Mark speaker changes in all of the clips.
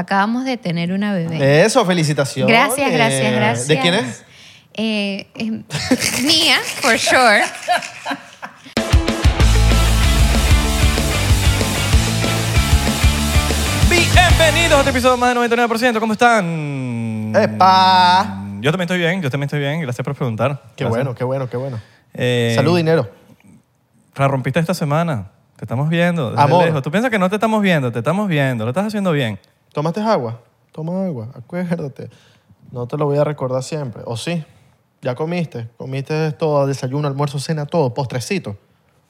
Speaker 1: Acabamos de tener una bebé.
Speaker 2: Eso, felicitaciones.
Speaker 1: Gracias, gracias, gracias.
Speaker 2: Eh, ¿De quién es?
Speaker 1: Eh, es mía, for sure.
Speaker 3: Bienvenidos a otro episodio más de 99%. ¿Cómo están?
Speaker 2: ¡Epa!
Speaker 3: Yo también estoy bien, yo también estoy bien. Gracias por preguntar.
Speaker 2: Qué
Speaker 3: Gracias.
Speaker 2: bueno, qué bueno, qué bueno.
Speaker 3: Eh,
Speaker 2: Salud, dinero.
Speaker 3: La rompiste esta semana. Te estamos viendo. Desde
Speaker 2: Amor.
Speaker 3: lejos. Tú piensas que no te estamos viendo, te estamos viendo. Lo estás haciendo bien.
Speaker 2: ¿Tomaste agua? Toma agua, acuérdate. No te lo voy a recordar siempre. ¿O sí? ¿Ya comiste? ¿Comiste todo? Desayuno, almuerzo, cena, todo. ¿Postrecito?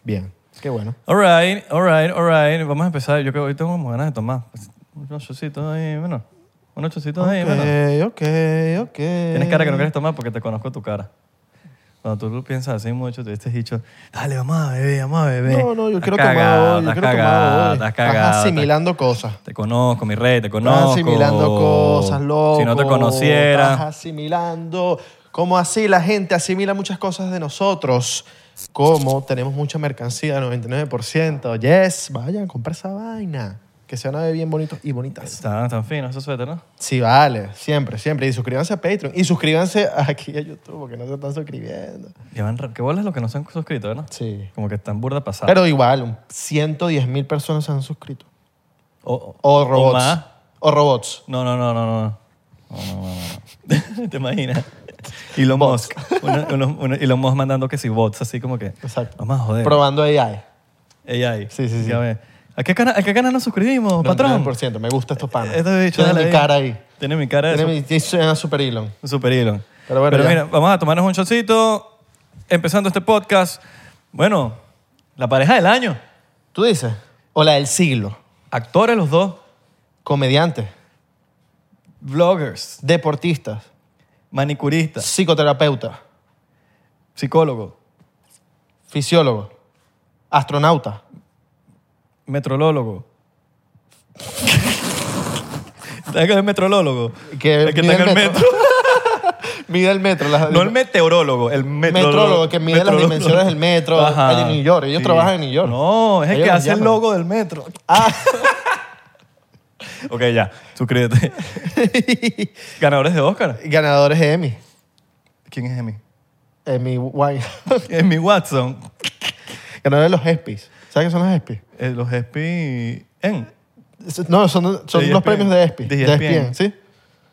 Speaker 2: Bien. Qué bueno.
Speaker 3: All right, all right, all right. Vamos a empezar. Yo creo que hoy tengo como ganas de tomar. Unos chocitos ahí, bueno. Unos chocitos ahí, bueno.
Speaker 2: Ok, ok, ok.
Speaker 3: Tienes cara que
Speaker 2: Eh.
Speaker 3: no quieres tomar porque te conozco tu cara. Cuando tú lo piensas así mucho, te dices dicho, dale, vamos a beber, vamos a beber.
Speaker 2: No, no, yo
Speaker 3: Estás
Speaker 2: quiero tomar
Speaker 3: cagado,
Speaker 2: hoy. Yo
Speaker 3: estás
Speaker 2: quiero
Speaker 3: cagado,
Speaker 2: tomar hoy.
Speaker 3: Estás cagado.
Speaker 2: Estás
Speaker 3: estás-
Speaker 2: asimilando cosas.
Speaker 3: Te conozco, mi rey, te
Speaker 2: Estás
Speaker 3: conozco.
Speaker 2: asimilando cosas, loco.
Speaker 3: Si no te
Speaker 2: Estás
Speaker 3: conociera.
Speaker 2: asimilando. Como así la gente asimila muchas cosas de nosotros. Como tenemos mucha mercancía, 99%. Yes, vayan, compra esa vaina. Que se van a ver bien bonitos y bonitas.
Speaker 3: Están, están finos esos suéteres, ¿no?
Speaker 2: Sí, vale, siempre, siempre. Y suscríbanse a Patreon. Y suscríbanse aquí a YouTube, porque no se están suscribiendo.
Speaker 3: Llevan ra- Qué bolas los que no se han suscrito, ¿verdad?
Speaker 2: Sí.
Speaker 3: Como que están burda pasadas.
Speaker 2: Pero igual, un 110 mil personas se han suscrito.
Speaker 3: O, o-
Speaker 2: O
Speaker 3: o
Speaker 2: robots.
Speaker 3: más.
Speaker 2: O robots.
Speaker 3: Oh, No, no, no, no, no. No, no, no, no, no. ¿Te imaginas? Elon Musk. Uno, uno- uno- Elon Musk mandando que si bots, así como que.
Speaker 2: Exacto.
Speaker 3: No más joder.
Speaker 2: Probando AI.
Speaker 3: AI.
Speaker 2: Sí, sí, sí.
Speaker 3: Ya ves. ¿A qué, canal, ¿A qué canal nos suscribimos, patrón?
Speaker 2: 99%. Me gusta estos panes.
Speaker 3: Esto he dicho,
Speaker 2: Tiene
Speaker 3: dale
Speaker 2: mi cara ahí.
Speaker 3: Tiene mi cara. de
Speaker 2: Tiene mi, tiene- suena super Elon.
Speaker 3: Un Super Elon.
Speaker 2: Pero bueno, ya.
Speaker 3: mira, vamos a tomarnos un shotcito. Empezando este podcast. Bueno, la pareja del año.
Speaker 2: ¿Tú dices? O la del siglo.
Speaker 3: Actores los dos.
Speaker 2: Comediantes,
Speaker 3: Vloggers.
Speaker 2: deportistas,
Speaker 3: Manicuristas.
Speaker 2: psicoterapeutas,
Speaker 3: Psicólogos.
Speaker 2: fisiólogos, astronautas,
Speaker 3: Metrolólogo. ¿Sabes qué es el metrolólogo?
Speaker 2: Que
Speaker 3: el que
Speaker 2: mide
Speaker 3: está en
Speaker 2: el
Speaker 3: el
Speaker 2: metro.
Speaker 3: metro.
Speaker 2: mide el metro. las-
Speaker 3: No el meteorólogo, el metrólogo.
Speaker 2: Metrólogo, que mide las
Speaker 3: Metrólogo.
Speaker 2: dimensiones del metro, el de New York. Ellos trabajan en New York.
Speaker 3: No, es el
Speaker 2: Ellos
Speaker 3: que
Speaker 2: lo
Speaker 3: hace el
Speaker 2: llaman.
Speaker 3: logo del metro.
Speaker 2: Ah.
Speaker 3: Ok, ya. Suscríbete. Ganadores de Oscar.
Speaker 2: Ganadores de Emmy.
Speaker 3: ¿Quién es Emmy?
Speaker 2: Emmy Winehouse.
Speaker 3: Emmy Watson.
Speaker 2: Ganadores de los ESPYs. ¿Sabes qué son los ESPYs?
Speaker 3: Eh, los ESPYN.
Speaker 2: No, son, son
Speaker 3: De E
Speaker 2: los
Speaker 3: ESPN.
Speaker 2: premios de ESPY.
Speaker 3: De
Speaker 2: De E ESPN,
Speaker 3: ESPN.
Speaker 2: ¿sí?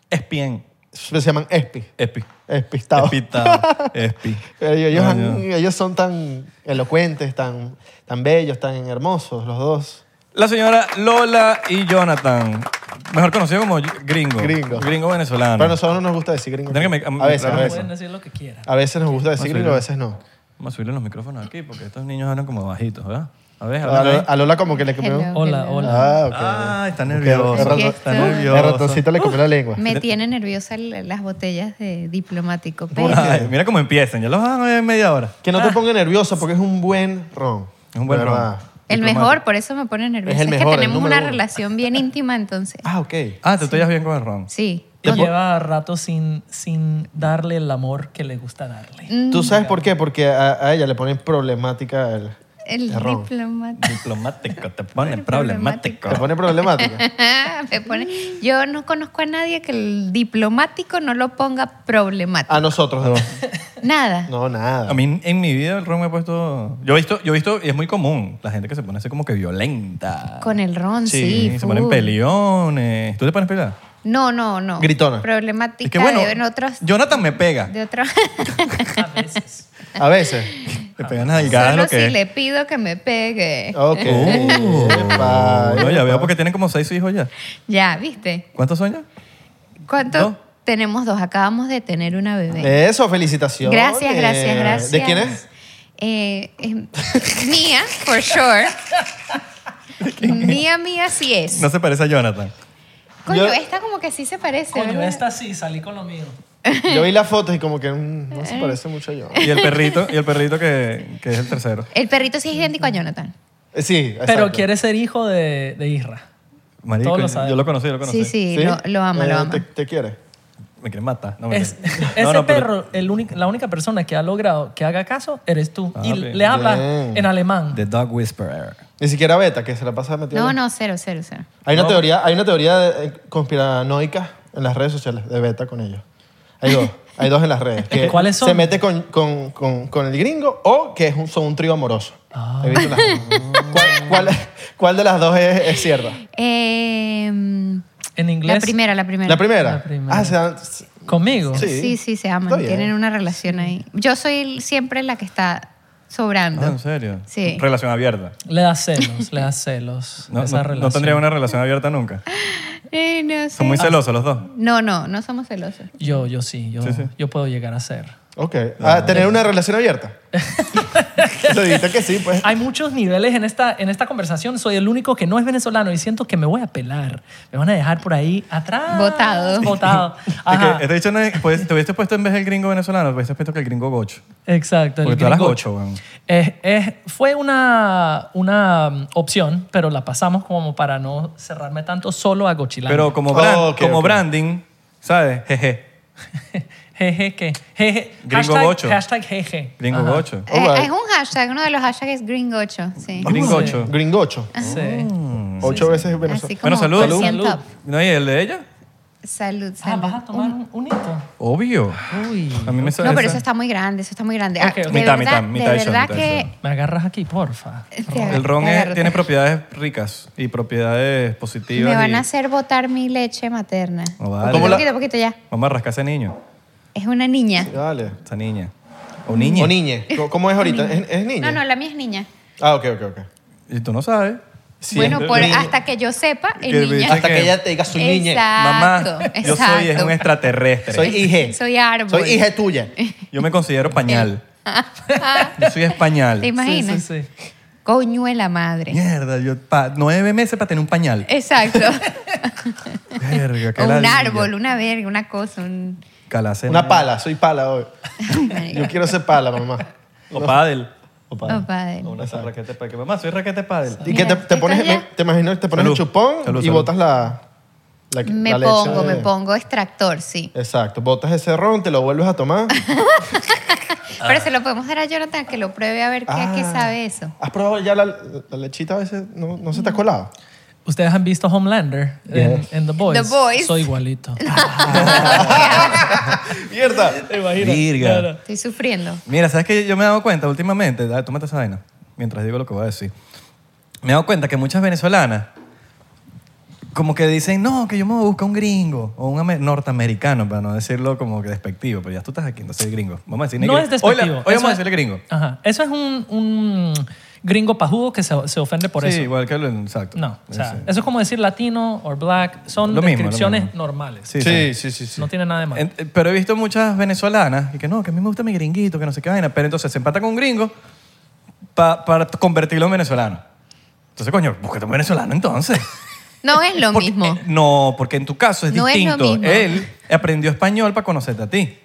Speaker 3: ESPYN.
Speaker 2: Se llaman ESPY.
Speaker 3: ESPY.
Speaker 2: Espistados.
Speaker 3: Espitado. ESPY.
Speaker 2: Pero ellos,
Speaker 3: Coño.
Speaker 2: han- ellos son tan elocuentes, tan, tan bellos, tan hermosos, los dos.
Speaker 3: La señora Lola y Jonathan. Mejor conocido como gringo.
Speaker 2: Gringo.
Speaker 3: Gringo venezolano.
Speaker 2: Pero a nosotros no nos gusta decir gringo.
Speaker 3: Tienen Ah, que me-
Speaker 2: a veces, a
Speaker 3: me-
Speaker 2: veces.
Speaker 4: Pueden decir lo que quieran.
Speaker 2: A veces nos gusta decir
Speaker 3: sí,
Speaker 2: gringo, a
Speaker 3: no.
Speaker 2: veces no.
Speaker 3: Vamos a subirle los micrófonos aquí porque estos niños hablan como bajitos, ¿verdad? A
Speaker 2: A
Speaker 3: ver, a
Speaker 2: Lola,
Speaker 3: ver.
Speaker 2: a Lola como que le comió...
Speaker 1: Hello,
Speaker 4: Hola,
Speaker 1: hello.
Speaker 4: hola.
Speaker 2: Ah, ok.
Speaker 3: Ah, está
Speaker 2: Ok,
Speaker 3: nervioso.
Speaker 2: el rato-
Speaker 3: Está
Speaker 1: el
Speaker 3: nervioso.
Speaker 2: El ratoncito le comió la lengua.
Speaker 1: Me tiene nerviosa l- las botellas de diplomático, pero
Speaker 3: Ay, mira cómo empiezan. Ya los van a ver en media hora.
Speaker 2: Que no
Speaker 1: Ah.
Speaker 2: te ponga nervioso porque es un buen ron.
Speaker 3: Es un buen
Speaker 2: de
Speaker 3: ron.
Speaker 2: verdad.
Speaker 1: el mejor, por eso me pone nerviosa.
Speaker 2: Es
Speaker 1: Es,
Speaker 2: el
Speaker 1: que
Speaker 2: mejor, el
Speaker 1: tenemos
Speaker 2: número
Speaker 1: una
Speaker 2: uno.
Speaker 1: relación bien íntima, entonces.
Speaker 2: Ah, ok.
Speaker 3: Ah, te estoy bien con el ron.
Speaker 1: Sí.
Speaker 4: Y lleva rato sin, sin darle el amor que le gusta darle.
Speaker 1: Mm,
Speaker 2: ¿Tú sabes por qué? Porque a, a ella le ponen problemática el...
Speaker 1: el
Speaker 2: el ron.
Speaker 1: diplomático.
Speaker 3: Diplomático, te pone problemático.
Speaker 2: Te pone problemática.
Speaker 1: Ah, Me pone- Yo no conozco a nadie que el diplomático no lo ponga problemático.
Speaker 2: A nosotros dos.
Speaker 1: Nada.
Speaker 2: No, nada.
Speaker 3: A mí en mi vida el ron me ha puesto. Yo he visto, yo he visto, y es muy común, la gente que se pone así como que violenta.
Speaker 1: Con el ron, sí.
Speaker 3: se ponen
Speaker 1: full.
Speaker 3: peliones. ¿Tú te pones pelea?
Speaker 1: No, no, no.
Speaker 2: Gritona.
Speaker 1: Problemática
Speaker 3: Es que bueno,
Speaker 1: de, en otros.
Speaker 3: Jonathan me pega.
Speaker 1: De otros.
Speaker 4: A veces.
Speaker 2: A veces.
Speaker 3: Te pegan las delgadas
Speaker 1: Solo
Speaker 3: lo
Speaker 1: si
Speaker 3: que
Speaker 1: le pido que me pegue.
Speaker 2: Ok.
Speaker 3: Oh.
Speaker 2: Epa,
Speaker 3: No, ya
Speaker 2: epa.
Speaker 3: veo porque tienen como seis hijos ya.
Speaker 1: Ya, ¿viste?
Speaker 3: ¿Cuántos son ya?
Speaker 1: ¿Cuánto?
Speaker 3: Dos.
Speaker 1: Tenemos dos. Acabamos de tener una bebé.
Speaker 2: Eso, felicitaciones.
Speaker 1: Gracias, gracias, gracias.
Speaker 2: Eh, ¿De quién es?
Speaker 1: Eh, es mía, for sure. mía, mía sí es.
Speaker 3: No se parece a Jonathan.
Speaker 1: Coño,
Speaker 2: Yo-
Speaker 1: esta como que sí se parece,
Speaker 4: Coño,
Speaker 1: ¿verdad?
Speaker 4: esta sí, salí con lo mío.
Speaker 2: Yo vi las fotos y como que mm, no
Speaker 1: Eh.
Speaker 2: se parece mucho a yo.
Speaker 3: Y el perrito, y el perrito que, que es el tercero.
Speaker 1: El perrito sí es idéntico a Jonathan.
Speaker 2: Eh, Sí,
Speaker 4: Pero
Speaker 2: exacto.
Speaker 4: quiere ser hijo de, de Isra.
Speaker 3: Marico,
Speaker 4: Todos lo
Speaker 3: yo,
Speaker 4: saben.
Speaker 3: yo lo conocí, yo lo conocí.
Speaker 1: Sí, sí, lo, lo ama,
Speaker 2: Eh,
Speaker 1: lo ama.
Speaker 2: Te, te quiere.
Speaker 3: me quieren matar. No,
Speaker 4: Es-
Speaker 3: mentira. No,
Speaker 4: ese
Speaker 3: no, pero-
Speaker 4: perro, el único- la única persona que ha logrado que haga caso eres tú.
Speaker 3: Ah,
Speaker 4: y
Speaker 3: bien.
Speaker 4: le habla
Speaker 2: Bien.
Speaker 4: en alemán.
Speaker 3: The Dog Whisperer.
Speaker 2: Ni siquiera Beta, que se la pasa metiendo.
Speaker 1: No, no, cero, cero, cero.
Speaker 2: Hay una
Speaker 3: No.
Speaker 2: teoría, hay una teoría de- eh, conspiranoica en las redes sociales de Beta con ellos. Hay dos, hay dos en las redes. Que
Speaker 4: ¿Cuáles son?
Speaker 2: Se mete con, con- con- con el gringo o que es un, son un trío amoroso.
Speaker 4: Ah.
Speaker 2: He visto las dos. ¿Cuál, cuál, cuál de las dos es, es cierta?
Speaker 1: Eh, mm,
Speaker 4: En inglés.
Speaker 1: la primera, la primera.
Speaker 2: ¿La primera?
Speaker 4: La primera.
Speaker 2: Ah, se dan-
Speaker 4: Conmigo.
Speaker 2: Sí.
Speaker 1: Sí, sí, se
Speaker 2: Está
Speaker 1: aman.
Speaker 2: bien.
Speaker 1: Tienen una relación ahí. Yo soy siempre la que está
Speaker 3: Ah,
Speaker 1: sobrando.
Speaker 3: ¿En serio?
Speaker 1: Sí.
Speaker 3: Relación abierta.
Speaker 4: Le da celos, le da celos.
Speaker 3: No,
Speaker 4: esa
Speaker 3: no- no
Speaker 4: relación. Ah.
Speaker 3: tendría una relación abierta nunca.
Speaker 1: Eh, no, sé.
Speaker 3: Son muy celosos los dos.
Speaker 1: no, no, no somos celosos.
Speaker 4: Yo, yo sí, yo,
Speaker 3: Sí, sí.
Speaker 4: yo puedo llegar a ser.
Speaker 2: Ok. Ah, ¿Tener una relación abierta? Lo dijiste que sí, pues.
Speaker 4: Hay muchos niveles en esta, en esta conversación. Soy el único que no es venezolano y siento que me voy a pelar. Me van a dejar por ahí atrás.
Speaker 1: Botado.
Speaker 4: Botado.
Speaker 3: Es
Speaker 4: Ajá.
Speaker 3: que, de hecho, no es- pues, te hubieses puesto en vez del gringo venezolano, te hubieses puesto que el gringo gocho.
Speaker 4: Exacto. el
Speaker 3: Porque tú a las
Speaker 4: gringocho.
Speaker 3: ocho, weón.
Speaker 4: Es- es- fue una, una mm, opción, pero la pasamos como para no cerrarme tanto solo a Gochilandia.
Speaker 3: Pero como,
Speaker 2: Oh,
Speaker 3: brand-
Speaker 2: ok,
Speaker 3: como
Speaker 2: ok.
Speaker 3: branding, ¿sabes? Jeje.
Speaker 4: jeje, que jeje.
Speaker 3: Gringo
Speaker 4: hashtag,
Speaker 3: gocho.
Speaker 4: hashtag jeje.
Speaker 3: Gringo
Speaker 4: Ajá.
Speaker 3: gocho.
Speaker 1: Eh,
Speaker 2: Alright.
Speaker 1: es un hashtag, uno de los hashtags es gringocho. Sí.
Speaker 3: Ah, Gringocho.
Speaker 2: Gringocho.
Speaker 4: Sí.
Speaker 2: Ocho veces Venezuela.
Speaker 1: Así como
Speaker 3: Bueno, salud.
Speaker 1: por cien
Speaker 3: Salud.
Speaker 1: top.
Speaker 3: ¿No hay el de ella?
Speaker 1: Salud,
Speaker 4: Ah,
Speaker 1: Oh. salud.
Speaker 4: ¿vas a tomar un, un hito?
Speaker 3: Obvio.
Speaker 4: Uy.
Speaker 3: A mí me sale
Speaker 1: No, pero
Speaker 3: esa-
Speaker 1: eso está muy grande, eso está muy grande. Ah,
Speaker 4: Ok, ok.
Speaker 1: De verdad,
Speaker 3: Mitad, mitad, mitad
Speaker 1: de
Speaker 3: y shot,
Speaker 1: verdad
Speaker 3: mitad y
Speaker 1: que...
Speaker 3: shot.
Speaker 4: Me agarras aquí, porfa.
Speaker 1: Te-
Speaker 3: El ron
Speaker 1: te
Speaker 3: es-
Speaker 1: agarro.
Speaker 3: tiene propiedades ricas y propiedades positivas.
Speaker 1: Me van
Speaker 3: y-
Speaker 1: a hacer botar mi leche materna.
Speaker 3: No Oh, vale.
Speaker 2: ¿Cómo
Speaker 1: Un
Speaker 2: la-
Speaker 1: poquito, a poquito ya.
Speaker 3: Vamos a rascar a ese niño,
Speaker 1: Es una niña.
Speaker 2: Dale.
Speaker 3: esa niña. O niña.
Speaker 2: O niñe. ¿Cómo- ¿Cómo es ahorita? ¿Es, es niña?
Speaker 1: No, no, la mía es niña.
Speaker 2: Ah, ok, ok, ok.
Speaker 3: Y tú no sabes.
Speaker 2: Sí,
Speaker 1: bueno,
Speaker 2: es
Speaker 1: por-
Speaker 2: niña.
Speaker 1: hasta que yo sepa, es
Speaker 3: Que me
Speaker 1: niña.
Speaker 3: dice
Speaker 2: Hasta que
Speaker 3: que-
Speaker 2: ella te diga su niña.
Speaker 1: Exacto,
Speaker 3: Mamá, yo soy es
Speaker 1: exacto.
Speaker 3: un extraterrestre.
Speaker 2: Soy hija.
Speaker 1: Soy árbol.
Speaker 2: Soy hija tuya.
Speaker 1: Este
Speaker 3: Yo me considero pañal. yo soy español.
Speaker 1: ¿Te imaginas?
Speaker 4: Sí, sí, sí.
Speaker 1: Coño de la madre.
Speaker 3: Mierda, yo pa- nueve meses para tener un pañal.
Speaker 1: Exacto.
Speaker 3: Verga, qué
Speaker 1: O un
Speaker 3: ladilla.
Speaker 1: árbol, una verga, una cosa, un...
Speaker 3: Calacena.
Speaker 2: Una pala, soy pala hoy. Yo quiero ser pala, mamá.
Speaker 3: O pádel. O
Speaker 1: O pádel.
Speaker 3: O una esa raquete pádel. Que, Mamá, soy raquete pádel.
Speaker 2: Y que
Speaker 1: Mira,
Speaker 2: te, te
Speaker 1: ¿estás
Speaker 2: pones,
Speaker 1: ya?
Speaker 2: te imagino, que te pones
Speaker 3: Salud.
Speaker 2: el chupón
Speaker 3: Salud,
Speaker 2: y
Speaker 3: salud.
Speaker 2: botas la, la-
Speaker 1: Me
Speaker 2: la leche
Speaker 1: pongo,
Speaker 2: de-
Speaker 1: me pongo extractor, sí.
Speaker 2: Exacto, botas ese ron, te lo vuelves a tomar.
Speaker 1: Pero se lo podemos dar a Jonathan que lo pruebe a ver qué,
Speaker 2: Ah.
Speaker 1: qué sabe eso.
Speaker 2: ¿Has probado ya la, la lechita a veces? ¿No, no se te ha colado?
Speaker 4: ¿Ustedes han visto Homelander en, en The Boys?
Speaker 1: The Boys.
Speaker 4: Soy igualito.
Speaker 2: ¡Mierda!
Speaker 4: ¿Te imaginas?
Speaker 3: Virga.
Speaker 4: Claro.
Speaker 1: Estoy sufriendo.
Speaker 3: Mira, ¿sabes qué? Yo me he dado cuenta últimamente, dale, tómate esa vaina, mientras digo lo que voy a decir. Me he dado cuenta que muchas venezolanas como que dicen, no, que yo me voy a buscar un gringo o un ame- norteamericano, para no decirlo como que despectivo, pero ya tú estás aquí, entonces gringo. Vamos a decir
Speaker 4: No
Speaker 3: negri-
Speaker 4: es despectivo.
Speaker 3: Hoy, la- hoy
Speaker 4: Eso
Speaker 3: vamos a
Speaker 4: es-
Speaker 3: decirle gringo.
Speaker 4: Ajá. Eso es un, un gringo pajudo que se, se ofende por
Speaker 3: sí,
Speaker 4: eso.
Speaker 3: igual que lo exacto.
Speaker 4: No, o sea,
Speaker 3: Sí.
Speaker 4: eso es como decir latino o black. Son
Speaker 3: Lo mismo,
Speaker 4: descripciones
Speaker 3: lo mismo.
Speaker 4: normales.
Speaker 3: Sí,
Speaker 2: Sí, sí, sí. sí.
Speaker 4: No tiene nada de malo.
Speaker 3: En- eh, pero he visto muchas venezolanas y que no, que a mí me gusta mi gringuito, que no sé qué vaina, pero entonces se empata con un gringo pa- para convertirlo en venezolano. Entonces, coño, búscate un venezolano entonces.
Speaker 1: No es lo
Speaker 3: Porque-
Speaker 1: mismo.
Speaker 3: eh, no, porque en tu caso es
Speaker 1: No es lo
Speaker 3: distinto.
Speaker 1: mismo.
Speaker 3: Él aprendió español para conocerte a ti.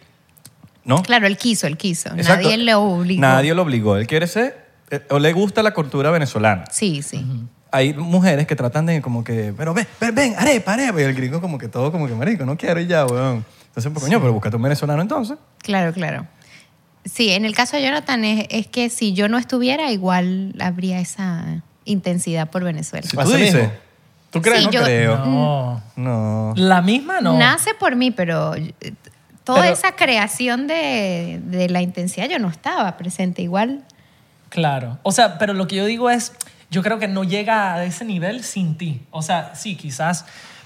Speaker 3: ¿No?
Speaker 1: Claro, él quiso, él quiso.
Speaker 3: Exacto.
Speaker 1: Nadie le obligó.
Speaker 3: Nadie lo obligó. Él quiere ser eh, o le gusta la cultura venezolana.
Speaker 1: Sí, sí.
Speaker 3: Hay mujeres que tratan de como que, pero ven, ven, ven, arepa, arepa. Y el gringo como que todo como que marico, no quiero y ya, weón. Entonces, pues, coño, pero búscate un venezolano entonces.
Speaker 1: Claro, claro. Sí, en el caso de Jonathan es, es que si yo no estuviera, igual habría esa intensidad por Venezuela.
Speaker 3: Si
Speaker 2: Así
Speaker 3: tú dices.
Speaker 2: mismo.
Speaker 3: ¿Tú crees?
Speaker 1: Sí,
Speaker 3: no
Speaker 1: yo-
Speaker 3: creo.
Speaker 4: No.
Speaker 3: No.
Speaker 4: La misma no.
Speaker 1: Nace por mí, pero eh, toda
Speaker 4: Pero-
Speaker 1: esa creación de, de la intensidad yo no estaba presente igual.
Speaker 4: Claro. O sea, pero lo que yo digo es, yo creo que no llega a ese nivel sin ti. O sea, sí, quizás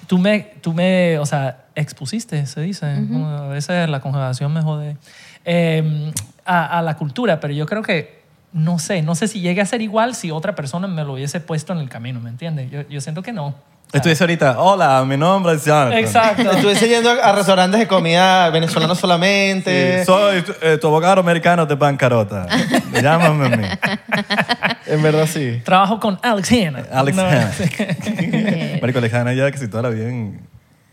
Speaker 4: tú me, tú me o sea, expusiste, se dice. Como A veces la conjugación me jode. Eh, a, a la cultura, pero yo creo que, no sé, no sé si llegue a ser igual si otra persona me lo hubiese puesto en el camino, ¿me entiendes? Yo, yo siento que no.
Speaker 3: Estuviese ahorita, hola, mi nombre es Jonathan.
Speaker 4: Exacto.
Speaker 2: Estuviese yendo a a restaurantes de comida venezolana
Speaker 3: Sí,
Speaker 2: solamente.
Speaker 3: soy eh, tu abogado americano de bancarrota. Llámame a mí.
Speaker 2: En verdad, sí.
Speaker 4: Trabajo con Alex Hanna.
Speaker 3: Alex
Speaker 4: No.
Speaker 3: Hanna.
Speaker 1: eh,
Speaker 3: Marico, Alex Hanna ya casi toda la vida en,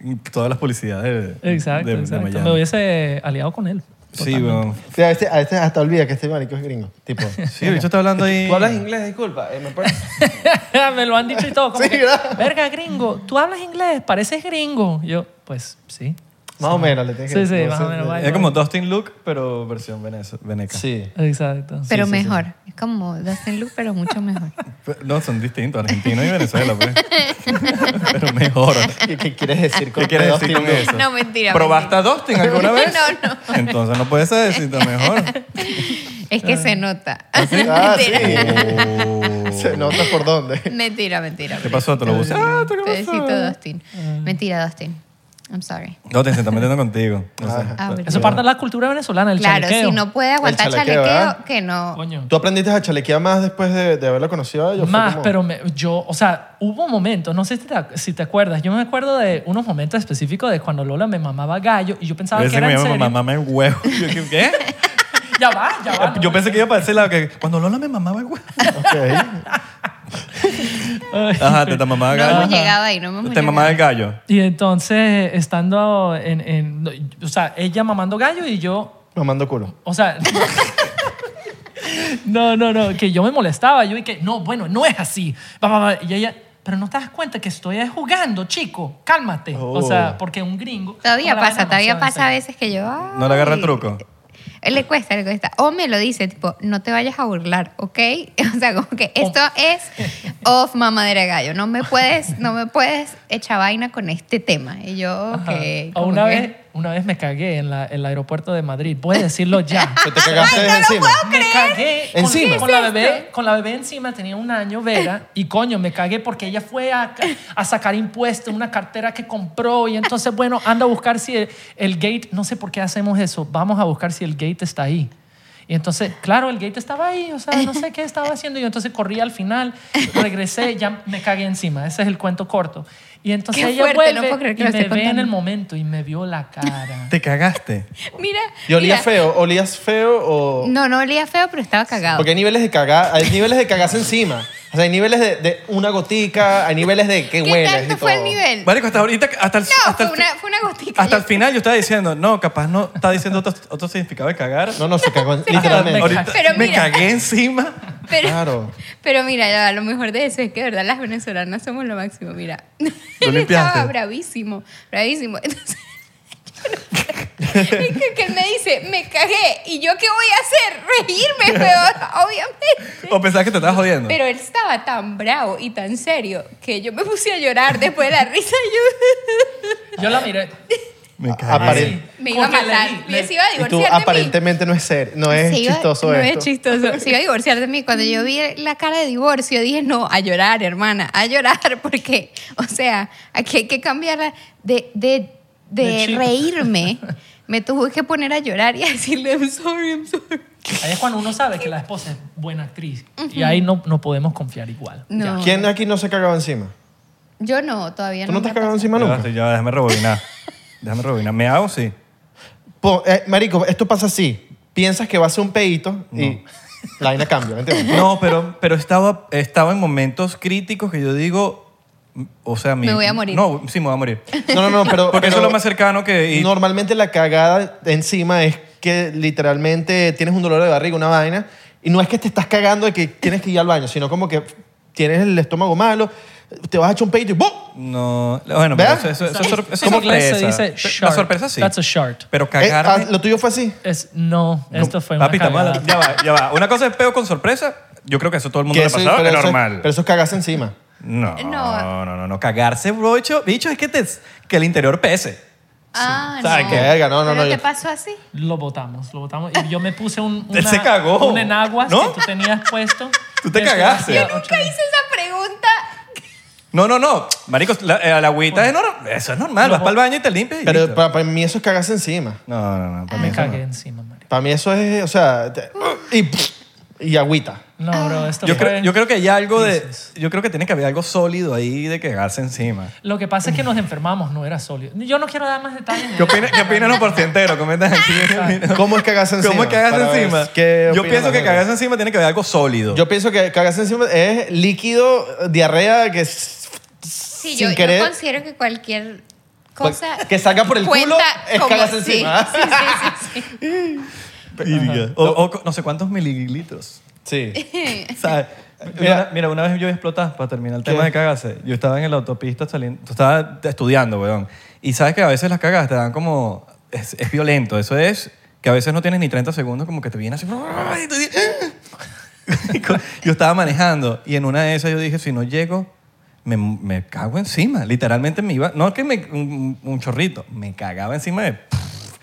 Speaker 3: en todas las publicidades de,
Speaker 4: Exacto,
Speaker 3: de- de
Speaker 4: exacto.
Speaker 3: Miami.
Speaker 4: Me hubiese aliado con él.
Speaker 3: Sí, weón.
Speaker 2: Sí, a, este, a este hasta olvida que este marico es gringo. Tipo,
Speaker 3: Sí, el bicho está hablando ahí.
Speaker 2: ¿tú hablas inglés? Disculpa. eh, ¿me puedes-
Speaker 4: me lo han dicho y todo. Como
Speaker 2: Sí,
Speaker 4: que,
Speaker 2: ¿verdad?
Speaker 4: Verga, gringo, tú hablas inglés, pareces gringo. Yo, pues sí.
Speaker 2: Más o menos le tienes que
Speaker 4: Sí, sí,
Speaker 2: no
Speaker 4: más
Speaker 2: sé,
Speaker 4: o menos.
Speaker 2: de-
Speaker 4: Bye,
Speaker 3: Es
Speaker 4: bye.
Speaker 3: como Dustin Look, pero versión venez- veneca.
Speaker 2: Sí.
Speaker 4: Exacto.
Speaker 1: Pero
Speaker 2: sí, sí.
Speaker 1: mejor. Es como Dustin Loop, pero mucho mejor.
Speaker 3: Pero- No, son distintos, Argentina y Venezuela, pues. pero mejor.
Speaker 2: ¿Qué, qué quieres decir con
Speaker 3: ¿Qué quieres
Speaker 2: dos
Speaker 3: decir con
Speaker 2: timbres?
Speaker 3: eso?
Speaker 1: No, mentira,
Speaker 3: ¿Probaste a Dustin alguna vez?
Speaker 1: No, no.
Speaker 3: Entonces no puedes decirte mejor.
Speaker 1: Es que se nota.
Speaker 2: Ah, sí.
Speaker 1: mentira.
Speaker 2: Se nota por dónde.
Speaker 1: mentira, mentira.
Speaker 3: ¿Qué pasó? ¿Te lo puse? Ah, ¿tú qué pasó?
Speaker 1: Pedacito Dustin. Mentira, Dustin. I'm sorry.
Speaker 3: Ah, Dustin se está metiendo contigo. No sé.
Speaker 2: Ajá.
Speaker 1: Ah,
Speaker 4: Eso es
Speaker 1: verdad.
Speaker 4: parte de la cultura venezolana, el
Speaker 1: claro,
Speaker 4: chalequeo.
Speaker 1: si no puede aguantar
Speaker 2: El chalequeo,
Speaker 1: chalequeo,
Speaker 2: ¿verdad?
Speaker 1: que no.
Speaker 4: Coño.
Speaker 2: ¿Tú aprendiste a chalequear más después de, de haberlo conocido a ellos?
Speaker 4: Más, pero me- yo, o sea, hubo momentos, no sé si te, ac- si te acuerdas, yo me acuerdo de unos momentos específicos de cuando Lola me mamaba gallo y yo pensaba
Speaker 3: Yo
Speaker 4: que
Speaker 3: que
Speaker 4: era
Speaker 3: me
Speaker 4: en
Speaker 3: llama
Speaker 4: serio.
Speaker 3: mamá, mamá en huevo. Yo, ¿qué- ¿Qué?
Speaker 4: Ya va, ya va. no.
Speaker 3: Yo pensé que iba para ese lado que cuando Lola me mamaba el huevo.
Speaker 2: Ok.
Speaker 4: Ay,
Speaker 3: Ajá, te, te mamaba el
Speaker 1: No
Speaker 3: gallo.
Speaker 1: hemos llegado ahí, no hemos
Speaker 3: Te
Speaker 1: llegado.
Speaker 3: mamaba el gallo.
Speaker 4: Y entonces, estando en, en- no, y- O sea, ella mamando gallo y yo.
Speaker 2: Mamando culo.
Speaker 4: O sea. no, no, no, que yo me molestaba. Yo dije, no, bueno, no es así. Va, va, va. Y ella. Pero no te das cuenta que estoy jugando, chico. Cálmate. O
Speaker 2: Oh.
Speaker 4: sea, porque un gringo.
Speaker 1: Todavía
Speaker 4: Ahora,
Speaker 1: pasa,
Speaker 4: bueno,
Speaker 1: todavía
Speaker 4: no,
Speaker 1: pasa a
Speaker 4: sí.
Speaker 1: veces que yo. ay,
Speaker 3: No le agarra el truco.
Speaker 1: Le cuesta, le cuesta. O me lo dice, tipo, no te vayas a burlar, ¿ok? O sea, como que
Speaker 4: Oh.
Speaker 1: esto es off mamadera de gallo. No me puedes, no me puedes echar vaina con este tema. Y yo, ok.
Speaker 4: Ajá. O
Speaker 1: como
Speaker 4: una
Speaker 1: que-
Speaker 4: vez, una vez me cagué en, la, el aeropuerto de Madrid. Puedes decirlo ya.
Speaker 2: ¿Que te cagaste encima?
Speaker 4: me cagué con-
Speaker 2: ¿Encima?
Speaker 4: Con, la
Speaker 1: este?
Speaker 4: bebé, con la bebé encima, tenía un año, Vera, y coño, me cagué porque ella fue a, ca- a sacar impuestos, una cartera que compró, y entonces, bueno, anda a buscar si el, el gate, no sé por qué hacemos eso, vamos a buscar si el gate está ahí. Y entonces, claro, el gate estaba ahí, o sea, no sé qué estaba haciendo. Y yo entonces corrí al final, regresé, ya me cagué encima. Ese es el cuento corto. Y entonces
Speaker 1: Qué
Speaker 4: ella
Speaker 1: fuerte,
Speaker 4: vuelve
Speaker 1: no puedo creer que
Speaker 4: y
Speaker 1: lo
Speaker 4: me ve
Speaker 1: esté
Speaker 4: en
Speaker 1: contando.
Speaker 4: el momento y me vio la cara.
Speaker 3: Te cagaste.
Speaker 1: Mira.
Speaker 2: ¿Y olía
Speaker 1: mira.
Speaker 2: feo? ¿Olías feo o...?
Speaker 1: No, no olía feo, pero estaba cagado.
Speaker 2: Porque hay niveles de cagar, hay niveles de cagarse encima. O sea, hay niveles de, de una gotica, hay niveles de que
Speaker 1: ¿Qué
Speaker 2: hueles
Speaker 1: tanto
Speaker 2: y
Speaker 1: fue el
Speaker 2: todo.
Speaker 1: nivel?
Speaker 3: Marico, hasta ahorita, hasta el,
Speaker 1: No,
Speaker 3: hasta
Speaker 1: fue
Speaker 3: el, fi-
Speaker 1: una, fue una gotica.
Speaker 3: hasta el
Speaker 1: Yo-
Speaker 3: final yo estaba diciendo, no, capaz no está diciendo otro, otro significado de cagar.
Speaker 2: No, no, se cagó en-
Speaker 4: Me
Speaker 2: literalmente.
Speaker 4: cagué.
Speaker 3: ahorita
Speaker 1: Pero
Speaker 3: me
Speaker 1: mira.
Speaker 3: cagué encima.
Speaker 1: pero,
Speaker 2: Claro.
Speaker 1: pero mira, ya, lo mejor de eso es que de verdad las venezolanas somos lo máximo. Mira, él
Speaker 3: limpiaste?
Speaker 1: estaba bravísimo, bravísimo. Entonces, es que, que él me dice, me cagué. ¿Y yo qué voy a hacer? Reírme, peor, obviamente.
Speaker 3: O pensabas que te estabas jodiendo.
Speaker 1: Pero él estaba tan bravo y tan serio que yo me puse a llorar después de la risa. y Yo
Speaker 4: Yo la miré.
Speaker 3: me cagué.
Speaker 2: Aparente.
Speaker 1: me iba a
Speaker 4: Porque le
Speaker 1: matar.
Speaker 4: di-
Speaker 1: Me
Speaker 4: le-
Speaker 1: se iba a
Speaker 2: Y tú
Speaker 1: divorciar de mí.
Speaker 2: aparentemente no es ser, no es
Speaker 1: Se iba-
Speaker 2: chistoso
Speaker 1: no
Speaker 2: esto.
Speaker 1: es chistoso. Se iba a divorciar de mí. Cuando yo vi la cara de divorcio, dije, no, a llorar, hermana, a llorar, porque, o sea, aquí hay que cambiarla de, de, de
Speaker 4: De chip.
Speaker 1: reírme. Me tuve que poner a llorar y a decirle, I'm sorry, I'm sorry.
Speaker 4: Ahí es cuando uno sabe que la esposa es buena actriz. Y ahí no, no podemos confiar igual.
Speaker 1: No,
Speaker 2: ¿Quién aquí no se cagaba encima?
Speaker 1: yo no, todavía
Speaker 2: ¿Tú no
Speaker 1: me
Speaker 2: te
Speaker 1: ha
Speaker 2: has cagado
Speaker 1: pasado.
Speaker 2: encima
Speaker 3: Ya,
Speaker 2: nunca?
Speaker 3: sí, ya, déjame rebobinar. déjame rebobinar. ¿Me hago? Sí.
Speaker 2: Po- eh, marico, esto pasa así. Piensas que va a ser un peito y la vaina cambia, ¿me entiendes?
Speaker 3: No, pero, pero estaba, estaba en momentos críticos que yo digo, mm, o sea, mi-
Speaker 1: Me voy a morir.
Speaker 3: No, sí, me voy a morir.
Speaker 2: No, no, no, pero...
Speaker 3: Porque eso es
Speaker 2: pero
Speaker 3: lo más cercano que... y-
Speaker 2: Normalmente la cagada encima es que literalmente tienes un dolor de barriga, una vaina, y no es que te estás cagando de que tienes que ir al baño, sino como que tienes el estómago malo, te vas a echar un peito y ¡bum! Eh,
Speaker 3: No, bueno, pero
Speaker 2: ¿Vean?
Speaker 3: eso, eso, eso es sor- eso es
Speaker 4: En inglés se
Speaker 3: sorpresa.
Speaker 4: dice
Speaker 3: La
Speaker 4: shart.
Speaker 3: sorpresa sí.
Speaker 4: That's a shart.
Speaker 3: Pero
Speaker 2: Eh, ah,
Speaker 3: cagarme...
Speaker 2: lo tuyo fue así.
Speaker 4: Es, no, esto fue una
Speaker 3: Papi, estamos
Speaker 4: cagada.
Speaker 3: hablando- Ya va, ya va. Una cosa es peo con sorpresa. Yo creo que eso todo el mundo
Speaker 2: Que
Speaker 3: le ha
Speaker 2: eso-
Speaker 3: pasado. Es
Speaker 2: eso
Speaker 3: normal.
Speaker 2: pero eso es cagarse encima.
Speaker 3: No,
Speaker 1: No.
Speaker 3: no, no, no. Cagarse, brocho. Bicho, es que, te, que el interior pese.
Speaker 1: Ah,
Speaker 3: Sí. O sea,
Speaker 1: no.
Speaker 3: que
Speaker 2: verga, no, no,
Speaker 1: ¿Pero
Speaker 2: no,
Speaker 1: te
Speaker 2: yo-
Speaker 1: pasó así?
Speaker 4: Lo botamos, lo botamos. Y yo me puse un,
Speaker 3: Él se cagó.
Speaker 4: un enaguas
Speaker 3: ¿No?
Speaker 4: que tú tenías puesto.
Speaker 3: Tú te
Speaker 4: Eso
Speaker 3: cagaste.
Speaker 4: hacía
Speaker 3: Yo
Speaker 4: ocho
Speaker 1: Nunca hice esa pregunta.
Speaker 3: No, no, no. Marico, la, eh, la agüita es normal. Eso es normal.
Speaker 4: No.
Speaker 3: Vas para el baño y te limpias. y
Speaker 2: Pero
Speaker 3: listo.
Speaker 2: para, para mí eso es cagarse encima.
Speaker 3: no, no, no. Para
Speaker 4: meses.
Speaker 3: mí eso
Speaker 4: Me
Speaker 3: no.
Speaker 4: Ah, cagué encima, Mario.
Speaker 2: Para mí eso es, o sea, te- y, y agüita.
Speaker 4: No, bro, esto
Speaker 3: Yo
Speaker 4: fue...
Speaker 3: creo, yo creo que hay algo de.
Speaker 4: Jesus.
Speaker 3: Yo creo que tiene que haber algo sólido ahí de cagarse encima.
Speaker 4: Lo que pasa es que nos enfermamos, no era sólido. Yo no quiero dar más detalles. de
Speaker 3: ¿Qué
Speaker 4: eso.
Speaker 3: opinan, qué opinan los porcenteros? Comentan aquí.
Speaker 2: ¿Cómo es cagarse encima?
Speaker 3: ¿Cómo es cagarse
Speaker 2: Para ver
Speaker 3: encima?
Speaker 2: qué
Speaker 3: Yo
Speaker 2: opina
Speaker 3: pienso
Speaker 2: la
Speaker 3: que
Speaker 2: gente.
Speaker 3: cagarse encima tiene que haber algo sólido.
Speaker 2: Yo pienso que cagarse encima es líquido, diarrea, que es-
Speaker 1: Sí,
Speaker 2: sin
Speaker 1: yo, yo
Speaker 2: querer.
Speaker 1: considero que cualquier cosa...
Speaker 2: Que salga por el culo,
Speaker 1: cuenta
Speaker 2: es
Speaker 1: como-
Speaker 2: cagarse
Speaker 1: sí,
Speaker 2: encima.
Speaker 1: sí, sí, sí, sí.
Speaker 3: Virga. O, o co- no sé cuántos mililitros.
Speaker 2: Sí.
Speaker 3: ¿Sabes?
Speaker 2: Mira.
Speaker 3: Mira, mira, una vez yo voy a explotar para terminar el
Speaker 2: ¿Qué?
Speaker 3: tema de cagarse. Yo estaba en la autopista saliendo, estaba estudiando, weón. Y sabes que a veces las cagas te dan como... Es, es violento, eso es que a veces no tienes ni 30 segundos como que te viene así... y tú dices, yo estaba manejando y en una de esas yo dije, si no llego, me, me cago encima. Literalmente me iba... No es que me... Un, un chorrito, me cagaba encima de...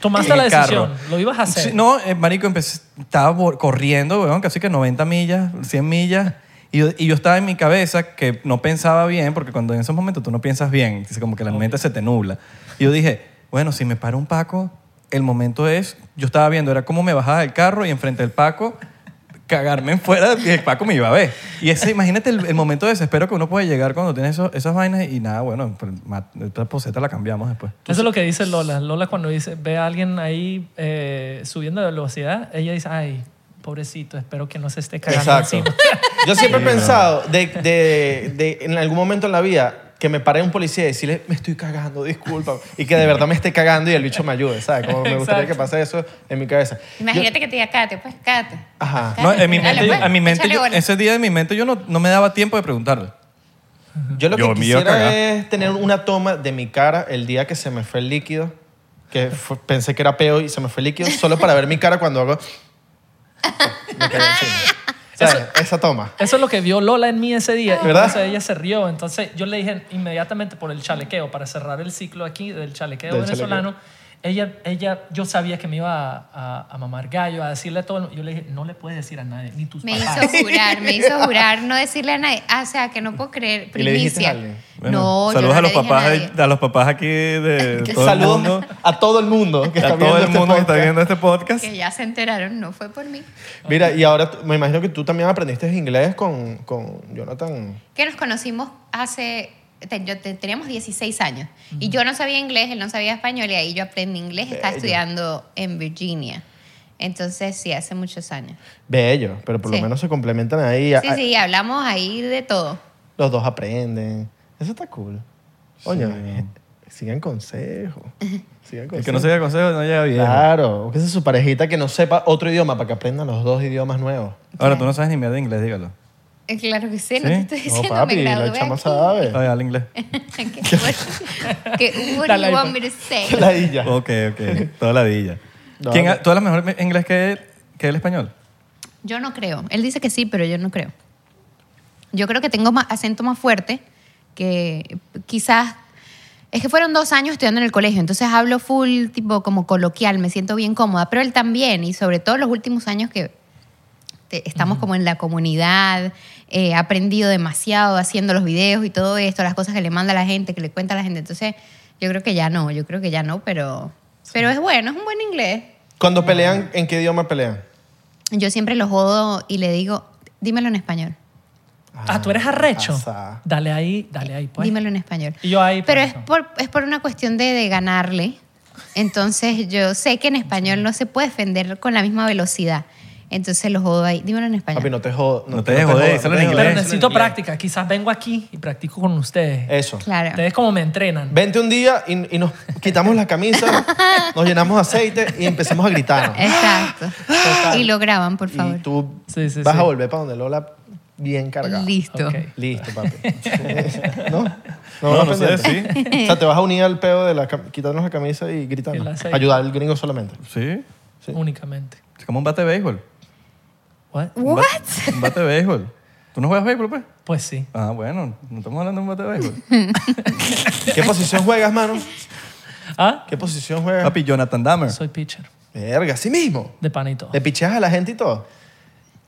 Speaker 4: Tomaste
Speaker 3: en
Speaker 4: la
Speaker 3: el carro.
Speaker 4: decisión, lo ibas a hacer.
Speaker 3: Sí, no, eh, marico, empecé, estaba bor- corriendo, weón, casi que 90 millas, 100 millas. Y yo, y yo estaba en mi cabeza que no pensaba bien, porque cuando en esos momentos tú no piensas bien, es como que la mente se te nubla. Y yo dije, bueno, si me para un Paco, el momento es, yo estaba viendo, era cómo me bajaba del carro y enfrente del Paco cagarme en fuera y el Paco me iba a ver. Y ese, imagínate el, el momento de desespero que uno puede llegar cuando tiene eso- esas vainas y nada, bueno, pues, ma- esta poseta la cambiamos después.
Speaker 4: Eso es lo que dice Lola. Lola cuando dice, ve a alguien ahí eh, subiendo de velocidad, ella dice, ay, pobrecito, espero que no se esté cagando
Speaker 2: Exacto.
Speaker 4: encima".
Speaker 2: Yo siempre he
Speaker 3: Sí,
Speaker 2: pensado de, de- de- en algún momento en la vida que me pare un policía y decirle, me estoy cagando, disculpa. Y que de verdad me esté cagando y el bicho me ayude, ¿sabes? Como me gustaría
Speaker 4: Exacto.
Speaker 2: que pase eso en mi cabeza.
Speaker 1: Imagínate que te diga, cállate, pues, cállate.
Speaker 2: Ajá.
Speaker 3: No, en mi
Speaker 1: Dale,
Speaker 3: mente,
Speaker 1: pues,
Speaker 3: a mi mente
Speaker 1: échale
Speaker 3: yo-
Speaker 1: bola.
Speaker 3: ese día en mi mente yo no, no me daba tiempo de preguntarle.
Speaker 2: Yo lo que
Speaker 3: Yo me iba a cagar.
Speaker 2: quisiera es tener una toma de mi cara el día que se me fue el líquido, que fue- pensé que era peo y se me fue el líquido, solo para ver mi cara cuando hago... Me cagué encima. ¿Sabes? Esa toma.
Speaker 4: Eso es lo que vio Lola en mí ese día. y
Speaker 2: ¿Verdad?
Speaker 4: Entonces ella se rió. Entonces yo le dije inmediatamente por el chalequeo, para cerrar el ciclo aquí del chalequeo
Speaker 2: Del
Speaker 4: venezolano. Ella, ella, yo sabía que me iba a, a- a mamar gallo, a decirle a todo el mundo. Yo le dije, no le puedes decir a nadie, ni tus
Speaker 1: Me
Speaker 4: papás.
Speaker 1: hizo jurar, me hizo jurar no decirle a nadie. Ah, o sea, que no puedos creer.
Speaker 2: ¿Y le dijiste
Speaker 1: Primicia.
Speaker 2: a alguien?
Speaker 3: Bueno,
Speaker 1: no, yo
Speaker 3: saludos
Speaker 1: no
Speaker 3: a los
Speaker 1: le dije
Speaker 3: papás,
Speaker 1: nadie.
Speaker 3: de- a los papás aquí de todo
Speaker 2: Saludos
Speaker 3: el mundo,
Speaker 2: a todo el mundo que está
Speaker 3: a todo
Speaker 2: viendo
Speaker 3: el
Speaker 2: este
Speaker 3: mundo que está
Speaker 2: podcast.
Speaker 3: viendo este podcast.
Speaker 1: Que ya se enteraron, no fue por mí.
Speaker 2: Mira, y ahora tú- me imagino que tú también aprendiste inglés con, con Jonathan.
Speaker 1: Que nos conocimos hace... te- yo te- teníamos 16 años. Y yo no sabía inglés, él no sabía español. Y ahí yo aprendí inglés. Estaba
Speaker 2: Bello.
Speaker 1: estudiando en Virginia. Entonces, sí, hace muchos años.
Speaker 2: Bello, pero por lo
Speaker 1: Sí.
Speaker 2: menos se complementan ahí.
Speaker 1: Sí,
Speaker 3: ah,
Speaker 2: a-
Speaker 1: sí, hablamos ahí de todo.
Speaker 2: Los dos aprenden. Eso está cool. Oye, sigan consejo. Sigan consejo.
Speaker 3: El que no se diga consejo no llega bien.
Speaker 2: Claro, que esa es su parejita que no sepa otro idioma para que aprendan los dos idiomas nuevos.
Speaker 3: Ahora, tú no sabes ni mierda de inglés, dígalo.
Speaker 1: Eh, Claro que sí, no
Speaker 3: Sí.
Speaker 1: te estoy
Speaker 2: No,
Speaker 1: diciendo, me
Speaker 2: papi, la
Speaker 1: gradué
Speaker 2: chama
Speaker 1: aquí.
Speaker 2: sabe.
Speaker 3: Ay, habla inglés.
Speaker 1: que, what- que, what do
Speaker 4: Dale,
Speaker 1: you want
Speaker 4: iPhone.
Speaker 1: me to say?
Speaker 2: La illa.
Speaker 3: Ok, ok. Toda la villa.
Speaker 2: No,
Speaker 3: ¿Quién,
Speaker 2: no.
Speaker 3: ha- ¿Tú hablas mejor me- inglés que él- que el español?
Speaker 1: Yo no creo. Él dice que sí, pero yo no creo. Yo creo que tengo más acento más fuerte que quizás... Es que fueron dos años estudiando en el colegio, entonces hablo full, tipo como coloquial, me siento bien cómoda, pero él también, y sobre todo los últimos años que te- estamos como en la comunidad, eh, he aprendido demasiado haciendo los videos y todo esto, las cosas que le manda la gente, que le cuenta la gente, entonces yo creo que ya no, yo creo que ya no, pero, pero es bueno, es un buen inglés.
Speaker 2: Cuando pelean, ¿en qué idioma pelean?
Speaker 1: Yo siempre lo jodo y le digo, dímelo en español.
Speaker 4: Ah, tú eres arrecho.
Speaker 2: pasa.
Speaker 4: Dale ahí, dale ahí, pues.
Speaker 1: dímelo en español.
Speaker 4: Y yo ahí,
Speaker 1: Pero
Speaker 4: pues,
Speaker 1: es
Speaker 4: no.
Speaker 1: por, es por una cuestión de, de ganarle. Entonces yo sé que en español no se puede defender con la misma velocidad. Entonces lo jodo ahí. Dímelo en español.
Speaker 2: Papi, no te jodas.
Speaker 3: No te jodas, díselo en
Speaker 4: Pero
Speaker 3: inglés.
Speaker 4: necesito práctica. Quizás vengo aquí y practico con ustedes.
Speaker 2: Eso.
Speaker 1: Claro.
Speaker 4: Ustedes como me entrenan.
Speaker 2: Vente un día y, y nos quitamos la camisa, nos llenamos de aceite y empezamos a gritar.
Speaker 1: Exacto. Y lo graban, Eh, por favor.
Speaker 2: Y tú
Speaker 4: Sí, sí,
Speaker 2: vas
Speaker 4: sí.
Speaker 2: a volver para donde Lola bien cargada.
Speaker 1: Listo.
Speaker 4: Ok.
Speaker 2: Listo, papi. ¿No?
Speaker 3: No,
Speaker 2: vas
Speaker 3: no sé,
Speaker 2: pendiente? O sea, te vas a unir al peo de la cam- quitarnos la camisa y
Speaker 4: El
Speaker 2: gritarnos.
Speaker 4: aceite.
Speaker 2: Ayudar al gringo solamente.
Speaker 3: Sí.
Speaker 2: Sí.
Speaker 4: Únicamente.
Speaker 3: Es como un bate de béisbol.
Speaker 4: What?
Speaker 3: Un
Speaker 1: ¿What?
Speaker 3: ba- Un bate de béisbol. ¿Tú no juegas béisbol, pues?
Speaker 4: Pues sí.
Speaker 3: Ah, bueno, no estamos hablando de un bate de béisbol.
Speaker 2: ¿Qué posición juegas, mano?
Speaker 4: ¿Ah?
Speaker 2: ¿Qué posición juegas?
Speaker 3: Papi, Jonathan Dahmer.
Speaker 4: Soy pitcher.
Speaker 2: Verga, así mismo.
Speaker 4: De panito.
Speaker 2: ¿Le picheas a la gente y todo?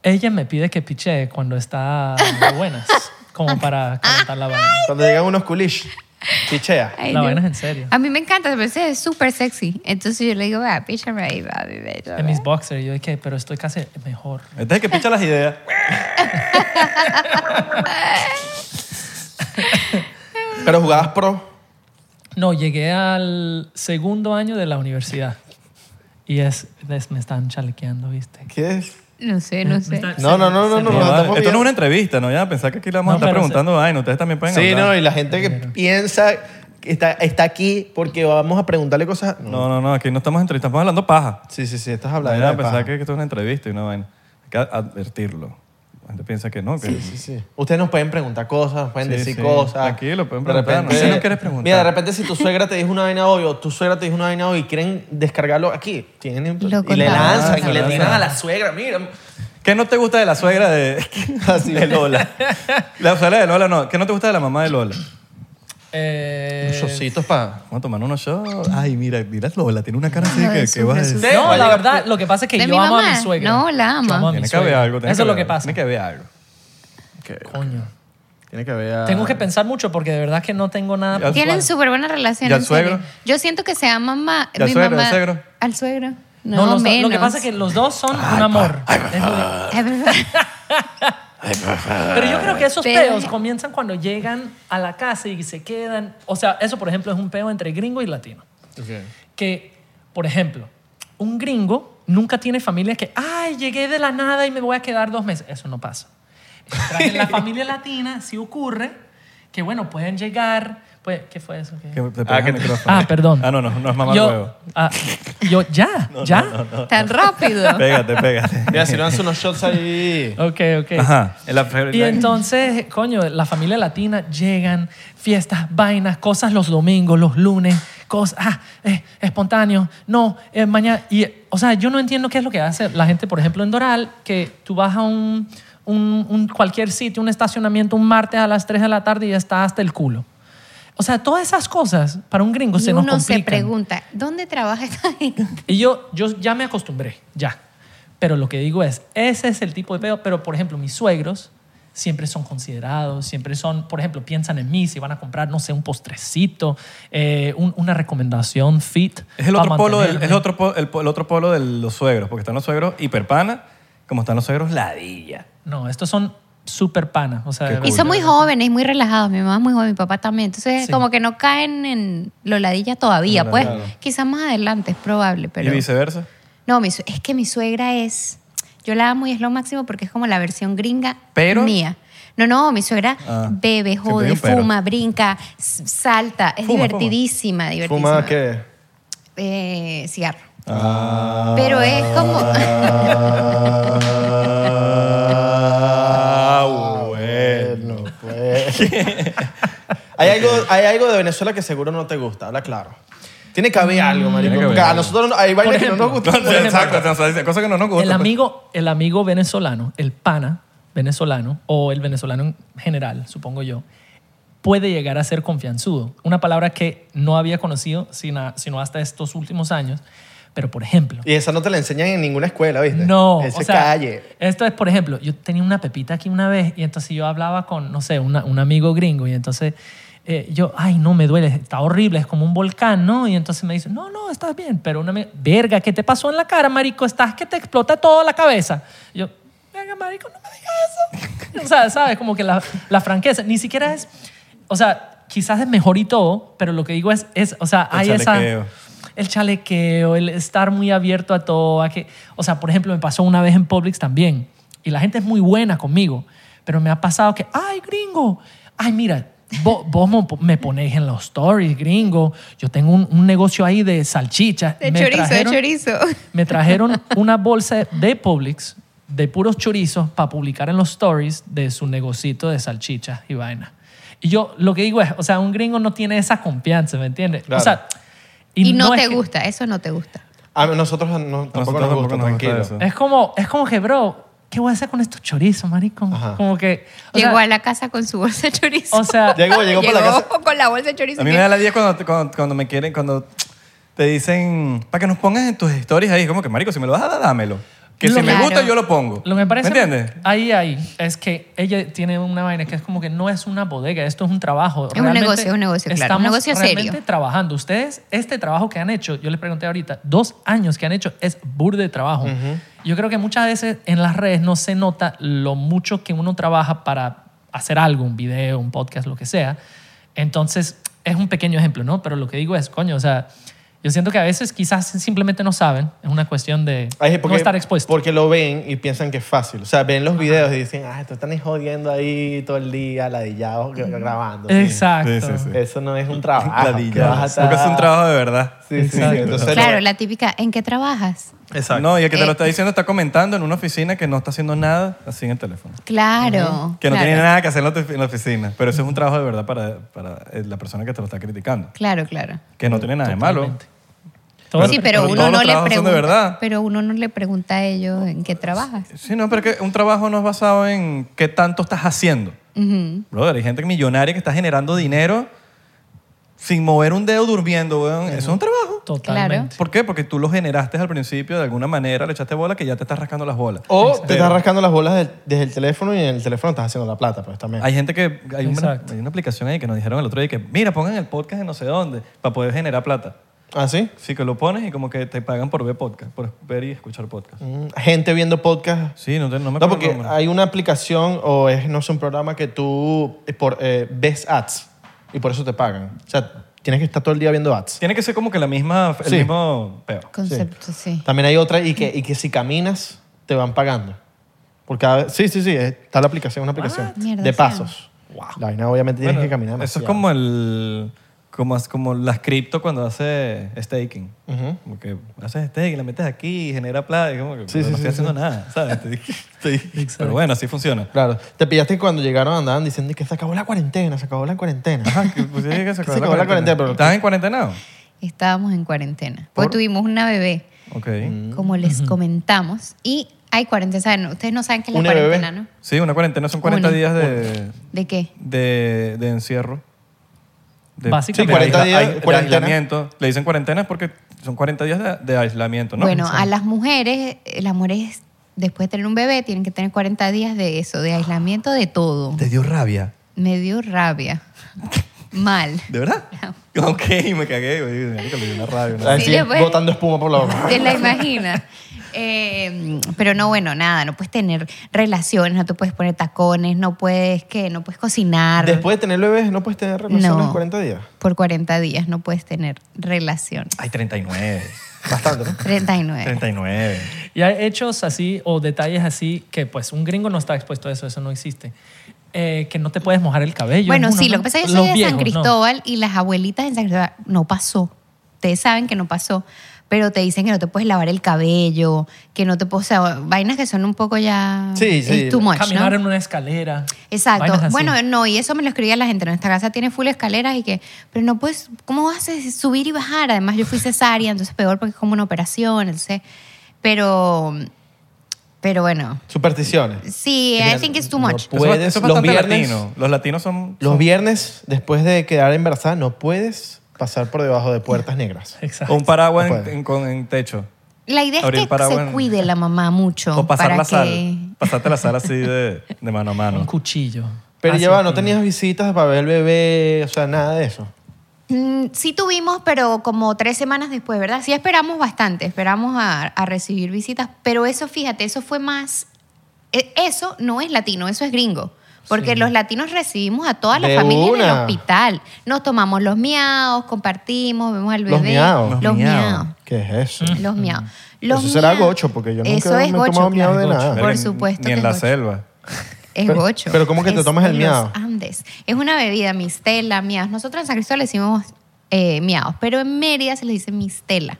Speaker 4: Ella me pide que piche cuando está de buenas, como para calentar la vaina.
Speaker 2: Cuando llegan unos culish, pichea.
Speaker 1: Ay,
Speaker 4: La
Speaker 1: no.
Speaker 4: vaina es en serio.
Speaker 1: A mí me encanta, me parece súper sexy. Entonces yo le digo, vea, píchame ahí, baby, bello,
Speaker 4: En mis boxers, yo dije, pero estoy casi mejor.
Speaker 3: Este es el que picha las ideas.
Speaker 2: Pero jugabas pro.
Speaker 4: No, llegué al segundo año de la universidad. Y es, es- me están chalequeando, ¿viste?
Speaker 2: ¿Qué es?
Speaker 1: No sé, no sé.
Speaker 2: No, no, no, no, no. no,
Speaker 3: No, vale.
Speaker 2: estamos
Speaker 3: esto
Speaker 2: bien.
Speaker 3: no es una entrevista, ¿no? Ya pensar que aquí le vamos
Speaker 4: No,
Speaker 3: a estar
Speaker 4: pero
Speaker 3: preguntando vaina. Ustedes también pueden
Speaker 2: Sí, no,
Speaker 3: hablar.
Speaker 2: y la gente que piensa que está, está aquí porque vamos a preguntarle cosas. No.
Speaker 3: No, no, no. Aquí no estamos entrevistando, estamos hablando paja.
Speaker 2: Sí, sí, sí, estás
Speaker 3: La
Speaker 2: hablando.
Speaker 3: idea pensar que esto es una entrevista y una vaina. Hay que advertirlo. La gente piensa que no, que
Speaker 2: Sí, sí. Ustedes nos pueden preguntar cosas, nos pueden
Speaker 3: Sí,
Speaker 2: decir
Speaker 3: sí.
Speaker 2: cosas.
Speaker 3: Tranquilo, pueden
Speaker 2: De
Speaker 3: preguntar, no
Speaker 2: repente-
Speaker 3: sé si no quieres preguntar.
Speaker 2: Mira, de repente si tu suegra te dijo una vaina hoy o tu suegra te dijo una vaina hoy y quieren descargarlo aquí, tienen,
Speaker 1: Lo
Speaker 2: y le
Speaker 1: contamos.
Speaker 2: lanzan
Speaker 3: Ah,
Speaker 2: y le
Speaker 3: lanzan.
Speaker 2: tiran a la suegra, mira.
Speaker 3: ¿Qué no te gusta de la suegra de, de Lola? La suegra de Lola no. ¿Qué no te gusta de la mamá de Lola?
Speaker 4: Eh,
Speaker 2: Chocitos para...
Speaker 3: Vamos a tomar unos shots. Ay, mira, mira Lola, tiene una cara así
Speaker 1: No,
Speaker 3: que,
Speaker 1: de
Speaker 3: que vas
Speaker 1: sufre,
Speaker 3: a decir.
Speaker 2: sufre.
Speaker 4: No,
Speaker 2: Vale.
Speaker 4: la verdad, lo que pasa es que
Speaker 1: ¿De
Speaker 4: yo
Speaker 1: mi
Speaker 4: amo a
Speaker 1: mamá?
Speaker 4: mi suegra.
Speaker 1: No, la ama.
Speaker 4: Yo amo a mi
Speaker 3: Tiene que
Speaker 4: suegra.
Speaker 3: haber algo. tiene
Speaker 4: Eso es lo
Speaker 3: haber
Speaker 4: que
Speaker 3: algo,
Speaker 4: pasa.
Speaker 3: Tiene que haber algo.
Speaker 4: Coño.
Speaker 2: Tiene que ver
Speaker 4: Tengo que pensar mucho porque de verdad que no tengo nada.
Speaker 3: Ya-
Speaker 1: Tienen
Speaker 3: Bueno.
Speaker 1: súper buena relación.
Speaker 3: ¿Y al
Speaker 1: en serio.
Speaker 3: suegro?
Speaker 1: Yo siento que se ama más.
Speaker 3: ¿Y al
Speaker 1: mi
Speaker 3: suegro,
Speaker 1: mamá-
Speaker 3: al suegro?
Speaker 1: Al suegro. No,
Speaker 4: No, los dos-
Speaker 1: menos.
Speaker 4: lo que pasa es que los dos son un amor. Es lo que-
Speaker 1: Es verdad.
Speaker 4: Pero yo creo que esos
Speaker 1: Pero-
Speaker 4: peos comienzan cuando llegan a la casa y se quedan. O sea, eso, por ejemplo, es un peo entre gringo y latino. Que, por ejemplo, un gringo nunca tiene familia que, ay, llegué de la nada y me voy a quedar dos meses. Eso no pasa. Mientras En la familia latina sí ocurre que, bueno, pueden llegar. Pues, ¿Qué fue eso? ¿Qué?
Speaker 3: Que te pegas
Speaker 2: que
Speaker 3: el
Speaker 2: te-
Speaker 3: micrófono.
Speaker 4: Ah, perdón.
Speaker 3: Ah, no, no, no es mamá
Speaker 4: yo,
Speaker 3: huevo.
Speaker 4: ah, yo, ya, ya.
Speaker 1: Tan rápido.
Speaker 3: Pégate, pégate.
Speaker 2: Mira, si no hacen unos shots ahí...
Speaker 4: Ok, ok.
Speaker 3: Ajá. en la-
Speaker 4: Y entonces, coño, la familia latina llegan, fiestas, vainas, cosas los domingos, los lunes, cosas, ah, eh, espontáneo, no, eh, mañana. Y, o sea, yo no entiendo qué es lo que hace la gente, por ejemplo, en Doral, que tú vas a un, un- un cualquier sitio, un estacionamiento, un martes a las 3 de la tarde y ya está hasta el culo. O sea, todas esas cosas para un gringo
Speaker 1: y
Speaker 4: se nos
Speaker 1: uno se
Speaker 4: complican.
Speaker 1: pregunta, ¿dónde trabaja esta gente?
Speaker 4: Y yo, yo ya me acostumbré, ya. Pero lo que digo es, ese es el tipo de peo. Pero, por ejemplo, mis suegros siempre son considerados, siempre son, por ejemplo, piensan en mí si van a comprar, no sé, un postrecito, eh, un- una recomendación fit.
Speaker 3: Es el
Speaker 4: pa'
Speaker 3: otro polo, del,
Speaker 4: mantenerme.
Speaker 3: es el otro, po- el, po- el otro polo de los suegros, porque están los suegros hiperpana, como están los suegros ladilla.
Speaker 4: No, estos son súper panas. O sea,
Speaker 3: Qué
Speaker 4: de
Speaker 1: Y
Speaker 3: cool.
Speaker 1: son
Speaker 4: verdad.
Speaker 1: muy jóvenes, muy relajados. Mi mamá es muy joven, mi papá también. Entonces,
Speaker 4: Sí.
Speaker 1: como que no caen en lo ladilla todavía.
Speaker 3: No,
Speaker 1: pues
Speaker 3: claro.
Speaker 1: quizás más adelante, es probable. Pero...
Speaker 3: Y viceversa.
Speaker 1: No, mi sue- es que mi suegra es. Yo la amo y es lo máximo porque es como la versión gringa
Speaker 3: Pero-
Speaker 1: mía. No, no, mi suegra
Speaker 3: Ah,
Speaker 1: bebe,
Speaker 3: siempre
Speaker 1: jode,
Speaker 3: digo pero.
Speaker 1: fuma, brinca, s- salta. Es
Speaker 3: Fuma,
Speaker 1: divertidísima, divertidísima.
Speaker 2: ¿Fuma qué?
Speaker 1: Eh, cigarro. Pero es como.
Speaker 3: Ah,
Speaker 2: Bueno, pues. hay, algo, hay algo de Venezuela que seguro no te gusta, habla claro. Tiene que haber algo, marico.
Speaker 3: Tiene que
Speaker 2: Porque
Speaker 3: haber
Speaker 2: a
Speaker 3: algo.
Speaker 2: nosotros no- hay vainas
Speaker 4: Por
Speaker 2: que no nos
Speaker 4: ejemplo.
Speaker 2: gustan.
Speaker 3: Exacto, o sea, es cosa que no nos gusta.
Speaker 4: El
Speaker 3: pues.
Speaker 4: amigo, el amigo venezolano, el pana venezolano, o el venezolano en general, supongo yo, puede llegar a ser confianzudo. Una palabra que no había conocido sino, sino hasta estos últimos años. Pero, por ejemplo,
Speaker 2: Y esa no te la enseñan en ninguna escuela, ¿viste?
Speaker 4: no,
Speaker 2: Ese
Speaker 4: o
Speaker 2: es
Speaker 4: sea,
Speaker 2: calle.
Speaker 4: Esto es, por ejemplo, yo tenía una pepita aquí una vez y entonces yo hablaba con, no sé, una- un amigo gringo y entonces eh, yo, ay, no, me duele, está horrible, es como un volcán, ¿no? Y entonces me dice, no, no, estás bien, pero una amiga, verga, ¿qué te pasó en la cara, marico? Estás que te explota toda la cabeza. Y yo, verga, marico, no me digas eso. o sea, ¿sabes? Como que la, la franqueza, ni siquiera es, o sea, quizás es mejor y todo, pero lo que digo es, es o sea,
Speaker 3: El
Speaker 4: hay
Speaker 3: chalequeo.
Speaker 4: esa el chalequeo, el estar muy abierto a todo. A que, o sea, por ejemplo, me pasó una vez en Publix también y la gente es muy buena conmigo, pero me ha pasado que, ay, gringo, ay, mira, vo- vos, mo- me ponéis en los stories, gringo, yo tengo un, un negocio ahí de salchichas.
Speaker 1: De
Speaker 4: Me
Speaker 1: chorizo,
Speaker 4: trajeron-
Speaker 1: de chorizo.
Speaker 4: me trajeron una bolsa de Publix de puros chorizos para publicar en los stories de su negocito de salchichas y vaina. Y yo lo que digo es, o sea, un gringo no tiene esa confianza, ¿me entiendes?
Speaker 2: Claro.
Speaker 4: O sea,
Speaker 1: Y, no,
Speaker 4: es
Speaker 1: te
Speaker 4: que-
Speaker 1: gusta, eso no te gusta.
Speaker 2: A nosotros no- tampoco
Speaker 3: Nosotros
Speaker 2: nos
Speaker 3: tampoco
Speaker 2: gusta,
Speaker 3: nos gusta
Speaker 2: tranquilo.
Speaker 3: eso.
Speaker 4: es como, es como que, bro, ¿qué voy a hacer con estos chorizos, marico?
Speaker 2: Ajá.
Speaker 4: Como que... o sea,
Speaker 1: Llegó a la casa con su bolsa de chorizo.
Speaker 4: o sea,
Speaker 2: Llegó, llegó por la casa.
Speaker 1: con la bolsa de chorizo.
Speaker 3: A mí
Speaker 1: que-
Speaker 3: me da la 10 cuando, cuando, cuando me quieren, cuando te dicen, para que nos pongas en tus stories ahí. Es como que, marico, si me lo vas a dar, dámelo. Que
Speaker 4: Lo
Speaker 3: si
Speaker 4: que-
Speaker 3: me gusta,
Speaker 1: Claro.
Speaker 3: yo lo pongo.
Speaker 4: Lo que me parece
Speaker 3: ¿Me entiendes?
Speaker 4: ahí, ahí, es que ella tiene una vaina que es como que no es una bodega, esto es un trabajo.
Speaker 1: un negocio, es un negocio, claro, un
Speaker 4: Estamos
Speaker 1: negocio serio.
Speaker 4: realmente trabajando. Ustedes, este trabajo que han hecho, yo les pregunté ahorita, dos años que han hecho es burde de trabajo. Yo creo que muchas veces en las redes no se nota lo mucho que uno trabaja para hacer algo, un video, un podcast, lo que sea. Entonces, es un pequeño ejemplo, ¿no? Pero lo que digo es, coño, o sea, yo siento que a veces quizás simplemente no saben, es una cuestión de
Speaker 2: Hay gente
Speaker 4: no estar expuesto.
Speaker 2: Porque lo ven y piensan que es fácil. O sea, ven los videos y dicen, ah, te están jodiendo ahí todo el día, ladillados, gra- grabando.
Speaker 4: Exacto.
Speaker 3: Sí, sí, sí.
Speaker 2: Eso no es un trabajo. que
Speaker 3: Ladilla.
Speaker 2: vas a
Speaker 3: Porque es un
Speaker 2: estar-
Speaker 3: trabajo de verdad.
Speaker 2: Sí, sí, sí.
Speaker 4: Exacto.
Speaker 2: Entonces,
Speaker 1: Claro, la típica, ¿en qué trabajas?
Speaker 2: Exacto.
Speaker 3: No, y el que te
Speaker 1: Eh.
Speaker 3: lo está diciendo está comentando en una oficina que no está haciendo nada así en el teléfono.
Speaker 1: Claro.
Speaker 3: Que no
Speaker 1: claro.
Speaker 3: tiene nada que hacer en la ofi- en la oficina. Pero eso es un trabajo de verdad para, para eh, la persona que te lo está criticando.
Speaker 1: Claro, claro.
Speaker 3: Que no tiene nada de malo.
Speaker 4: Totalmente. Todo
Speaker 1: sí,
Speaker 4: el-
Speaker 1: pero,
Speaker 3: pero
Speaker 1: uno
Speaker 3: todos
Speaker 1: no
Speaker 3: los
Speaker 1: le
Speaker 3: trabajos son
Speaker 1: pregunta.
Speaker 3: de verdad.
Speaker 1: Pero uno no le pregunta a ellos en qué trabajas.
Speaker 3: Sí, no, pero que un trabajo no es basado en qué tanto estás haciendo.
Speaker 1: Ujú.
Speaker 3: Brother, hay gente millonaria que está generando dinero sin mover un dedo durmiendo, weón. Eso es un trabajo.
Speaker 4: Totalmente.
Speaker 3: ¿Por qué? Porque tú lo generaste al principio de alguna manera, le echaste bola que ya te estás rascando las bolas.
Speaker 2: O te
Speaker 3: Pero-
Speaker 2: estás rascando las bolas del- desde el teléfono y en el teléfono estás haciendo la plata, pues también.
Speaker 3: Hay gente que. Hay una,
Speaker 4: Exacto.
Speaker 3: hay una aplicación ahí que nos dijeron el otro día que, mira, pongan el podcast en no sé dónde para poder generar plata.
Speaker 2: ¿Ah, sí?
Speaker 3: Sí, que lo pones y como que te pagan por ver podcast, por ver y escuchar podcast.
Speaker 2: Mm, Gente viendo podcast
Speaker 3: Sí, no, te- no me
Speaker 2: No,
Speaker 3: acuerdo. el
Speaker 2: porque
Speaker 3: nombre.
Speaker 2: hay una aplicación o es, no sé, un programa que tú eh, por, eh, ves ads y por eso te pagan. O sea, tienes que estar todo el día viendo ads.
Speaker 3: Tiene que ser como que la misma, el
Speaker 2: Sí.
Speaker 3: mismo peo.
Speaker 1: Concepto, sí.
Speaker 2: También hay otra y que, y que si caminas te van pagando. Por cada, sí, sí, sí, está la aplicación, una aplicación
Speaker 1: Mierda,
Speaker 2: de
Speaker 1: sí.
Speaker 2: pasos. La vaina obviamente tienes
Speaker 3: Bueno,
Speaker 2: que caminar
Speaker 3: Eso es
Speaker 2: demasiado.
Speaker 3: como el. Como, es- como las cripto cuando hace staking.
Speaker 2: Ujú.
Speaker 3: Como que haces staking, la metes aquí, genera plata. Y como que
Speaker 2: Sí,
Speaker 3: no
Speaker 2: sí,
Speaker 3: estoy
Speaker 2: sí,
Speaker 3: haciendo
Speaker 2: sí.
Speaker 3: nada, ¿sabes? Te- Pero bueno, así funciona.
Speaker 2: Claro, te pillaste que cuando llegaron andaban diciendo que se acabó la cuarentena, se acabó la cuarentena.
Speaker 3: Ajá, que, pues, sí, que se
Speaker 2: Se
Speaker 3: acabó la
Speaker 2: acabó la
Speaker 3: cuarentena.
Speaker 2: cuarentena, pero-
Speaker 3: ¿Estás en cuarentena?
Speaker 1: Estábamos en cuarentena. Pues
Speaker 3: Por- Mm.
Speaker 1: tuvimos una bebé,
Speaker 3: Ok.
Speaker 1: como les comentamos, y hay cuarentena. ¿saben? Ustedes no saben qué es la
Speaker 2: Una bebé.
Speaker 1: cuarentena, ¿no?
Speaker 3: Sí, una cuarentena son 40
Speaker 1: Uno.
Speaker 3: días de,
Speaker 1: ¿De qué?
Speaker 3: de, de encierro.
Speaker 4: Básicamente.
Speaker 2: Sí, 40 días,
Speaker 3: aisla-
Speaker 2: cuarentena.
Speaker 3: aislamiento. Le dicen cuarentena es porque son 40 días de, de aislamiento, Pues ¿no?
Speaker 1: bueno, ah.
Speaker 3: Sí.
Speaker 1: a las mujeres, eh, las mujeres después de tener un bebé tienen que tener 40 días de eso, de aislamiento de todo.
Speaker 3: ¿Te dio rabia?
Speaker 1: Me dio rabia. Mal.
Speaker 3: ¿De verdad? Ok, me cagué. güey. Marico, Le dio una rabia. una-
Speaker 2: Así,
Speaker 1: Sí, después-
Speaker 2: botando espuma por la boca.
Speaker 1: Te la imaginas. Eh, pero no, bueno, nada, no puedes tener relaciones, no te puedes poner tacones, no puedes, ¿qué? No puedes cocinar.
Speaker 2: Después de tener bebés no puedes tener relaciones
Speaker 1: No.
Speaker 2: en 40 días.
Speaker 1: Por 40 días no puedes tener relaciones.
Speaker 3: Ay, 39.
Speaker 2: Bastante, ¿no?
Speaker 1: 39.
Speaker 3: 39.
Speaker 4: Y hay hechos así o detalles así que pues un gringo no está expuesto a eso, eso no existe. Eh, que no te puedes mojar el cabello.
Speaker 1: Bueno,
Speaker 4: es uno,
Speaker 1: sí,
Speaker 4: ¿no?
Speaker 1: lo que pasa es que yo
Speaker 4: Los
Speaker 1: soy de
Speaker 4: viejos,
Speaker 1: San
Speaker 4: ¿no?
Speaker 1: Cristóbal y las abuelitas en San Cristóbal no pasó. Ustedes saben que no pasó, pero te dicen que no te puedes lavar el cabello, que no te puedes... O sea, vainas que son un poco ya...
Speaker 2: Sí, sí.
Speaker 1: es too much, ¿no?
Speaker 4: Caminar en una escalera.
Speaker 1: Exacto.
Speaker 4: vainas así.
Speaker 1: Bueno, no, y eso me lo escribía la gente. Nuestra casa tiene full escaleras y que, pero no puedes, ¿cómo vas a subir y bajar? Además, yo fui cesárea, entonces peor porque es como una operación, entonces. Pero, pero bueno,
Speaker 2: Supersticiones.
Speaker 1: sí, I think it's too much.
Speaker 2: No puedes,
Speaker 3: eso
Speaker 2: los
Speaker 3: es bastante
Speaker 2: viernes,
Speaker 3: latino. Los latinos son...
Speaker 2: los viernes después de quedar embarazada no puedes pasar por debajo de puertas negras.
Speaker 4: Exacto.
Speaker 3: o un paraguas en,
Speaker 2: No puede.
Speaker 3: en- con, en techo.
Speaker 1: La idea es
Speaker 3: Abrir
Speaker 1: que
Speaker 3: paraguas.
Speaker 1: se cuide la mamá mucho.
Speaker 3: O pasar
Speaker 1: para
Speaker 3: la
Speaker 1: que...
Speaker 3: sal. Pasarte la sal así de, de mano a
Speaker 4: Un
Speaker 3: mano.
Speaker 4: cuchillo.
Speaker 2: Pero
Speaker 4: Así.
Speaker 2: ya va, no tenías visitas para ver el bebé, o sea, nada de eso.
Speaker 1: Mm, Sí tuvimos, pero como tres semanas después, ¿verdad? Sí esperamos bastante, esperamos a, a recibir visitas, pero eso, fíjate, eso fue más, e- eso no es latino, eso es gringo. Porque los latinos recibimos a toda la
Speaker 2: De
Speaker 1: familia en el
Speaker 2: una.
Speaker 1: hospital. Nos tomamos los miaos, compartimos, vemos al bebé.
Speaker 2: Los miaos.
Speaker 1: Los,
Speaker 3: Los
Speaker 1: miaos.
Speaker 3: miaos. Mm.
Speaker 2: ¿Qué es eso?
Speaker 1: Los miaos. Los
Speaker 2: eso será
Speaker 1: miaos.
Speaker 2: gocho, porque yo nunca
Speaker 1: Eso
Speaker 2: me
Speaker 1: es
Speaker 2: he
Speaker 1: gocho,
Speaker 2: tomado miao
Speaker 1: claro.
Speaker 2: de nada.
Speaker 3: Verga,
Speaker 1: Por
Speaker 3: ni-
Speaker 1: supuesto
Speaker 3: Ni
Speaker 1: que
Speaker 3: en la
Speaker 1: es gocho.
Speaker 3: selva.
Speaker 1: Es
Speaker 2: Pero-
Speaker 1: gocho.
Speaker 2: pero ¿cómo que te
Speaker 1: Es
Speaker 2: tomas el
Speaker 1: de
Speaker 2: miao?
Speaker 1: Los Andes. Es una bebida, mistela, miaos. Nosotros en San Cristóbal le decimos eh, miaos, pero en Mérida se le dice mistela.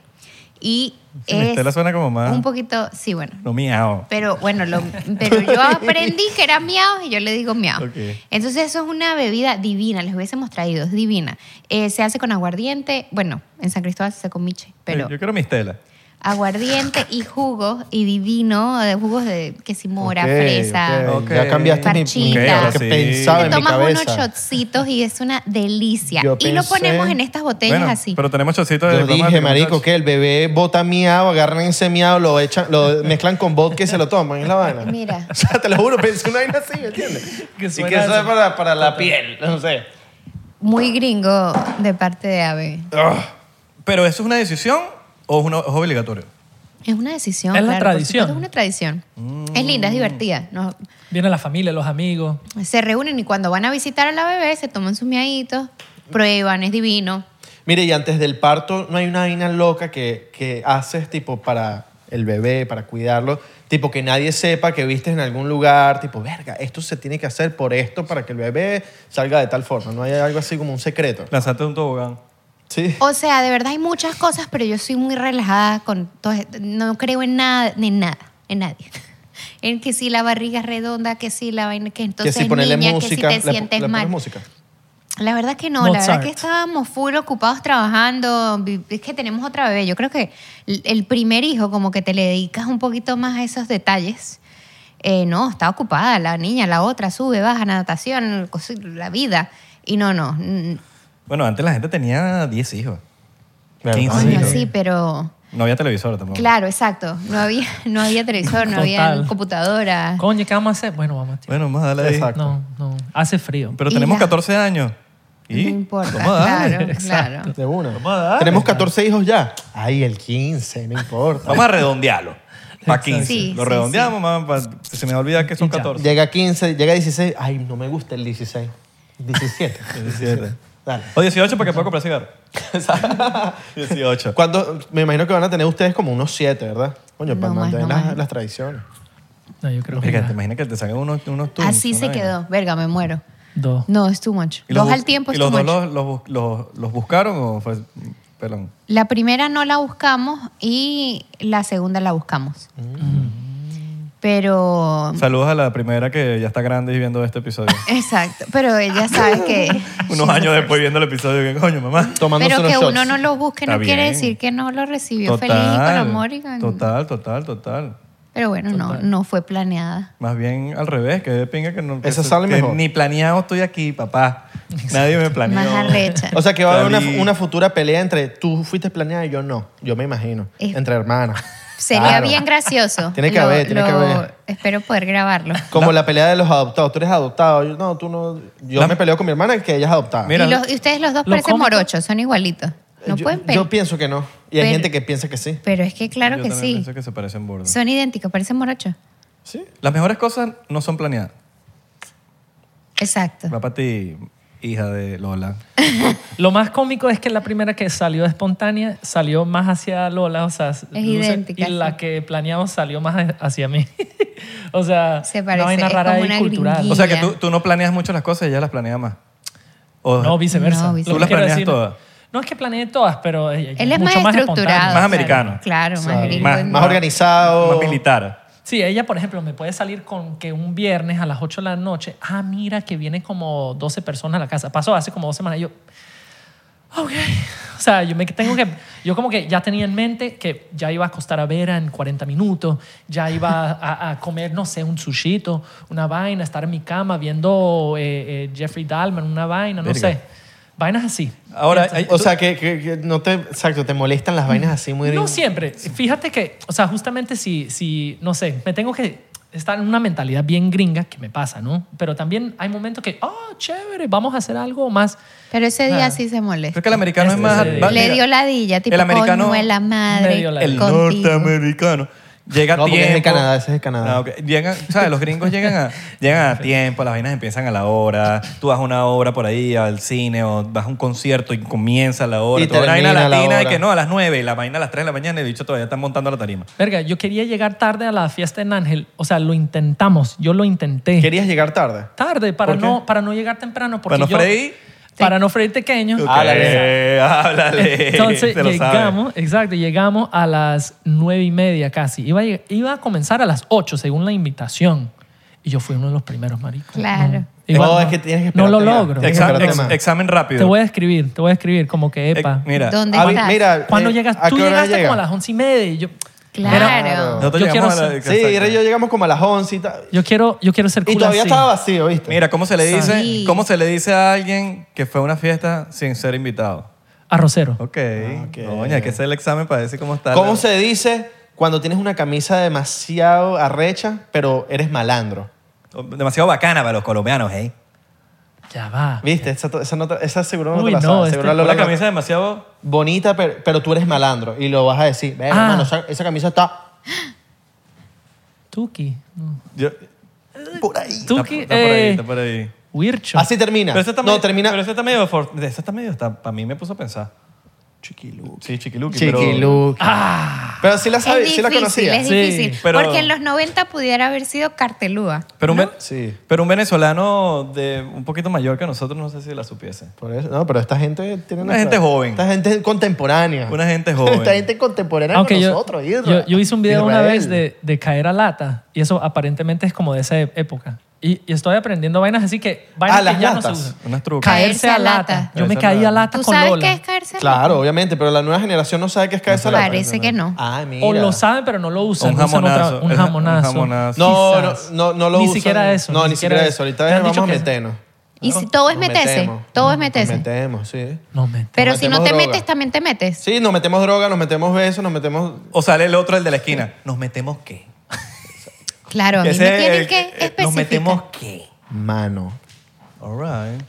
Speaker 1: Y
Speaker 3: Sí,
Speaker 1: es
Speaker 3: mistela suena como más-
Speaker 1: Un poquito, sí, bueno.
Speaker 3: No miau.
Speaker 1: Pero bueno, lo- pero yo aprendí que era miaos y yo le digo miaos.
Speaker 3: Ok.
Speaker 1: Entonces eso es una bebida divina, les hubiésemos traído, es divina. Eh, se hace con aguardiente, bueno, en San Cristóbal se hace con miche, pero
Speaker 3: Yo quiero mis telas.
Speaker 1: aguardiente y jugos, y divino, eh, jugos de que si mora,
Speaker 2: Ok,
Speaker 1: fresa.
Speaker 2: ok.
Speaker 3: Ok.
Speaker 2: Ya cambiaste mi, mi-
Speaker 1: Parchita. Ok, ahora
Speaker 2: lo que
Speaker 3: sí.
Speaker 2: pensaba
Speaker 1: Te
Speaker 2: en mi
Speaker 1: tomas unos
Speaker 2: cabeza.
Speaker 1: shotcitos y es una delicia.
Speaker 2: Yo
Speaker 1: y lo
Speaker 2: pensé-
Speaker 1: ponemos en estas botellas
Speaker 3: Bueno,
Speaker 1: así.
Speaker 3: pero tenemos chocitos de...
Speaker 2: Yo dije, marico, que el bebé bota miao, agarran ese miao, lo echan, lo mezclan con vodka y se lo toman, es la vaina.
Speaker 1: Mira.
Speaker 2: O sea, te lo juro, pensé una vaina así, ¿me entiendes?
Speaker 4: Que
Speaker 2: y
Speaker 4: suena
Speaker 2: que eso
Speaker 4: eso.
Speaker 2: es para, para la piel, no sé.
Speaker 1: Muy gringo de parte de Ave.
Speaker 2: Ugh.
Speaker 3: Pero eso es una decisión o es, una- es obligatorio.
Speaker 1: Es una decisión.
Speaker 4: Es la
Speaker 1: claro, por
Speaker 4: tradición.
Speaker 1: supuesto, Es una tradición. Es linda, es divertida. No-
Speaker 4: Viene la familia, los amigos.
Speaker 1: se reúnen y cuando van a visitar a la bebé se toman sus miaditos, prueban, es divino.
Speaker 2: Mire, y antes del parto, ¿no hay una vaina loca que, que haces tipo para el bebé, para cuidarlo? Tipo que nadie sepa que vistes en algún lugar, tipo, verga, esto se tiene que hacer por esto para que el bebé salga de tal forma. No hay algo así como un secreto.
Speaker 3: Lanzarte de un tobogán.
Speaker 2: Sí.
Speaker 1: O sea, de verdad hay muchas cosas, pero yo soy muy relajada con todo. esto. No creo en nada, ni en nada, en nadie. En que si la barriga es redonda, que si la vaina, que entonces
Speaker 2: que si ponerle
Speaker 1: niña,
Speaker 2: música,
Speaker 1: que si te
Speaker 2: le-
Speaker 1: sientes
Speaker 2: le pones
Speaker 1: mal.
Speaker 2: música.
Speaker 1: La verdad que no, la
Speaker 4: Mozart.
Speaker 1: verdad que estábamos full ocupados trabajando, vi- es que tenemos otra bebé, yo creo que el el primer hijo como que te le dedicas un poquito más a esos detalles. Eh, no, está ocupada la niña, la otra, sube, baja, natación, cosi- la vida. Y no, no, mm,
Speaker 3: Bueno, antes la gente tenía 10 hijos.
Speaker 2: Claro.
Speaker 3: 15
Speaker 1: coño,
Speaker 3: hijos.
Speaker 1: sí, pero...
Speaker 3: No había televisor tampoco.
Speaker 1: Claro, exacto, no había, no había televisor, no había
Speaker 4: Total.
Speaker 1: computadora.
Speaker 4: Coño, ¿qué vamos a hacer? Bueno, vamos a
Speaker 3: Bueno, vamos a darle ahí.
Speaker 2: Exacto.
Speaker 4: No, no. Hace frío.
Speaker 3: Pero
Speaker 1: Y
Speaker 3: tenemos
Speaker 1: la-
Speaker 3: 14 años. ¿Y?
Speaker 1: No importa,
Speaker 3: Vamos a darle.
Speaker 1: claro, claro.
Speaker 2: De una.
Speaker 3: Vamos a darle.
Speaker 2: Tenemos 14 hijos ya. Ay, el 15, no importa.
Speaker 3: Vamos a redondearlo. Para 15.
Speaker 1: Sí,
Speaker 3: Lo
Speaker 1: sí,
Speaker 3: redondeamos, mamá, pa- se me olvida que son
Speaker 4: Y ya.
Speaker 3: 14.
Speaker 2: Llega a 15, llega a 16. Ay, no me gusta el 16. 17.
Speaker 3: 17.
Speaker 2: Dale.
Speaker 3: O 18 para que pueda comprar cigarro. 18.
Speaker 2: ¿Cuándo- me imagino que van a tener ustedes como unos 7, ¿verdad? Coño,
Speaker 1: No
Speaker 2: para
Speaker 1: más,
Speaker 2: mantener
Speaker 1: no
Speaker 2: las,
Speaker 1: más.
Speaker 2: las tradiciones.
Speaker 4: No, yo creo que
Speaker 3: Verga,
Speaker 4: ya.
Speaker 3: te imaginas que te saquen unos, unos tunes,
Speaker 1: Así
Speaker 3: una
Speaker 1: se
Speaker 3: vaina.
Speaker 1: quedó, verga, me muero.
Speaker 4: Dos.
Speaker 1: No, es too much.
Speaker 3: ¿Y los
Speaker 1: Dos
Speaker 3: bu-
Speaker 1: al tiempo
Speaker 3: ¿Y
Speaker 1: es
Speaker 3: los
Speaker 1: too
Speaker 3: dos
Speaker 1: much.
Speaker 3: los, los, bus- los- los buscaron o fue.? Perdón.
Speaker 1: La primera no la buscamos y la segunda la buscamos. Pero.
Speaker 3: Saludos a la primera que ya está grande y viendo este episodio.
Speaker 1: Exacto. Pero ella sabe que.
Speaker 3: unos años después viendo el episodio, ¿qué coño, mamá?
Speaker 2: Tomándose
Speaker 1: Pero
Speaker 2: unos
Speaker 1: que
Speaker 2: shots.
Speaker 1: uno no lo busque
Speaker 3: Está
Speaker 1: no quiere
Speaker 3: bien.
Speaker 1: decir que no lo recibió feliz y con amor. y con-
Speaker 3: total, total, total.
Speaker 1: Pero bueno, no, no fue planeada.
Speaker 3: Más bien al revés, que de pinga que no. que
Speaker 2: Eso
Speaker 3: se-
Speaker 2: sale
Speaker 3: que
Speaker 2: mejor.
Speaker 3: Ni planeado estoy aquí, papá. Nadie me planeó.
Speaker 1: Más arrecha.
Speaker 2: O sea, que va a haber una,
Speaker 3: Salí.
Speaker 2: una futura pelea entre tú fuiste planeada y yo no. Yo me imagino.
Speaker 1: Es-
Speaker 2: Entre hermanas.
Speaker 1: Sería
Speaker 2: Claro.
Speaker 1: bien gracioso.
Speaker 2: Tiene que haber, tiene que haber.
Speaker 1: Espero poder grabarlo.
Speaker 2: Como la pelea de los adoptados. Tú eres adoptado. Yo, no, tú no. Yo
Speaker 3: La-
Speaker 2: me peleo con mi hermana que ella es adoptada.
Speaker 3: Mira,
Speaker 1: y, los- y ustedes los dos
Speaker 4: lo
Speaker 1: parecen
Speaker 4: cómico-
Speaker 1: morochos, son igualitos. No
Speaker 2: yo,
Speaker 1: pueden
Speaker 2: yo
Speaker 1: pelear.
Speaker 2: pienso que no. Y hay
Speaker 1: Pero-
Speaker 2: gente que piensa que sí.
Speaker 1: Pero es que claro
Speaker 3: yo
Speaker 1: que
Speaker 3: también
Speaker 1: sí.
Speaker 3: pienso que se parecen burdas.
Speaker 1: Son idénticos, parecen morochos.
Speaker 2: Sí.
Speaker 3: Las mejores cosas no son planeadas.
Speaker 1: Exacto.
Speaker 3: Va para ti, hija de Lola.
Speaker 4: Lo más cómico es que la primera que salió espontánea salió más hacia Lola, o sea, Luce,
Speaker 1: idéntica,
Speaker 4: y la
Speaker 1: sí.
Speaker 4: que planeamos salió más hacia mí. o sea,
Speaker 1: Se
Speaker 4: una
Speaker 1: parece,
Speaker 4: vaina
Speaker 1: es
Speaker 4: rara
Speaker 1: como
Speaker 4: y
Speaker 1: una
Speaker 4: cultural.
Speaker 1: gringuilla.
Speaker 3: O sea que
Speaker 1: Ya.
Speaker 3: tú, tú no planeas mucho las cosas y ella las planea más. O-
Speaker 4: no, viceversa.
Speaker 1: No,
Speaker 4: Lo
Speaker 1: viceversa.
Speaker 4: que
Speaker 3: Tú las
Speaker 4: quiero
Speaker 3: planeas todas.
Speaker 4: No es que planeé todas, pero ella-
Speaker 1: Él es
Speaker 4: mucho
Speaker 1: más,
Speaker 4: espontánea.
Speaker 1: estructurado.
Speaker 3: Más
Speaker 1: claro.
Speaker 3: americano.
Speaker 1: Claro, más gringo.
Speaker 3: más-
Speaker 1: y
Speaker 2: Más organizado.
Speaker 3: Más militar.
Speaker 4: Sí, ella, por ejemplo, me puede salir con que un viernes a las 8 de la noche, ah, mira que vienen como 12 personas a la casa. Pasó hace como dos semanas y yo, ok. O sea, yo me tengo que, yo como que ya tenía en mente que ya iba a acostar a Vera en 40 minutos, ya iba a, a comer, no sé, un sushito, una vaina, estar en mi cama viendo eh, eh, Jeffrey Dahmer, una vaina, no
Speaker 3: Verga.
Speaker 4: sé. Vainas así.
Speaker 3: Ahora, hay-
Speaker 2: O sea, que, que- que no te. Exacto, te molestan las vainas así muy.
Speaker 4: No siempre. Fíjate que, o sea, justamente si, si, no sé, me tengo que estar en una mentalidad bien gringa que me pasa, ¿no? Pero también hay momentos que, oh, chévere, vamos a hacer algo más.
Speaker 1: Pero ese día
Speaker 4: Ah.
Speaker 1: sí se molesta.
Speaker 3: creo que el americano es
Speaker 4: Este,
Speaker 3: más...
Speaker 4: sí.
Speaker 3: va-
Speaker 1: Le
Speaker 3: mira,
Speaker 1: dio ladilla, tipo,
Speaker 3: el americano-
Speaker 1: coño, de la
Speaker 4: Le
Speaker 1: madre.
Speaker 4: dio ladilla.
Speaker 3: El
Speaker 1: contigo.
Speaker 3: norteamericano. Llega a
Speaker 2: No, porque
Speaker 3: tiempo.
Speaker 2: es de Canadá, ese es de Canadá.
Speaker 3: Ah, ok. Llegan, ¿sabes? Los gringos llegan a, llegan a tiempo, las vainas empiezan a la hora. Tú vas a una hora por ahí al cine o vas a un concierto y comienza a la hora.
Speaker 2: Y
Speaker 3: Tú vas a una vaina
Speaker 2: termina a la
Speaker 3: latina y
Speaker 2: hora.
Speaker 3: que no, a las 9, la vaina a las 3 de la mañana y el bicho todavía están montando la tarima.
Speaker 4: Verga, yo quería llegar tarde a la fiesta en Ángel. O sea, lo intentamos. Yo lo intenté.
Speaker 2: ¿Querías llegar tarde?
Speaker 4: Tarde para
Speaker 2: ¿Por qué?
Speaker 4: no, para no llegar temprano. Porque
Speaker 3: Para no
Speaker 4: yo-
Speaker 3: freír.
Speaker 4: Para no freír pequeño.
Speaker 3: Ok,
Speaker 2: Háblale.
Speaker 3: háblale.
Speaker 4: Entonces
Speaker 3: Te lo sabes.
Speaker 4: llegamos, exacto, llegamos a las nueve y media casi. Iba a, lleg- iba a comenzar a las ocho según la invitación. Y yo fui uno de los primeros, marico.
Speaker 1: Claro.
Speaker 4: No, Igual
Speaker 2: No,
Speaker 4: no,
Speaker 2: es que tienes que
Speaker 4: No lo
Speaker 2: esperarte más.
Speaker 4: logro.
Speaker 2: Tienes que
Speaker 3: Examen,
Speaker 2: Espérate
Speaker 3: ex-
Speaker 2: más.
Speaker 3: examen rápido.
Speaker 4: Te voy a escribir, te voy a escribir como que,
Speaker 3: Eh,
Speaker 4: epa.
Speaker 3: mira,
Speaker 1: ¿Dónde
Speaker 2: Ah, vi-
Speaker 1: estás?
Speaker 2: mira,
Speaker 4: Cuando
Speaker 2: eh,
Speaker 4: llegas,
Speaker 2: ¿a
Speaker 4: tú
Speaker 2: qué hora
Speaker 4: llegaste
Speaker 2: llega?
Speaker 4: como a las once y media. y yo,
Speaker 1: Claro.
Speaker 3: nosotros
Speaker 4: Yo
Speaker 3: llegamos
Speaker 4: quiero
Speaker 3: a la-
Speaker 2: Sí, yo llegamos como a las 11 y tal.
Speaker 4: yo quiero, yo quiero ser
Speaker 2: Y
Speaker 4: cool
Speaker 2: todavía
Speaker 4: así.
Speaker 2: estaba vacío, ¿viste?
Speaker 3: Mira, ¿cómo se le dice,
Speaker 1: Sí.
Speaker 3: cómo se le dice a alguien que fue a una fiesta sin ser invitado?
Speaker 4: Arrocero.
Speaker 3: Ok.
Speaker 2: Ah, ok.
Speaker 3: Doña, hay que hacer el examen para decir cómo está.
Speaker 2: ¿Cómo
Speaker 3: la-
Speaker 2: se dice cuando tienes una camisa demasiado arrecha, pero eres malandro?
Speaker 3: Demasiado bacana para los colombianos, ¿eh?
Speaker 4: Ya va.
Speaker 2: ¿Viste? Esa, esa, no te- esa seguro no
Speaker 4: Uy,
Speaker 2: te la
Speaker 4: no,
Speaker 2: sabes.
Speaker 4: este-
Speaker 2: seguro la
Speaker 3: La
Speaker 2: Lola-
Speaker 3: camisa demasiado...
Speaker 2: bonita, pero, pero tú eres malandro. Y lo vas a decir, "Ven,
Speaker 4: Ah.
Speaker 2: hermano, esa, esa camisa está
Speaker 4: Tuki. No.
Speaker 3: Yo-
Speaker 2: por ahí.
Speaker 3: está,
Speaker 4: Tuki.
Speaker 3: está por ahí,
Speaker 4: eh,
Speaker 3: está por ahí.
Speaker 4: Wircho.
Speaker 2: Así termina.
Speaker 3: Pero eso está
Speaker 2: no,
Speaker 3: medio-
Speaker 2: termina.
Speaker 3: Pero eso está medio... for- Eso está medio... Para mí me puso a pensar.
Speaker 2: Chiquiluki.
Speaker 3: Sí, chiquiluki. pero-
Speaker 2: Chiquiluki.
Speaker 4: Ah.
Speaker 2: Pero sí la sabía,
Speaker 1: es
Speaker 2: sí la
Speaker 1: difícil,
Speaker 2: conocía.
Speaker 1: es
Speaker 4: Sí,
Speaker 1: difícil.
Speaker 3: pero-
Speaker 1: Porque en los 90 pudiera haber sido Cartelúa.
Speaker 3: Pero un, ven-
Speaker 2: Sí.
Speaker 3: pero un venezolano de un poquito mayor que nosotros no sé si la supiese.
Speaker 2: Por eso, no, pero esta gente tiene
Speaker 3: Una gente joven.
Speaker 2: Esta gente contemporánea.
Speaker 3: Una gente joven.
Speaker 2: Esta gente contemporánea
Speaker 4: Aunque
Speaker 2: con
Speaker 4: yo,
Speaker 2: nosotros, Isra.
Speaker 4: yo, yo hice un video una
Speaker 2: Israel.
Speaker 4: vez de, de caer a lata y eso aparentemente es como de esa e- época. Y, y estoy aprendiendo vainas así que vainas
Speaker 2: Ah,
Speaker 4: que
Speaker 2: las
Speaker 4: ya no
Speaker 2: latas.
Speaker 4: se usan.
Speaker 3: Unas trucas.
Speaker 4: Caerse a lata. Yo me
Speaker 3: Caerse a
Speaker 4: caí
Speaker 3: lata.
Speaker 4: a lata
Speaker 1: ¿Tú
Speaker 4: con
Speaker 1: sabes
Speaker 4: Lola.
Speaker 1: qué es caerse a lata?
Speaker 2: Claro, obviamente, pero la nueva generación no sabe qué es cabeza lata.
Speaker 1: Parece que no.
Speaker 2: Ah, mira.
Speaker 4: O lo saben, pero no lo usan.
Speaker 3: Un
Speaker 4: usan otra-
Speaker 3: jamonazo.
Speaker 4: un
Speaker 3: Es-
Speaker 4: jamonazo.
Speaker 3: un jamonazo.
Speaker 2: No, no,
Speaker 4: Quizás.
Speaker 2: no, no lo
Speaker 4: Ni
Speaker 2: usan.
Speaker 4: siquiera eso.
Speaker 2: No, ni siquiera eso.
Speaker 4: ¿Te
Speaker 2: Ahorita
Speaker 4: han
Speaker 2: vamos
Speaker 4: dicho
Speaker 2: a
Speaker 4: que-
Speaker 2: meternos.
Speaker 1: Y si todo es
Speaker 2: Nos
Speaker 1: meterse,
Speaker 2: metemos.
Speaker 1: todo es
Speaker 2: Nos
Speaker 1: meterse.
Speaker 2: metemos, sí.
Speaker 4: No, mentira.
Speaker 1: Pero
Speaker 2: Nos
Speaker 1: si no te
Speaker 2: metemos droga.
Speaker 1: metes, también te metes.
Speaker 2: Sí, nos metemos droga, nos metemos besos, nos metemos...
Speaker 3: O sale el otro, el de la esquina. ¿Nos metemos qué?
Speaker 1: Claro, a mí
Speaker 3: Ese
Speaker 1: me
Speaker 3: es
Speaker 1: tienen
Speaker 3: el-
Speaker 1: que
Speaker 3: eh, ¿Nos metemos
Speaker 1: especificar.
Speaker 3: qué?
Speaker 2: Mano.
Speaker 3: All right.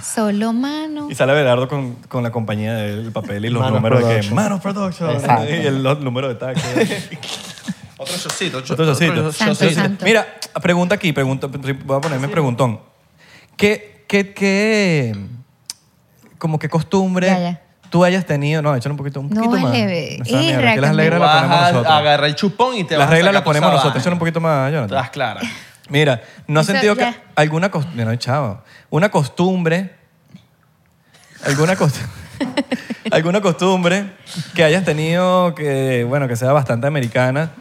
Speaker 1: Solo mano.
Speaker 3: Y sale Belardo con, con la compañía del papel y los
Speaker 2: Manos
Speaker 3: números de que
Speaker 2: Production.
Speaker 3: Manos Production.
Speaker 2: Exacto.
Speaker 3: Y el, los número de taxes.
Speaker 2: Otro shotcito.
Speaker 3: Otro chocito.
Speaker 1: Santo,
Speaker 3: Chocito.
Speaker 1: santo.
Speaker 3: Mira, pregunta aquí, pregunta, voy a ponerme preguntón. ¿Qué, qué, qué, como qué costumbre
Speaker 1: Ya, ya.
Speaker 3: tú hayas tenido? No, échale un poquito, un
Speaker 1: No,
Speaker 3: poquito más.
Speaker 1: vale,
Speaker 3: No, esa mierda,
Speaker 1: irra,
Speaker 3: que las
Speaker 1: Camilo.
Speaker 3: reglas las ponemos nosotros.
Speaker 2: Agarra el chupón y te
Speaker 3: Las
Speaker 2: vas a
Speaker 3: reglas
Speaker 2: sacar
Speaker 3: las
Speaker 2: tu
Speaker 3: ponemos
Speaker 2: sabana.
Speaker 3: nosotros. Échale un poquito más, Jonathan.
Speaker 2: Estás clara.
Speaker 3: Mira, ¿no has
Speaker 1: Eso,
Speaker 3: sentido que
Speaker 1: ya.
Speaker 3: alguna costumbre, no, chavo, una costumbre, alguna costumbre, alguna costumbre que hayas tenido que, bueno, que sea bastante americana,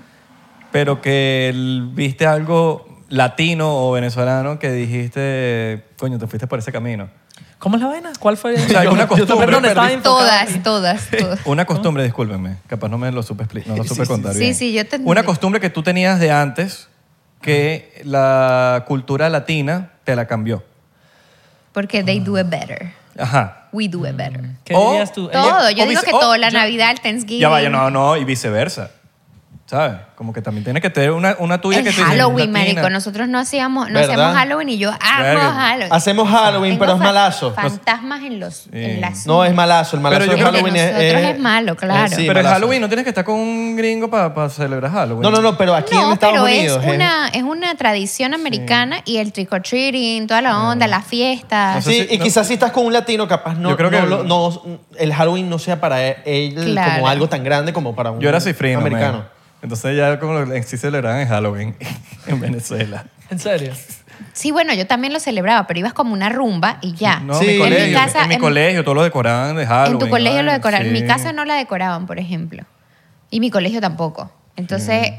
Speaker 3: pero que el- viste algo latino o venezolano que dijiste, coño, te fuiste por ese camino?
Speaker 4: ¿Cómo es la vaina? ¿Cuál fue?
Speaker 3: O sea, alguna
Speaker 4: Yo-
Speaker 3: costumbre,
Speaker 4: Perdón, estaba
Speaker 3: perdí.
Speaker 4: enfocado
Speaker 1: Todas,
Speaker 4: aquí.
Speaker 1: todas, todas.
Speaker 3: Una costumbre, discúlpenme, capaz no me lo supe, expli- no lo supe contar
Speaker 1: sí.
Speaker 3: bien.
Speaker 1: Sí, sí, yo te entendí.
Speaker 3: Una costumbre que tú tenías de antes que la cultura latina te la cambió.
Speaker 1: Porque they do it better.
Speaker 3: Ajá.
Speaker 1: We do it better.
Speaker 4: ¿Qué
Speaker 3: O-
Speaker 4: dirías tú?
Speaker 1: Todo, yo
Speaker 3: o
Speaker 1: digo
Speaker 3: vice-
Speaker 1: que
Speaker 2: oh,
Speaker 3: o
Speaker 1: todo, la
Speaker 3: yo-
Speaker 1: Navidad, el Thanksgiving.
Speaker 3: Ya vaya, no, no, y viceversa. ¿Sabes? Como que también tiene que tener una, una tuya que
Speaker 1: El
Speaker 3: tú dices,
Speaker 1: Halloween,
Speaker 3: latina.
Speaker 1: marico. Nosotros no hacíamos, no
Speaker 2: ¿Verdad?
Speaker 1: hacemos Halloween y yo amo
Speaker 3: Verga.
Speaker 1: Halloween.
Speaker 2: Hacemos Halloween,
Speaker 1: Tengo
Speaker 2: pero es
Speaker 1: fa-
Speaker 2: malazo.
Speaker 1: Fantasmas en los, en las
Speaker 2: No, es malazo. El malazo
Speaker 3: Pero
Speaker 2: de
Speaker 3: yo creo que
Speaker 2: Halloween es,
Speaker 1: nosotros es malo, claro.
Speaker 2: eh, sí,
Speaker 3: pero el
Speaker 2: malazo.
Speaker 3: Halloween no tienes que estar con un gringo para celebrar Halloween.
Speaker 2: No, no, no, pero aquí
Speaker 1: no,
Speaker 2: en Estados
Speaker 1: pero
Speaker 2: Unidos.
Speaker 1: es
Speaker 2: eh,
Speaker 1: una, es una tradición americana y el trick or treating, toda
Speaker 2: Ah.
Speaker 1: la onda, las fiestas.
Speaker 3: No sé
Speaker 2: Sí,
Speaker 3: si-
Speaker 2: y quizás si estás con un latino, capaz no.
Speaker 3: Yo creo
Speaker 2: no
Speaker 3: que-
Speaker 2: lo- no- el Halloween no sea para él
Speaker 1: Claro.
Speaker 2: como algo tan grande como para un
Speaker 3: Yo era cifrino.
Speaker 2: americano.
Speaker 3: man. Entonces ya como lo- sí celebraban en Halloween en Venezuela.
Speaker 4: ¿En serio?
Speaker 1: Sí, bueno, yo también lo celebraba, pero ibas como una rumba y ya.
Speaker 3: No,
Speaker 2: Sí.
Speaker 3: mi
Speaker 2: En mi
Speaker 3: colegio,
Speaker 1: casa-
Speaker 3: en mi
Speaker 1: en-
Speaker 3: colegio todos lo decoraban de Halloween.
Speaker 1: en tu colegio lo
Speaker 3: ¿vale?
Speaker 1: decoraban. En
Speaker 3: Sí.
Speaker 1: mi casa no la decoraban, por ejemplo. Y mi colegio tampoco. Entonces,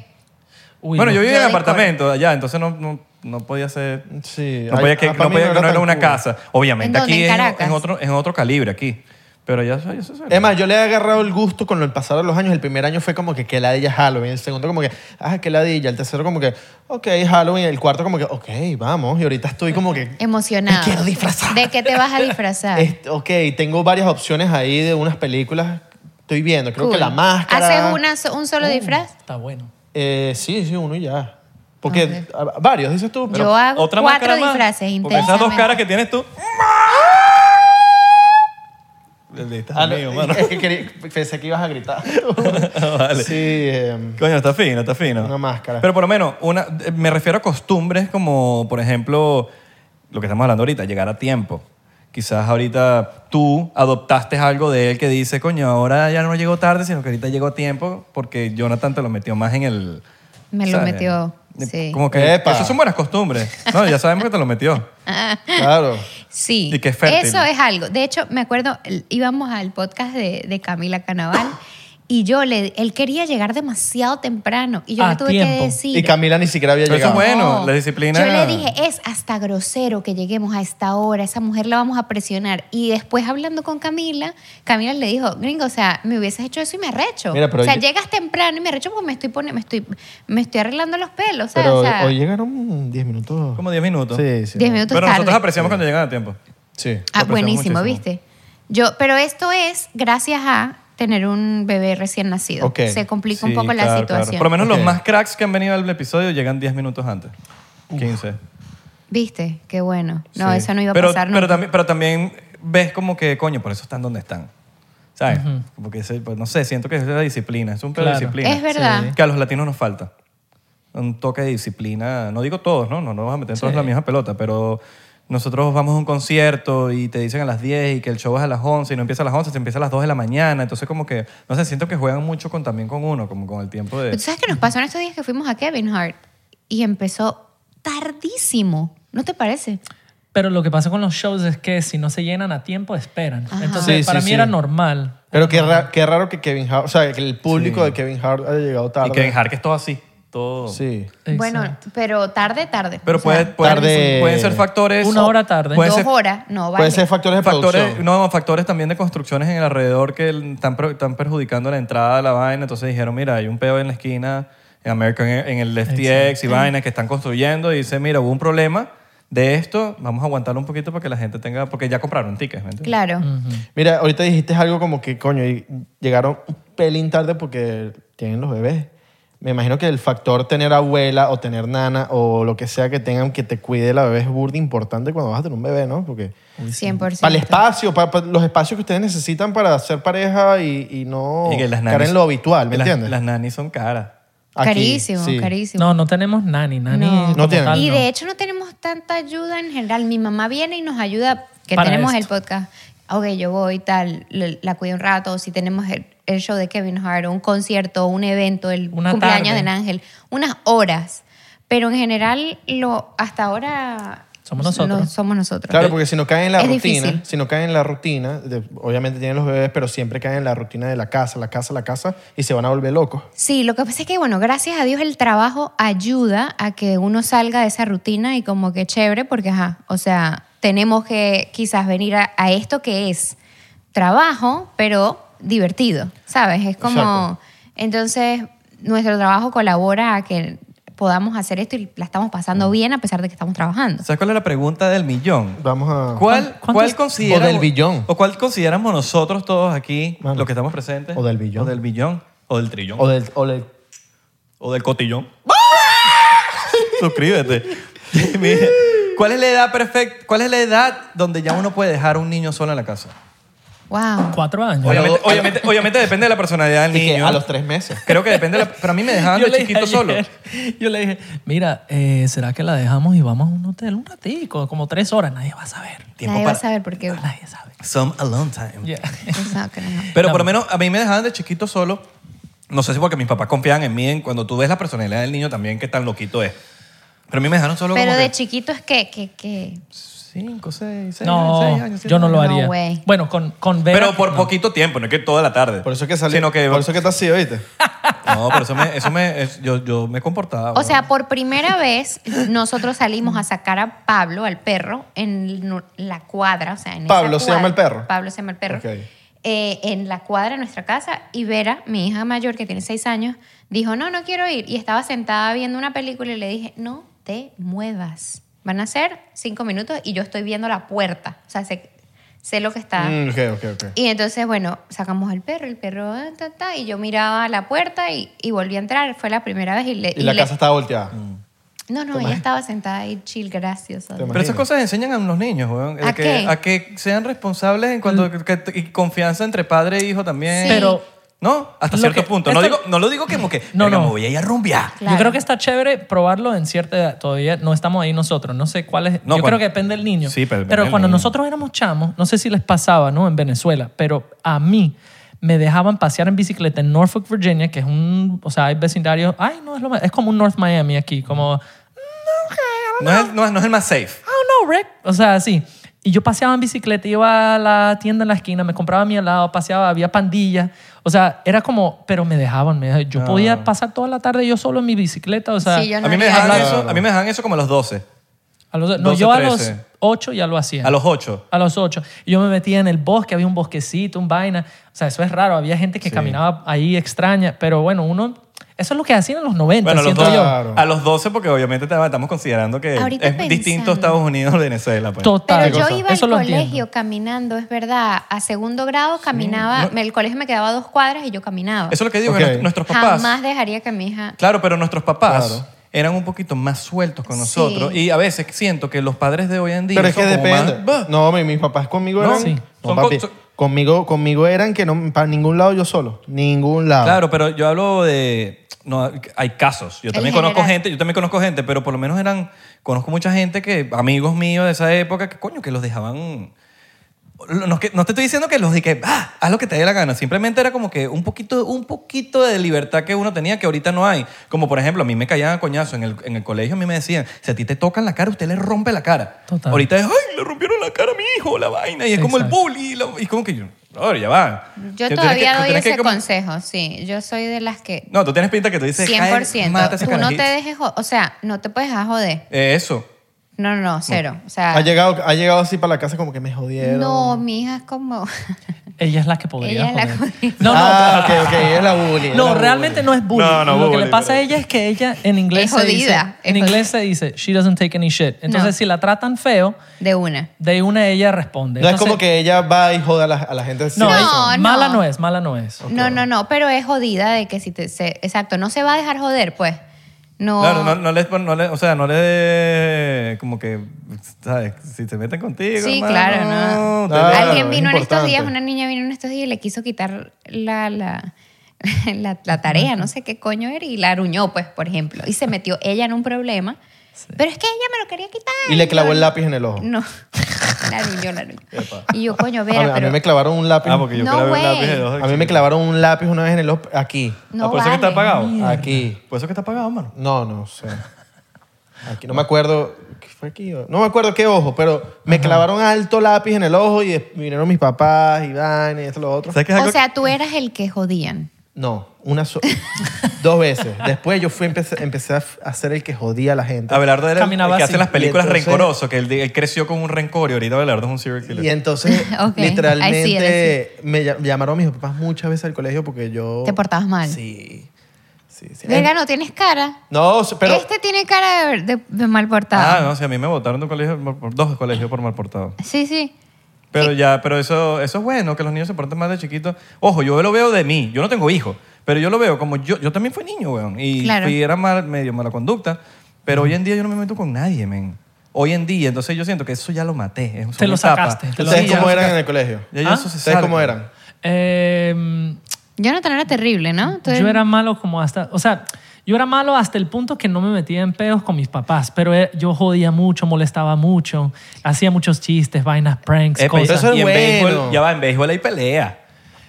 Speaker 4: Uy,
Speaker 3: bueno,
Speaker 4: no.
Speaker 3: yo vivía
Speaker 1: Yo
Speaker 3: en
Speaker 1: decoro.
Speaker 3: apartamento allá, entonces no, no, no podía ser...
Speaker 2: Sí.
Speaker 3: No
Speaker 2: ay,
Speaker 3: podía que
Speaker 2: ah,
Speaker 3: no,
Speaker 2: para mí
Speaker 3: podía que no
Speaker 2: tan
Speaker 3: era una
Speaker 2: cool.
Speaker 3: casa. Obviamente
Speaker 1: ¿En dónde?
Speaker 3: aquí
Speaker 1: ¿En
Speaker 3: es,
Speaker 1: Caracas?
Speaker 3: es otro, es otro calibre aquí. Pero ya eso, ya eso se-
Speaker 2: Es más, yo le he agarrado el gusto con el pasar de los años. El primer año fue como que qué ladilla Halloween. El segundo como que, ah, qué ladilla. El tercero como que, ok, Halloween. El cuarto como que, ok, vamos. Y ahorita estoy como que,
Speaker 1: emocionado.
Speaker 2: Me quiero disfrazar.
Speaker 1: ¿De qué te vas a disfrazar?
Speaker 2: est- ok, tengo varias opciones ahí de unas películas. Estoy viendo, creo que
Speaker 1: Cool.
Speaker 2: la máscara.
Speaker 1: ¿Haces una so- un
Speaker 4: Mm.
Speaker 1: solo disfraz?
Speaker 4: Está bueno.
Speaker 2: Eh, sí, sí, uno y ya. Porque a- varios, dices tú. pero-
Speaker 1: Yo hago
Speaker 3: Otra
Speaker 1: cuatro
Speaker 3: máscara más,
Speaker 1: disfraces
Speaker 3: Porque esas dos
Speaker 1: intensamente.
Speaker 3: caras que tienes tú. Estás
Speaker 2: Ah, no,
Speaker 3: mío, mano. Ah,
Speaker 2: Es que quería- pensé que ibas a gritar.
Speaker 3: Vale.
Speaker 2: Sí, eh,
Speaker 3: Coño, está fino, está fino.
Speaker 2: Una máscara.
Speaker 3: Pero por lo menos, una, eh, me refiero a costumbres como, por ejemplo, lo que estamos hablando ahorita, llegar a tiempo. Quizás ahorita tú adoptaste algo de él que dice, coño, ahora ya no llegó tarde, sino que ahorita llegó a tiempo porque Jonathan te lo metió más en el...
Speaker 1: Me lo
Speaker 3: ¿sabes?
Speaker 1: metió,
Speaker 3: Eh,
Speaker 1: sí.
Speaker 3: Como que
Speaker 2: Epa.
Speaker 3: esas son buenas costumbres. No, ya sabemos que te lo metió.
Speaker 2: claro.
Speaker 1: Sí.
Speaker 3: Y que es fértil.
Speaker 1: Eso es algo. De hecho, me acuerdo, el- íbamos al podcast de, de Camila Canaval y yo le. Él quería llegar demasiado temprano y yo
Speaker 4: A
Speaker 1: le tuve que
Speaker 4: tiempo.
Speaker 1: decir.
Speaker 2: Y Camila ni siquiera había
Speaker 3: Pero eso
Speaker 2: llegado.
Speaker 3: fue- Bueno, la disciplina-
Speaker 1: Yo le dije, es hasta grosero que lleguemos a esta hora, esa mujer la vamos a presionar. Y después hablando con Camila, Camila le dijo, gringo, o sea, me hubieses hecho eso y me arrecho.
Speaker 2: Mira, pero
Speaker 1: o sea,
Speaker 2: oye-
Speaker 1: llegas temprano y me arrecho porque me estoy, poni- me estoy, me estoy arreglando los pelos. ¿sabes?
Speaker 2: Pero
Speaker 1: o sea,
Speaker 2: hoy llegaron 10 minutos.
Speaker 3: Como 10 minutos.
Speaker 2: Sí, sí.
Speaker 1: 10 minutos
Speaker 3: Pero nosotros
Speaker 1: tarde.
Speaker 3: apreciamos cuando llegan a tiempo.
Speaker 2: Sí.
Speaker 1: Ah,
Speaker 3: apreciamos
Speaker 1: buenísimo,
Speaker 3: muchísimo.
Speaker 1: ¿viste? Yo, pero esto es gracias a tener un bebé recién nacido.
Speaker 2: Ok,
Speaker 1: Se complica
Speaker 3: Sí,
Speaker 1: un poco la
Speaker 3: claro, claro.
Speaker 1: situación.
Speaker 3: Por lo menos
Speaker 2: Ok.
Speaker 3: los más cracks que han venido al episodio llegan 10 minutos antes. 15.
Speaker 1: ¿Viste? Qué bueno. No,
Speaker 3: Sí.
Speaker 1: eso no iba a
Speaker 3: pero,
Speaker 1: pasar
Speaker 3: Pero
Speaker 1: nunca.
Speaker 3: también, pero también ves como que, coño, por eso están donde están. ¿Sabes? Como que, ese- pues, no sé, siento que es la disciplina. Es un pedo de
Speaker 4: Claro.
Speaker 3: disciplina.
Speaker 1: Es verdad. Sí.
Speaker 3: Que a los latinos nos falta. Un toque de disciplina. No digo todos, ¿no? No nos vamos a meter todos en la misma pelota, pero nosotros vamos a un concierto y te dicen a las 10 y que el show es a las 11 y no empieza a las 11, se empieza a las 2 de la mañana. Entonces, como que, no sé, siento que juegan mucho con, también con uno, como con el tiempo
Speaker 1: Pero
Speaker 3: de.
Speaker 1: ¿Tú sabes qué nos pasó en estos días que fuimos a Kevin Hart? Y empezó tardísimo. ¿No te parece?
Speaker 4: Pero lo que pasa con los shows es que si no se llenan a tiempo, esperan. Entonces,
Speaker 2: Sí, sí,
Speaker 4: para mí
Speaker 2: sí.
Speaker 4: era normal.
Speaker 2: Pero qué, ra- qué raro que Kevin Hart, o sea, que el público de Kevin Hart haya llegado tarde.
Speaker 3: Y que en Hark es todo así, todo.
Speaker 2: Sí.
Speaker 1: Bueno,
Speaker 4: Exacto.
Speaker 1: pero tarde, tarde.
Speaker 3: Pero
Speaker 1: O
Speaker 3: puede,
Speaker 1: sea,
Speaker 3: puede-
Speaker 2: tarde-
Speaker 3: pueden ser factores.
Speaker 4: Una hora tarde.
Speaker 3: puede
Speaker 1: dos
Speaker 3: ser-
Speaker 1: horas, no vale.
Speaker 2: Puede ser factores de
Speaker 3: Factores,
Speaker 2: producción.
Speaker 3: no, factores también de construcciones en el alrededor que el- están, pro- están perjudicando la entrada de la vaina. Entonces dijeron, mira, hay un peo en la esquina, en American, Air- en el FTX y vaina que están construyendo. Y dice, mira, hubo un problema de esto, vamos a aguantarlo un poquito para que la gente tenga, porque ya compraron tickets, ¿me entiendes?
Speaker 1: Claro.
Speaker 2: Mira, ahorita dijiste algo como que, coño, y llegaron un pelín tarde porque tienen los bebés. Me imagino que el factor tener abuela o tener nana o lo que sea que tengan que te cuide la bebé es burda importante cuando vas a tener un bebé, ¿no? Porque
Speaker 1: 100%.
Speaker 2: para el espacio, para, para los espacios que ustedes necesitan para hacer pareja y, y no
Speaker 3: Y que las
Speaker 2: caer
Speaker 3: nannies-
Speaker 2: en Oh, lo habitual, ¿me
Speaker 3: las-
Speaker 2: entiendes?
Speaker 3: Las nannies son caras.
Speaker 2: Aquí,
Speaker 1: carísimo,
Speaker 2: sí.
Speaker 1: carísimo.
Speaker 4: No, no tenemos nani. Nani
Speaker 1: No.
Speaker 4: como
Speaker 2: No tienen.
Speaker 4: tal,
Speaker 1: y
Speaker 4: no.
Speaker 1: de hecho no tenemos tanta ayuda en general. Mi mamá viene y nos ayuda, que
Speaker 4: Para
Speaker 1: tenemos
Speaker 4: esto.
Speaker 1: el podcast. Ok, yo voy tal, le- la cuido un rato. Si tenemos el, el show de Kevin Hart, un concierto, un evento, el
Speaker 4: Una
Speaker 1: cumpleaños
Speaker 4: tarde.
Speaker 1: de Ángel, unas horas. Pero en general, lo, hasta ahora...
Speaker 4: Somos nosotros.
Speaker 1: no- somos nosotros.
Speaker 2: Claro, porque si no caen en la
Speaker 1: Es
Speaker 2: rutina,
Speaker 1: difícil.
Speaker 2: si no caen en la rutina, de- obviamente tienen los bebés, pero siempre caen en la rutina de la casa, la casa, la casa y se van a volver locos.
Speaker 1: Sí, lo que pasa es que, bueno, gracias a Dios el trabajo ayuda a que uno salga de esa rutina y como que chévere, porque, ajá, o sea, tenemos que quizás venir a, a esto que es trabajo, pero divertido, ¿sabes? Es como...
Speaker 2: Exacto.
Speaker 1: Entonces, nuestro trabajo colabora a que podamos hacer esto y la estamos
Speaker 3: Mm.
Speaker 1: pasando bien a pesar de que estamos trabajando.
Speaker 3: ¿Sabes cuál es la pregunta del millón?
Speaker 2: Vamos a...
Speaker 3: ¿Cuál,
Speaker 4: ¿Cuántos-
Speaker 3: cuál consideramos-
Speaker 2: O del billón.
Speaker 3: ¿O cuál consideramos nosotros todos aquí,
Speaker 2: Mano.
Speaker 3: los que estamos presentes?
Speaker 2: O del billón.
Speaker 3: O del billón. O del trillón.
Speaker 2: O del, o del-
Speaker 3: O del cotillón.
Speaker 1: ¡Ah!
Speaker 3: Suscríbete. Mira, ¿Cuál es la edad perfecta? ¿Cuál es la edad donde ya uno puede dejar a un niño solo en la casa?
Speaker 1: ¡Wow!
Speaker 4: Cuatro años.
Speaker 3: Obviamente,
Speaker 2: do-
Speaker 3: obviamente- obviamente depende de la personalidad del
Speaker 2: y que
Speaker 3: niño.
Speaker 2: a los tres meses.
Speaker 3: Creo que depende. de la- pero a mí me dejaban de
Speaker 4: le dije
Speaker 3: chiquito solo.
Speaker 4: ayer, Yo le dije, mira, eh, ¿será que la dejamos y vamos a un hotel un ratico? Como tres horas, nadie va a saber.
Speaker 1: Nadie va a saber por qué.
Speaker 4: Nadie sabe.
Speaker 3: Some alone time.
Speaker 4: Ya.
Speaker 1: Exacto, no.
Speaker 3: Pero por lo menos a mí me dejaban de chiquito solo. No sé si porque mis papás confían en mí, en cuando tú ves la personalidad del niño también, qué tan loquito es. Pero a mí me dejaron solo
Speaker 1: Pero
Speaker 3: como
Speaker 1: de
Speaker 3: que
Speaker 1: chiquito es que... que, que
Speaker 3: cinco, seis, seis,
Speaker 4: No,
Speaker 3: seis años. siete
Speaker 4: yo no lo
Speaker 1: No,
Speaker 4: haría.
Speaker 1: güey.
Speaker 4: bueno, con, con Vera-
Speaker 3: Pero por
Speaker 4: no.
Speaker 3: poquito tiempo, no es que toda la tarde.
Speaker 2: Por eso es que salió.
Speaker 3: Sino que,
Speaker 2: por eso es que está así, ¿viste?
Speaker 3: No, por eso me, eso me es- yo, yo me comportaba.
Speaker 1: O
Speaker 3: bueno.
Speaker 1: sea, por primera vez nosotros salimos a sacar a Pablo, al perro, en nu- la cuadra. O sea, en esa
Speaker 2: Pablo se
Speaker 1: cuadra.
Speaker 2: llama el perro.
Speaker 1: Pablo se llama el perro.
Speaker 2: Ok.
Speaker 1: Eh, en la cuadra de nuestra casa. Y Vera, mi hija mayor, que tiene seis años, dijo, no, no quiero ir. Y estaba sentada viendo una película y le dije, no te muevas. Van a ser cinco minutos y yo estoy viendo la puerta. O sea, sé, sé lo que está...
Speaker 2: Mm, ok, ok, ok.
Speaker 1: Y entonces, bueno, sacamos al perro, el perro, ah, ta, ta, y yo miraba la puerta y, y volví a entrar. Fue la primera vez y le...
Speaker 2: Y la
Speaker 1: le-
Speaker 2: casa estaba volteada.
Speaker 3: Mm.
Speaker 1: no, no, ella estaba sentada ahí chill, graciosa.
Speaker 2: Te
Speaker 3: Pero esas
Speaker 2: Imagínate.
Speaker 3: cosas enseñan a los niños, weón.
Speaker 1: ¿A
Speaker 3: que,
Speaker 1: qué?
Speaker 3: a que sean responsables en cuanto
Speaker 2: Mm.
Speaker 3: que- que- y confianza entre padre e hijo también.
Speaker 1: Sí.
Speaker 4: Pero-
Speaker 3: ¿No? Hasta
Speaker 4: Lo
Speaker 3: cierto
Speaker 4: que-
Speaker 3: punto. No,
Speaker 4: esto-
Speaker 3: digo, no lo digo como que.
Speaker 4: No,
Speaker 3: No,
Speaker 4: no.
Speaker 3: Me voy a ir a rumbear.
Speaker 1: Claro.
Speaker 4: Yo creo que está chévere probarlo en cierta edad. Todavía no estamos ahí nosotros. No sé cuál es.
Speaker 3: No,
Speaker 4: yo
Speaker 3: cuando-
Speaker 4: creo que depende del niño.
Speaker 3: Sí, pero depende del
Speaker 4: cuando
Speaker 3: niño.
Speaker 4: nosotros éramos chamos, no sé si les pasaba, ¿no? En Venezuela, pero a mí me dejaban pasear en bicicleta en Norfolk, Virginia, que es un. O sea, hay vecindarios. Ay, no, es lo más. Es como un North Miami aquí. Como.
Speaker 3: No es, el, no, es- no es el más safe.
Speaker 4: I don't know, Rick. O sea, así. Y yo paseaba en bicicleta, iba a la tienda en la esquina, me compraba mi helado, paseaba, había pandillas. O sea, era como, pero me dejaban. me dejaban.
Speaker 3: Ah.
Speaker 4: Yo podía pasar toda la tarde yo solo en mi bicicleta. O sea,
Speaker 1: Sí, yo
Speaker 3: a, mí me
Speaker 1: haría
Speaker 3: dejaban
Speaker 1: eso.
Speaker 3: eso, a mí me dejaban eso como a los 12,
Speaker 4: a los- no,
Speaker 3: 12,
Speaker 4: yo a
Speaker 3: 13.
Speaker 4: los 8 ya lo hacía.
Speaker 3: a los 8.
Speaker 4: A los 8. Y yo me metía en el bosque, había un bosquecito, un vaina. O sea, eso es raro. Había gente que caminaba ahí extraña. Pero bueno, uno. Eso es lo que hacían en los 90,
Speaker 3: Bueno, a los,
Speaker 4: siento
Speaker 2: dos-
Speaker 3: 12,
Speaker 4: yo.
Speaker 2: Claro.
Speaker 3: a los 12 porque obviamente te- estamos considerando que
Speaker 1: Ahorita
Speaker 3: es
Speaker 1: pensando.
Speaker 3: distinto Estados Unidos de Venezuela. pues.
Speaker 4: Total.
Speaker 1: Pero yo iba
Speaker 4: Eso
Speaker 1: al
Speaker 4: lo
Speaker 1: colegio
Speaker 4: entiendo.
Speaker 1: caminando, es verdad. A segundo grado caminaba, me- el colegio me quedaba a dos cuadras y yo caminaba.
Speaker 3: Eso es lo que digo,
Speaker 2: Ok.
Speaker 3: que nuestros- nuestros papás...
Speaker 1: Jamás dejaría que mi hija...
Speaker 3: Claro, pero nuestros papás
Speaker 2: Claro.
Speaker 3: eran un poquito más sueltos con
Speaker 1: Sí.
Speaker 3: nosotros y a veces siento que los padres de hoy en día
Speaker 2: Pero es que
Speaker 3: son como
Speaker 2: depende.
Speaker 3: más- bah.
Speaker 2: No, mi- mis papás conmigo
Speaker 3: No,
Speaker 2: eran.
Speaker 4: sí.
Speaker 2: No,
Speaker 3: Son
Speaker 2: papi.
Speaker 3: co- son-
Speaker 2: Conmigo, conmigo eran que no, para ningún lado yo solo. Ningún lado.
Speaker 3: Claro, pero yo hablo de... No, hay casos. Yo
Speaker 1: En
Speaker 3: también conozco
Speaker 1: general.
Speaker 3: gente, yo también conozco gente, pero por lo menos eran... Conozco mucha gente que, amigos míos de esa época, que coño, que los dejaban... No, es que- no te estoy diciendo que los de que, ah, haz lo que te dé la gana. Simplemente era como que un poquito, un poquito de libertad que uno tenía que ahorita no hay. Como por ejemplo, a mí me caían a coñazo en el, en el colegio, a mí me decían, si a ti te tocan la cara, usted le rompe la cara.
Speaker 4: Total.
Speaker 3: Ahorita es, ay, le rompieron la cara a mi hijo, la vaina, y es como el
Speaker 4: Exacto.
Speaker 3: bully, y, la- y como que yo, "Brother, ya va.
Speaker 1: Yo
Speaker 3: Tú tienes que-
Speaker 1: todavía
Speaker 3: tú
Speaker 1: doy
Speaker 3: tienes que
Speaker 1: ese
Speaker 3: como-
Speaker 1: consejo, sí. Yo soy de las que
Speaker 3: No, tú tienes pinta que tú dices, "Ay, mata
Speaker 1: 100%.
Speaker 3: ese
Speaker 1: Tú no te
Speaker 3: carajito".
Speaker 1: dejes, jo- o sea, no te puedes dejar joder.
Speaker 3: Eh, Eso.
Speaker 1: No, no, no, cero. O sea,
Speaker 2: Ha llegado, ha llegado así para la casa como que me jodieron.
Speaker 1: no, mi hija es como...
Speaker 4: Ella es la que podría.
Speaker 1: Ella es la que
Speaker 4: joder.
Speaker 1: podría.
Speaker 4: No, no.
Speaker 2: Ah, ok, ok, es la bully. es la
Speaker 4: No,
Speaker 2: bully.
Speaker 4: realmente no es bullying.
Speaker 3: No, no,
Speaker 4: Lo que
Speaker 3: bullying,
Speaker 4: le pasa a
Speaker 3: pero-
Speaker 4: ella es que ella en inglés
Speaker 1: Es
Speaker 4: se dice,
Speaker 1: jodida, es
Speaker 4: en inglés
Speaker 1: jodida.
Speaker 4: se dice she doesn't take any shit. Entonces
Speaker 1: No.
Speaker 4: si la tratan feo,
Speaker 1: De una.
Speaker 4: de una ella responde.
Speaker 2: No es
Speaker 4: Entonces-
Speaker 2: como que ella va y joda a la, a la gente. así.
Speaker 4: no,
Speaker 1: No,
Speaker 4: ella-
Speaker 1: no.
Speaker 4: mala no es, mala no es.
Speaker 1: No, no, no, pero es jodida de que si te... se- exacto, no se va a dejar joder, pues. No,
Speaker 3: Claro, no, no les, no les- o sea, no les, como que, ¿sabes? Si se meten contigo,
Speaker 1: Sí,
Speaker 3: hermano,
Speaker 1: claro, no.
Speaker 3: te-
Speaker 2: Ah,
Speaker 1: Alguien
Speaker 2: es
Speaker 1: vino en estos
Speaker 2: importante.
Speaker 1: días, una niña vino en estos días y le quiso quitar la, la, la, la tarea, no sé qué coño era, y la aruñó, pues, por ejemplo. Y se metió ella en un problema. Pero es que ella me lo quería quitar.
Speaker 2: Y le clavó
Speaker 1: yo-
Speaker 2: el lápiz en el ojo.
Speaker 1: No, la aruñó, la aruñó. Y yo, coño,
Speaker 2: a, mí,
Speaker 1: Vera,
Speaker 2: a
Speaker 1: pero...
Speaker 2: mí me clavaron un lápiz.
Speaker 3: Ah, porque yo
Speaker 1: No
Speaker 3: clavé un
Speaker 1: way.
Speaker 3: lápiz de dos. de
Speaker 2: a mí me
Speaker 3: chiquito.
Speaker 2: clavaron un lápiz una vez en el ojo, aquí.
Speaker 1: No
Speaker 3: Ah, por eso que está
Speaker 1: vale.
Speaker 3: apagado.
Speaker 2: Aquí.
Speaker 3: Por eso que está apagado, mano.
Speaker 2: No, no sé. Aquí no me acuerdo. ¿qué fue aquí? No me acuerdo qué ojo, pero me clavaron alto lápiz en el ojo y des- vinieron mis papás, Iván y esto lo otro.
Speaker 3: ¿Sabes qué es algo?
Speaker 1: O sea, tú eras el que jodían.
Speaker 2: No, una so- dos veces. Después yo fui empecé, empecé a f- a ser el que jodía a la gente.
Speaker 3: Abelardo era el- el,
Speaker 4: Caminaba
Speaker 3: que
Speaker 4: así.
Speaker 3: hace las películas
Speaker 2: Y entonces-
Speaker 3: rencoroso, que él, él creció con un rencor y ahorita Abelardo es un serial killer.
Speaker 2: Y entonces,
Speaker 1: Ok,
Speaker 2: literalmente,
Speaker 1: I see it, I
Speaker 2: me ll- llamaron mis papás muchas veces al colegio porque yo...
Speaker 1: Te portabas mal.
Speaker 2: Sí, sí, sí.
Speaker 1: Verga, no tienes cara.
Speaker 2: No, pero...
Speaker 1: este tiene cara de, de- de mal
Speaker 3: Ah,
Speaker 1: portado.
Speaker 3: no, sí, a mí me votaron de un colegio, por- por- dos colegios por mal portado.
Speaker 1: Sí, sí.
Speaker 3: Pero ya, pero eso, eso es bueno, que los niños se porten más de chiquitos. Ojo, yo lo veo de mí, yo no tengo hijos, pero yo lo veo como yo, yo también fui niño, weón, y
Speaker 1: Claro.
Speaker 3: fui- era mal- medio mala conducta, pero hoy en día yo no me meto con nadie, men. Hoy en día, entonces yo siento que eso ya lo maté. eso
Speaker 4: Te
Speaker 3: es una
Speaker 4: lo
Speaker 3: etapa.
Speaker 4: sacaste, te lo
Speaker 2: ¿Ustedes
Speaker 3: Sí, ya
Speaker 2: cómo
Speaker 3: lo
Speaker 2: eran en
Speaker 3: sacaste.
Speaker 2: el colegio?
Speaker 3: Ya, ya
Speaker 4: ¿Ah?
Speaker 3: eso se
Speaker 2: ¿Ustedes
Speaker 3: saca.
Speaker 2: cómo eran?
Speaker 4: Eh,
Speaker 1: Jonathan era terrible, ¿no? Tú eres-
Speaker 4: Yo era malo como hasta, o sea, yo era malo hasta el punto que no me metía en pedos con mis papás, pero eh, yo jodía mucho, molestaba mucho, hacía muchos chistes, vainas, pranks,
Speaker 3: Eh, pero
Speaker 4: cosas.
Speaker 2: eso es
Speaker 3: y en béisbol-
Speaker 2: bueno.
Speaker 3: ya va, en béisbol hay pelea.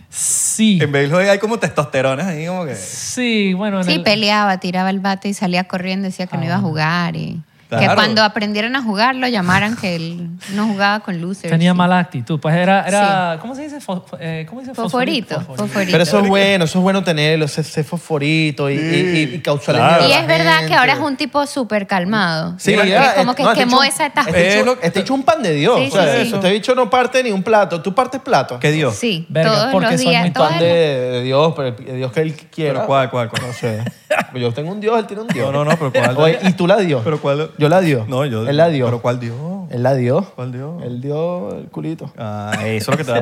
Speaker 4: Sí,
Speaker 3: En béisbol hay como testosteronas ahí como que...
Speaker 4: sí, bueno. en
Speaker 1: Sí,
Speaker 4: el- Ah.
Speaker 1: peleaba, tiraba el bate y salía corriendo, decía que no iba a jugar. Y
Speaker 3: Claro.
Speaker 1: Que cuando aprendieran a jugar lo llamaran que él no jugaba con losers.
Speaker 4: Tenía
Speaker 1: sí.
Speaker 4: mala actitud. Pues era, era ¿cómo se dice? Fo- eh, ¿Cómo dice?
Speaker 1: Fosforito, fosforito.
Speaker 2: Pero eso es bueno, eso es bueno tenerlo, ese, ese fosforito y, y, y- y causarle
Speaker 3: Claro.
Speaker 2: miedo a
Speaker 1: Y
Speaker 2: la
Speaker 1: es verdad que ahora es
Speaker 2: gente.
Speaker 1: un tipo súper calmado.
Speaker 2: Sí,
Speaker 1: Porque
Speaker 2: ya,
Speaker 1: como
Speaker 2: eh,
Speaker 1: que
Speaker 2: no, este
Speaker 1: quemó
Speaker 2: bicho-
Speaker 1: esa etapa.
Speaker 3: Eh,
Speaker 2: Este
Speaker 3: Es
Speaker 2: bicho,
Speaker 3: lo-
Speaker 2: este bicho un pan de Dios.
Speaker 1: Sí,
Speaker 2: o sea,
Speaker 1: sí,
Speaker 2: este
Speaker 1: sí.
Speaker 2: bicho no parte ni un plato. ¿Tú partes plato?
Speaker 3: ¿Qué dio?
Speaker 1: Sí,
Speaker 4: Verga,
Speaker 1: todos
Speaker 4: porque
Speaker 1: los
Speaker 4: soy muy
Speaker 1: días. todas
Speaker 2: Pan de, de Dios, pero el de Dios que él quiera.
Speaker 3: Pero cuál, cuál, cuál.
Speaker 2: No sé. Pues Yo tengo un Dios, él tiene un Dios.
Speaker 3: No, no, no, pero ¿cuál?
Speaker 2: Oye, y tú la Dios.
Speaker 3: ¿Pero cuál?
Speaker 2: Yo la Dios.
Speaker 3: No, yo...
Speaker 2: Él la Dios.
Speaker 3: ¿Pero cuál dio?
Speaker 2: Él la Dios.
Speaker 3: ¿Cuál Dios?
Speaker 2: Él dio el culito.
Speaker 3: Ah, eso es lo que te estaba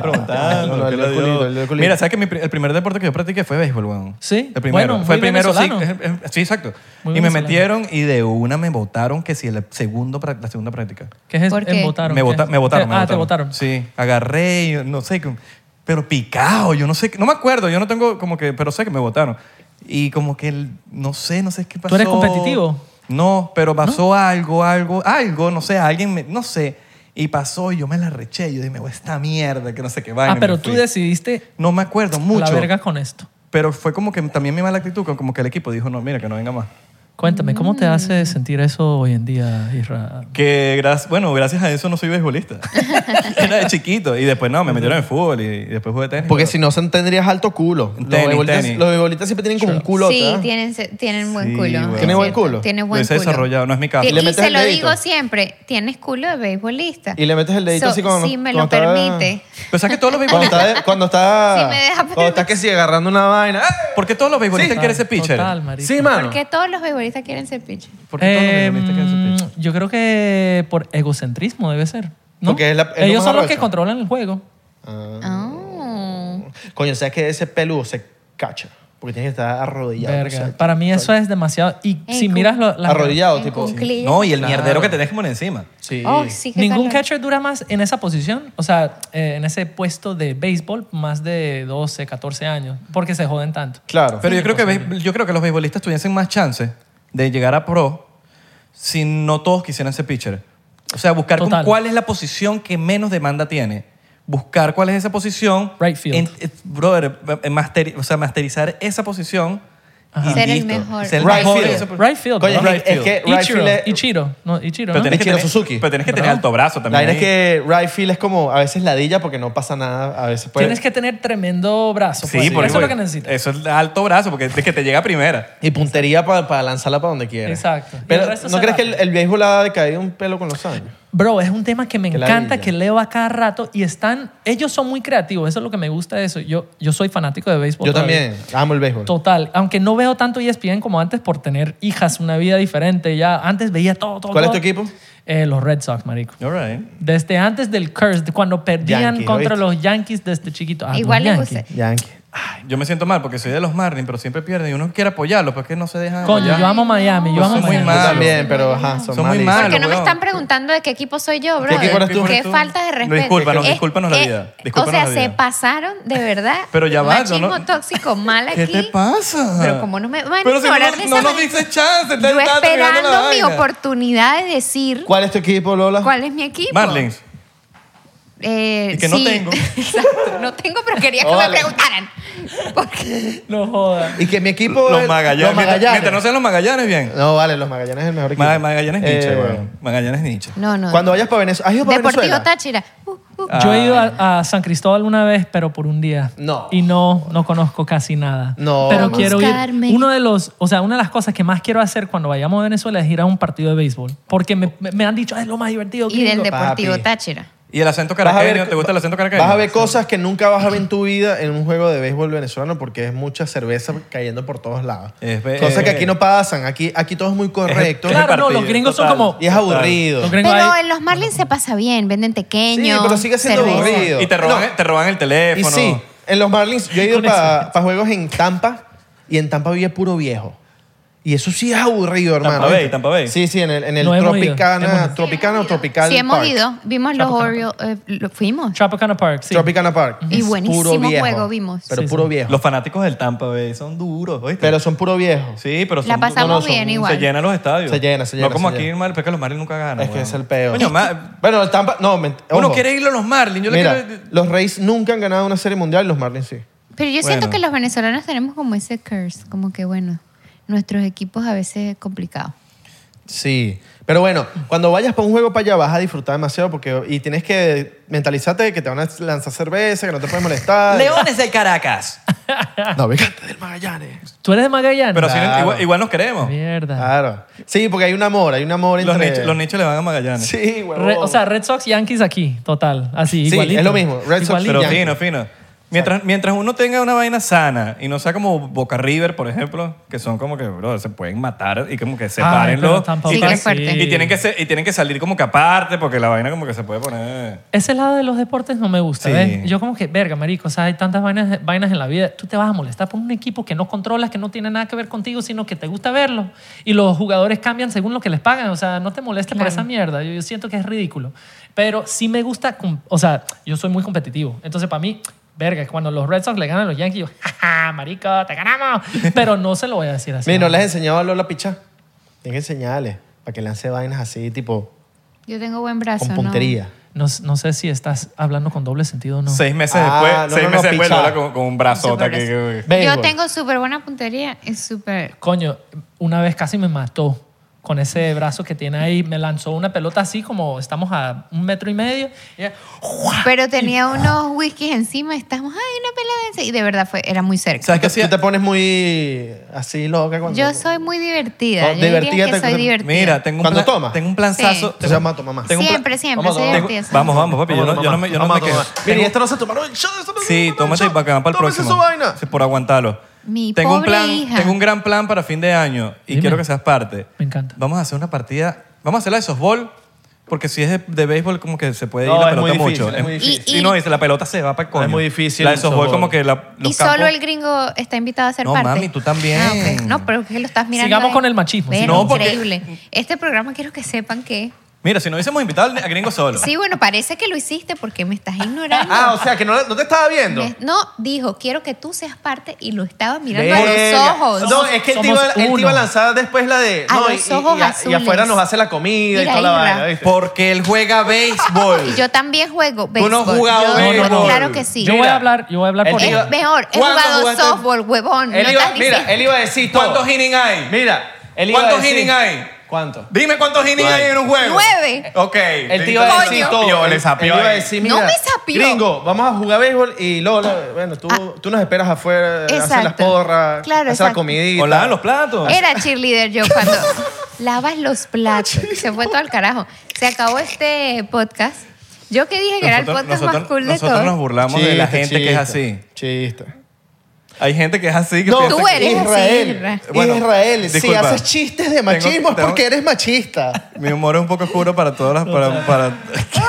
Speaker 2: No,
Speaker 3: preguntando.
Speaker 2: no,
Speaker 3: ¿qué
Speaker 2: el
Speaker 3: le dio?
Speaker 2: culito, el del culito.
Speaker 3: Mira, ¿sabes que mi pri- el primer deporte que yo practiqué fue béisbol, weón?
Speaker 4: Sí,
Speaker 3: El primero.
Speaker 4: bueno,
Speaker 3: fue el
Speaker 4: muy
Speaker 3: primero, sí.
Speaker 4: venezolano.
Speaker 3: es- es- Sí, exacto. y
Speaker 4: Muy
Speaker 3: me
Speaker 4: venezolano.
Speaker 3: metieron y de una me votaron que si el segundo, pra- la segunda práctica.
Speaker 4: ¿Qué es eso?
Speaker 1: ¿Por qué?
Speaker 4: Eh, votaron,
Speaker 3: Me,
Speaker 4: ¿qué
Speaker 3: vota-
Speaker 4: es?
Speaker 3: me votaron. me
Speaker 4: Ah, te votaron.
Speaker 3: Sí, agarré, y no sé, con- pero picado, yo no sé, no me acuerdo, yo no tengo como que, pero sé que me votaron. Y como que, el- no sé, no sé qué pasó.
Speaker 4: eres competitivo?
Speaker 3: No, pero pasó algo, algo, algo, no sé, alguien, me- no sé. Y pasó y yo me la reché, yo dije, "Me voy a esta mierda, que no sé qué vaina.
Speaker 4: Ah,
Speaker 3: y
Speaker 4: pero
Speaker 3: me
Speaker 4: tú
Speaker 3: fui.
Speaker 4: decidiste
Speaker 3: No me acuerdo mucho.
Speaker 4: la verga con esto.
Speaker 3: Pero fue como que también mi mala actitud, como que el equipo dijo, no, mira, que no venga más.
Speaker 4: Cuéntame, ¿cómo te
Speaker 1: Mm.
Speaker 4: hace sentir eso hoy en día, Isra?
Speaker 3: Que gra- bueno, gracias a eso no soy beisbolista. Era de chiquito. Y después no, me metieron en fútbol y, y después jugué tenis.
Speaker 2: Porque
Speaker 3: pero-
Speaker 2: si no, se tendrías alto culo.
Speaker 3: Tenis,
Speaker 2: los beisbolistas
Speaker 3: tenis.
Speaker 2: los beisbolistas siempre tienen como un ¿ah? culo.
Speaker 1: Sí, tienen, se- tienen buen
Speaker 3: Sí,
Speaker 1: culo.
Speaker 3: weón.
Speaker 1: es
Speaker 2: ¿Tiene buen
Speaker 1: cierto,
Speaker 2: culo?
Speaker 1: Tiene
Speaker 3: Lo
Speaker 1: buen
Speaker 3: hice
Speaker 1: culo.
Speaker 3: desarrollo, no es mi caso.
Speaker 1: Ti-
Speaker 2: ¿Y le
Speaker 1: Y
Speaker 2: metes
Speaker 1: se
Speaker 2: el
Speaker 1: lo
Speaker 2: dedito?
Speaker 1: digo siempre, tienes culo de beisbolista.
Speaker 2: Y le metes el dedito así como-
Speaker 1: Si me
Speaker 2: como
Speaker 1: lo
Speaker 2: estaba-
Speaker 1: permite.
Speaker 3: Pero ¿sabes que todos los
Speaker 2: Cuando
Speaker 3: beisbolistas...
Speaker 2: está, cuando está,
Speaker 1: Sí, me deja
Speaker 2: cuando está que si agarrando una vaina. ¡ay!
Speaker 3: ¿Por qué todos los beisbolistas
Speaker 4: Sí.
Speaker 3: quieren ser pitcher?
Speaker 4: Total, marico.
Speaker 2: Sí, mano.
Speaker 1: ¿Por qué todos los beisbolistas quieren ser pitcher?
Speaker 3: ¿Por qué todos los
Speaker 2: Em,
Speaker 4: Eh,
Speaker 3: beisbolistas quieren ser pitcher?
Speaker 4: Yo creo que por egocentrismo debe ser. ¿no?
Speaker 2: Porque es la- es lo
Speaker 4: Ellos
Speaker 2: más
Speaker 4: son los
Speaker 2: arrecho.
Speaker 4: que controlan el juego.
Speaker 2: Ah.
Speaker 1: Ah.
Speaker 2: Coño, ¿sabes que ese peludo se cacha? Porque tienes que estar arrodillado.
Speaker 4: Verga.
Speaker 2: o sea,
Speaker 4: Para mí eso es demasiado. Y
Speaker 1: En
Speaker 4: si
Speaker 1: cu-
Speaker 4: miras lo- las-
Speaker 2: Arrodillado,
Speaker 1: en
Speaker 2: tipo.
Speaker 1: cuclillas.
Speaker 3: No, y el
Speaker 2: Claro.
Speaker 3: mierdero que te dejes por encima.
Speaker 2: Sí.
Speaker 1: Oh, sí, qué
Speaker 4: Ningún
Speaker 1: calor.
Speaker 4: catcher dura más en esa posición, o sea, eh, en ese puesto de béisbol, más de 12, 14 años, porque se joden tanto.
Speaker 2: Claro.
Speaker 3: Pero yo creo, que, beis- yo creo que los beisbolistas tuviesen más chance de llegar a pro si no todos quisieran ser pitcher. O sea, buscar como
Speaker 4: Total.
Speaker 3: cuál es la posición que menos demanda tiene. Buscar cuál es esa posición.
Speaker 4: Right field.
Speaker 3: En- eh, brother, eh, masteri- o sea, masterizar esa posición. Y
Speaker 1: Ser el
Speaker 3: listo.
Speaker 1: mejor.
Speaker 3: Ser el
Speaker 2: Right
Speaker 3: mejor.
Speaker 2: field.
Speaker 3: Eso, pero-
Speaker 4: Right field,
Speaker 2: Coño,
Speaker 4: ¿no?
Speaker 2: es que- es que Eh, right
Speaker 4: Ichiro,
Speaker 2: field es-
Speaker 4: Ichiro, no, Ichiro,
Speaker 3: Pero
Speaker 4: ¿no?
Speaker 3: tienes que
Speaker 2: Ichiro
Speaker 3: tener,
Speaker 2: Suzuki.
Speaker 3: Pero tienes que tener
Speaker 4: ¿Verdad?
Speaker 3: alto brazo
Speaker 2: La
Speaker 3: también.
Speaker 2: idea es
Speaker 3: ahí.
Speaker 2: que right field es como a veces ladilla porque no pasa nada. A veces puede.
Speaker 4: Tienes que tener tremendo brazo.
Speaker 3: Sí,
Speaker 4: pues.
Speaker 3: por
Speaker 4: eso es lo
Speaker 3: voy.
Speaker 4: que necesitas.
Speaker 3: Eso es alto brazo, porque es que te llega primera.
Speaker 2: Y puntería para lanzarla para donde quiera.
Speaker 4: Exacto. Y
Speaker 2: Pero
Speaker 4: el resto
Speaker 2: ¿no
Speaker 4: se
Speaker 2: crees
Speaker 4: va.
Speaker 2: que el, el béisbol ha decaído un pelo con los años?
Speaker 4: Bro, es un tema que me
Speaker 2: Qué
Speaker 4: encanta,
Speaker 2: ladilla.
Speaker 4: que leo a cada rato y están, ellos son muy creativos, eso es lo que me gusta de eso. Yo, yo soy fanático de béisbol.
Speaker 2: Yo
Speaker 4: todavía.
Speaker 2: también amo el béisbol.
Speaker 4: Total, aunque no veo tanto E ESPN como antes por tener hijas, una vida diferente. Ya antes veía todo, todo.
Speaker 2: ¿Cuál es tu
Speaker 4: todo.
Speaker 2: equipo?
Speaker 4: Eh, los Red Sox, marico.
Speaker 3: All right.
Speaker 4: Desde antes del curse, de cuando perdían
Speaker 2: Yankees,
Speaker 4: contra
Speaker 2: ¿oíste?
Speaker 4: los Yankees desde chiquito. Ah,
Speaker 1: Igual
Speaker 4: los
Speaker 1: le
Speaker 4: Yankees.
Speaker 1: gusta.
Speaker 2: Yankee.
Speaker 3: Yo me siento mal porque soy de los Marlins, pero siempre pierden y uno quiere apoyarlos, pero es que no se dejan.
Speaker 4: Coño,
Speaker 3: apoyar.
Speaker 4: yo amo Miami, yo
Speaker 3: Pues
Speaker 4: amo
Speaker 3: son muy
Speaker 4: Miami.
Speaker 2: Yo
Speaker 3: malos.
Speaker 2: también, pero ajá, son,
Speaker 3: Son muy
Speaker 2: malísimos.
Speaker 3: malos.
Speaker 1: Porque no me
Speaker 3: weón.
Speaker 1: están preguntando de qué equipo soy yo, bro.
Speaker 2: equipo eres tú?
Speaker 1: Qué falta de respeto.
Speaker 3: Discúlpanos,
Speaker 1: Eh,
Speaker 3: discúlpanos la
Speaker 1: eh,
Speaker 3: vida.
Speaker 1: O sea,
Speaker 3: Discúlpanos la
Speaker 1: se
Speaker 3: vida.
Speaker 1: pasaron de verdad.
Speaker 3: Pero ya va, yo
Speaker 1: Machismo
Speaker 3: no-
Speaker 1: tóxico, mal aquí.
Speaker 3: ¿Qué te pasa?
Speaker 1: Pero como no me van a
Speaker 3: Pero si no,
Speaker 1: ignorar
Speaker 3: nos-
Speaker 1: de esa
Speaker 3: no nos
Speaker 1: manera.
Speaker 3: dices chance, está-
Speaker 1: Yo
Speaker 3: está terminando la
Speaker 1: esperando mi
Speaker 3: vaina.
Speaker 1: oportunidad de decir
Speaker 2: ¿Cuál es tu equipo, Lola?
Speaker 1: cuál es mi equipo.
Speaker 3: Marlins.
Speaker 1: Eh,
Speaker 3: Y que no
Speaker 1: sí.
Speaker 3: tengo. Oh,
Speaker 1: Exacto, no tengo, pero quería que me
Speaker 2: Órale.
Speaker 1: preguntaran. Porque
Speaker 4: No jodas.
Speaker 2: Y que mi equipo
Speaker 3: Los
Speaker 2: es-
Speaker 3: Magallanes.
Speaker 2: Los
Speaker 3: Pues, Mientras,
Speaker 2: Magallanes.
Speaker 3: mientras no sean los Magallanes, bien.
Speaker 2: No, vale, los Magallanes es el mejor equipo.
Speaker 3: Ma- Magallanes es Nietzsche,
Speaker 2: Eh,
Speaker 3: weón. Magallanes es Nietzsche.
Speaker 1: No, no.
Speaker 2: Cuando vayas para Venezuela. ¿Has ido para
Speaker 1: Deportivo
Speaker 2: Venezuela?
Speaker 1: Táchira. Uh, uh.
Speaker 3: Ah,
Speaker 4: Yo he ido a, a San Cristóbal una vez, pero por un día.
Speaker 2: No.
Speaker 4: Y no, no conozco casi nada.
Speaker 2: No.
Speaker 4: Pero
Speaker 2: Vamos,
Speaker 4: quiero
Speaker 1: Carmen.
Speaker 4: ir. Uno de los, o sea, una de las cosas que más quiero hacer cuando vayamos a Venezuela es ir a un partido de béisbol. Porque me, me- me han dicho, "Ah, es lo más divertido.
Speaker 1: Y del
Speaker 4: gringo".
Speaker 1: Deportivo
Speaker 2: Papi.
Speaker 1: Táchira.
Speaker 3: ¿Y el acento
Speaker 2: Vas a ver-
Speaker 3: caraqueño? ¿Te gusta el acento caraqueño?
Speaker 2: Vas a ver cosas que nunca vas a ver en tu vida en un juego de béisbol venezolano porque es mucha cerveza cayendo por todos lados.
Speaker 3: Es ve-
Speaker 2: cosas que
Speaker 3: eh.
Speaker 2: aquí no pasan. Aquí, aquí todo es muy correcto.
Speaker 3: es
Speaker 4: Claro, no,
Speaker 3: partido,
Speaker 4: los gringos
Speaker 3: total.
Speaker 4: son como.
Speaker 2: y es aburrido.
Speaker 4: Los gringos
Speaker 1: Pero
Speaker 4: ahí-
Speaker 1: en los Marlins se pasa bien, venden
Speaker 2: Sí,
Speaker 1: tequeños.
Speaker 2: pero sigue siendo
Speaker 1: cerveza.
Speaker 2: aburrido.
Speaker 3: Y te roban,
Speaker 2: No.
Speaker 3: te roban el
Speaker 2: Y
Speaker 3: teléfono.
Speaker 2: sí, en los Marlins, yo he ido
Speaker 4: Con eso.
Speaker 2: para juegos en Tampa y en Tampa vive puro viejo. Y eso sí es aburrido,
Speaker 3: Tampa
Speaker 2: hermano.
Speaker 3: Bay,
Speaker 2: ¿viste?
Speaker 3: Tampa Bay.
Speaker 2: Sí, sí, en el, en el
Speaker 4: No hemos ido, hemos
Speaker 2: Tropicana,
Speaker 4: ido.
Speaker 2: Tropicana o Tropical
Speaker 1: Sí, hemos
Speaker 2: Park.
Speaker 1: ido. Vimos los
Speaker 4: Tropicana.
Speaker 1: Orioles. eh, lo- fuimos.
Speaker 4: Tropicana Park, sí.
Speaker 2: Tropicana Park.
Speaker 1: Y
Speaker 2: Es
Speaker 1: buenísimo
Speaker 2: puro viejo,
Speaker 1: juego vimos.
Speaker 2: Pero
Speaker 4: Sí,
Speaker 2: puro
Speaker 4: sí.
Speaker 2: viejo.
Speaker 3: Los fanáticos del Tampa Bay son duros, ¿oíste?
Speaker 2: Pero son puro viejo.
Speaker 3: sí, pero son
Speaker 1: La
Speaker 3: du-
Speaker 1: pasamos
Speaker 2: no, son-
Speaker 1: bien igual.
Speaker 3: Se llenan los estadios.
Speaker 2: Se llena, se llena,
Speaker 3: No como
Speaker 2: se
Speaker 3: aquí,
Speaker 2: llena.
Speaker 3: Mar- pero es que los Marlins nunca ganan.
Speaker 2: Es que
Speaker 3: weón.
Speaker 2: es el peor.
Speaker 3: Ah, Coño, ma-
Speaker 2: Bueno, el Tampa... No, ment-
Speaker 3: uno
Speaker 2: ojo.
Speaker 3: quiere ir a los Marlins. Yo le
Speaker 2: Mira,
Speaker 3: quiero...
Speaker 2: los Rays nunca han ganado una serie mundial y los Marlins sí.
Speaker 1: Pero yo siento
Speaker 3: Bueno.
Speaker 1: que los venezolanos tenemos como ese curse, como que bueno, nuestros equipos a veces es complicado.
Speaker 2: Sí. Pero bueno, cuando vayas para un juego para allá vas a disfrutar demasiado porque y tienes que mentalizarte de que te van a lanzar cerveza, que no te puedes molestar.
Speaker 3: Leones del Caracas.
Speaker 2: No, vengate del Magallanes.
Speaker 4: Tú eres de Magallanes.
Speaker 3: Pero sí,
Speaker 2: Claro.
Speaker 3: igual, igual nos queremos.
Speaker 4: Mierda.
Speaker 2: Claro. Sí, porque hay un amor, hay un amor
Speaker 3: Los
Speaker 2: entre...
Speaker 3: nichos, los nichos le van a Magallanes.
Speaker 2: Sí, huevón.
Speaker 4: Re- o sea, Red Sox, Yankees aquí, total. Así,
Speaker 2: Sí,
Speaker 4: igualito.
Speaker 2: es lo mismo. Red Sox,
Speaker 4: Igualito.
Speaker 3: Pero
Speaker 2: Yankees.
Speaker 3: fino, fino. Mientras, mientras uno tenga una vaina sana y no sea como Boca River, por ejemplo, que son como que, bro, se pueden matar y como que
Speaker 4: Ah, pero
Speaker 3: sepárenlo.
Speaker 4: tampoco
Speaker 3: y,
Speaker 1: Sí, qué
Speaker 3: tienen,
Speaker 1: fuerte.
Speaker 3: y tienen que ser- y tienen que salir como que aparte porque la vaina como que se puede poner...
Speaker 4: Ese lado de los deportes no me gusta,
Speaker 3: Sí.
Speaker 4: ¿ves? Yo como que, verga, marico, o sea, hay tantas vainas, vainas en la vida. Tú te vas a molestar por un equipo que no controlas, que no tiene nada que ver contigo, sino que te gusta verlo. Y los jugadores cambian según lo que les pagan. O sea, no te molestes por
Speaker 1: Claro.
Speaker 4: esa mierda. Yo, yo siento que es ridículo. Pero sí me gusta, com- o sea, yo soy muy competitivo. Entonces, para mí, verga, cuando los Red Sox le ganan a los Yankees, yo, jaja, marico, te ganamos. Pero no se lo voy a decir así.
Speaker 2: Mira, no les he enseñado a Lola Pichá. Tienes que enseñarles para que lance vainas así, tipo,
Speaker 1: Yo tengo buen brazo.
Speaker 2: con
Speaker 1: ¿no?
Speaker 2: puntería.
Speaker 4: No, no sé si estás hablando con doble sentido o no.
Speaker 3: Seis meses
Speaker 2: Ah,
Speaker 3: después,
Speaker 2: no,
Speaker 3: seis
Speaker 2: no, no,
Speaker 3: meses después,
Speaker 2: pichada.
Speaker 3: Lola con, con un brazota
Speaker 1: Súper
Speaker 3: aquí.
Speaker 1: brazo.
Speaker 2: Béisbol.
Speaker 1: Yo tengo súper buena puntería, es súper...
Speaker 4: Coño, una vez casi me mató con ese brazo que tiene ahí. Me lanzó una pelota así como estamos a un metro y medio. Y ella,
Speaker 1: Pero tenía unos whiskies encima, estamos, ay, una pelada. Y de verdad fue, era muy cerca.
Speaker 3: ¿Sabes qué
Speaker 2: Tú
Speaker 3: hacía?
Speaker 2: te pones muy así loca cuando...
Speaker 1: Yo soy muy divertida.
Speaker 2: Oh,
Speaker 1: Yo diría
Speaker 2: divertida
Speaker 1: que
Speaker 2: te-
Speaker 1: soy divertida.
Speaker 3: Mira, tengo un,
Speaker 2: Cuando
Speaker 3: plan-
Speaker 2: toma.
Speaker 3: tengo un planzazo.
Speaker 1: Sí.
Speaker 2: Se llama tu mamá.
Speaker 3: Tengo un
Speaker 1: Siempre, siempre, soy
Speaker 3: Tengo-
Speaker 1: divertida.
Speaker 3: vamos, vamos, papi. Yo no,
Speaker 2: Vamos,
Speaker 3: yo no
Speaker 2: mamá.
Speaker 3: me, yo no
Speaker 2: Vamos,
Speaker 3: me quejo.
Speaker 2: mamá. Mira, y esto no se tomaron el shot. esto no se
Speaker 3: Sí,
Speaker 2: tomaron el
Speaker 3: tómate
Speaker 2: shot.
Speaker 3: para acá, para el
Speaker 2: Tómese
Speaker 3: próximo.
Speaker 2: su vaina.
Speaker 3: Sí, por aguantarlo.
Speaker 1: Mi
Speaker 3: tengo un
Speaker 1: pobre
Speaker 3: plan,
Speaker 1: hija.
Speaker 3: Tengo un gran plan para fin de año y
Speaker 4: Dime.
Speaker 3: quiero que seas parte.
Speaker 4: Me encanta.
Speaker 3: Vamos a hacer una partida. Vamos a hacerla de softball Porque si es de, de béisbol, como que se puede ir
Speaker 2: No,
Speaker 3: la
Speaker 2: es muy
Speaker 3: pelota
Speaker 2: difícil,
Speaker 3: mucho.
Speaker 2: es muy
Speaker 1: difícil. Y-
Speaker 3: Y, no, dice, la pelota se va para coño.
Speaker 2: Es muy difícil
Speaker 3: La de
Speaker 2: el
Speaker 3: softball,
Speaker 2: softball.
Speaker 3: como que la, los
Speaker 1: Y solo
Speaker 3: campos-
Speaker 1: el gringo está invitado a ser
Speaker 3: No,
Speaker 1: parte.
Speaker 3: mami, tú también.
Speaker 1: Ah, ok. No, pero es que lo estás mirando.
Speaker 4: Sigamos
Speaker 1: ahí.
Speaker 4: con el machismo,
Speaker 1: Bueno,
Speaker 3: sigamos. No, porque-
Speaker 1: increíble. Este programa quiero que sepan que.
Speaker 3: Mira, si no hubiésemos invitado al- a gringo solo.
Speaker 1: Sí, bueno, parece que lo hiciste porque me estás ignorando.
Speaker 5: Ah, o sea, que no, no te estaba viendo.
Speaker 1: Me- no, dijo, quiero que tú seas parte y lo estaba mirando
Speaker 5: Verga.
Speaker 1: a los ojos.
Speaker 5: No, es que él te,
Speaker 4: Somos
Speaker 5: iba, él te iba a
Speaker 4: uno.
Speaker 5: lanzar después la de.
Speaker 1: A
Speaker 5: no,
Speaker 1: los
Speaker 5: y- y,
Speaker 1: ojos
Speaker 5: y a- y
Speaker 1: azules.
Speaker 5: afuera nos hace la comida
Speaker 1: Mira,
Speaker 5: y toda la
Speaker 1: Isra.
Speaker 5: vaina, ¿viste?
Speaker 3: Porque él juega béisbol.
Speaker 1: Y yo también juego
Speaker 3: Tú
Speaker 1: béisbol.
Speaker 3: no has jugado
Speaker 1: Yo-
Speaker 3: béisbol.
Speaker 1: Claro que sí.
Speaker 4: Yo voy
Speaker 5: Mira.
Speaker 4: a hablar, yo voy a hablar
Speaker 5: Él
Speaker 4: por
Speaker 5: te
Speaker 1: es
Speaker 5: iba-
Speaker 1: mejor, he
Speaker 5: ¿Cuándo
Speaker 1: jugado
Speaker 5: jugaste?
Speaker 1: softball, huevón.
Speaker 5: Él
Speaker 1: no
Speaker 5: iba,
Speaker 1: estás
Speaker 5: mira,
Speaker 1: diciendo-
Speaker 5: él iba a decir todo.
Speaker 3: ¿Cuántos innings hay?
Speaker 5: Mira, él iba a
Speaker 3: ¿Cuántos
Speaker 5: decir-
Speaker 3: innings hay?
Speaker 5: ¿Cuántos?
Speaker 3: Dime cuántos innings hay en un juego.
Speaker 1: Nueve.
Speaker 3: Ok.
Speaker 5: Él te iba a
Speaker 1: Coño.
Speaker 5: decir todo.
Speaker 3: Sapió,
Speaker 5: Él-
Speaker 3: le sapió eh.
Speaker 5: él iba a
Speaker 3: ahí.
Speaker 5: decir,
Speaker 1: No
Speaker 5: mira,
Speaker 1: me sapió. Ah.
Speaker 5: Gringo, vamos a jugar béisbol y luego, la- bueno, tú, tú nos esperas afuera, haces las
Speaker 1: Exacto.
Speaker 5: porras,
Speaker 1: Claro,
Speaker 5: haces la
Speaker 1: exacto.
Speaker 5: comidita.
Speaker 3: O lavan los platos.
Speaker 1: Era cheerleader yo cuando lavas los platos. Se fue todo al carajo. Se acabó este podcast. Yo que dije que era el
Speaker 3: Nosotros-
Speaker 1: podcast más
Speaker 3: nosotros-
Speaker 1: cool de
Speaker 3: nosotros nos
Speaker 1: todos.
Speaker 3: burlamos de la
Speaker 2: Chiste,
Speaker 3: gente que es así.
Speaker 2: chiste, Chiste.
Speaker 3: Hay gente que es así que
Speaker 2: No,
Speaker 3: piensa
Speaker 1: tú
Speaker 3: que-
Speaker 1: eres así,
Speaker 2: Israel,
Speaker 1: Isra.
Speaker 3: Bueno,
Speaker 2: Israel, si
Speaker 3: disculpa.
Speaker 2: haces chistes de
Speaker 3: Tengo-
Speaker 2: machismo es
Speaker 3: tengo-
Speaker 2: porque eres machista.
Speaker 3: Mi humor es un poco oscuro para todas las... Para, para-
Speaker 1: Ah,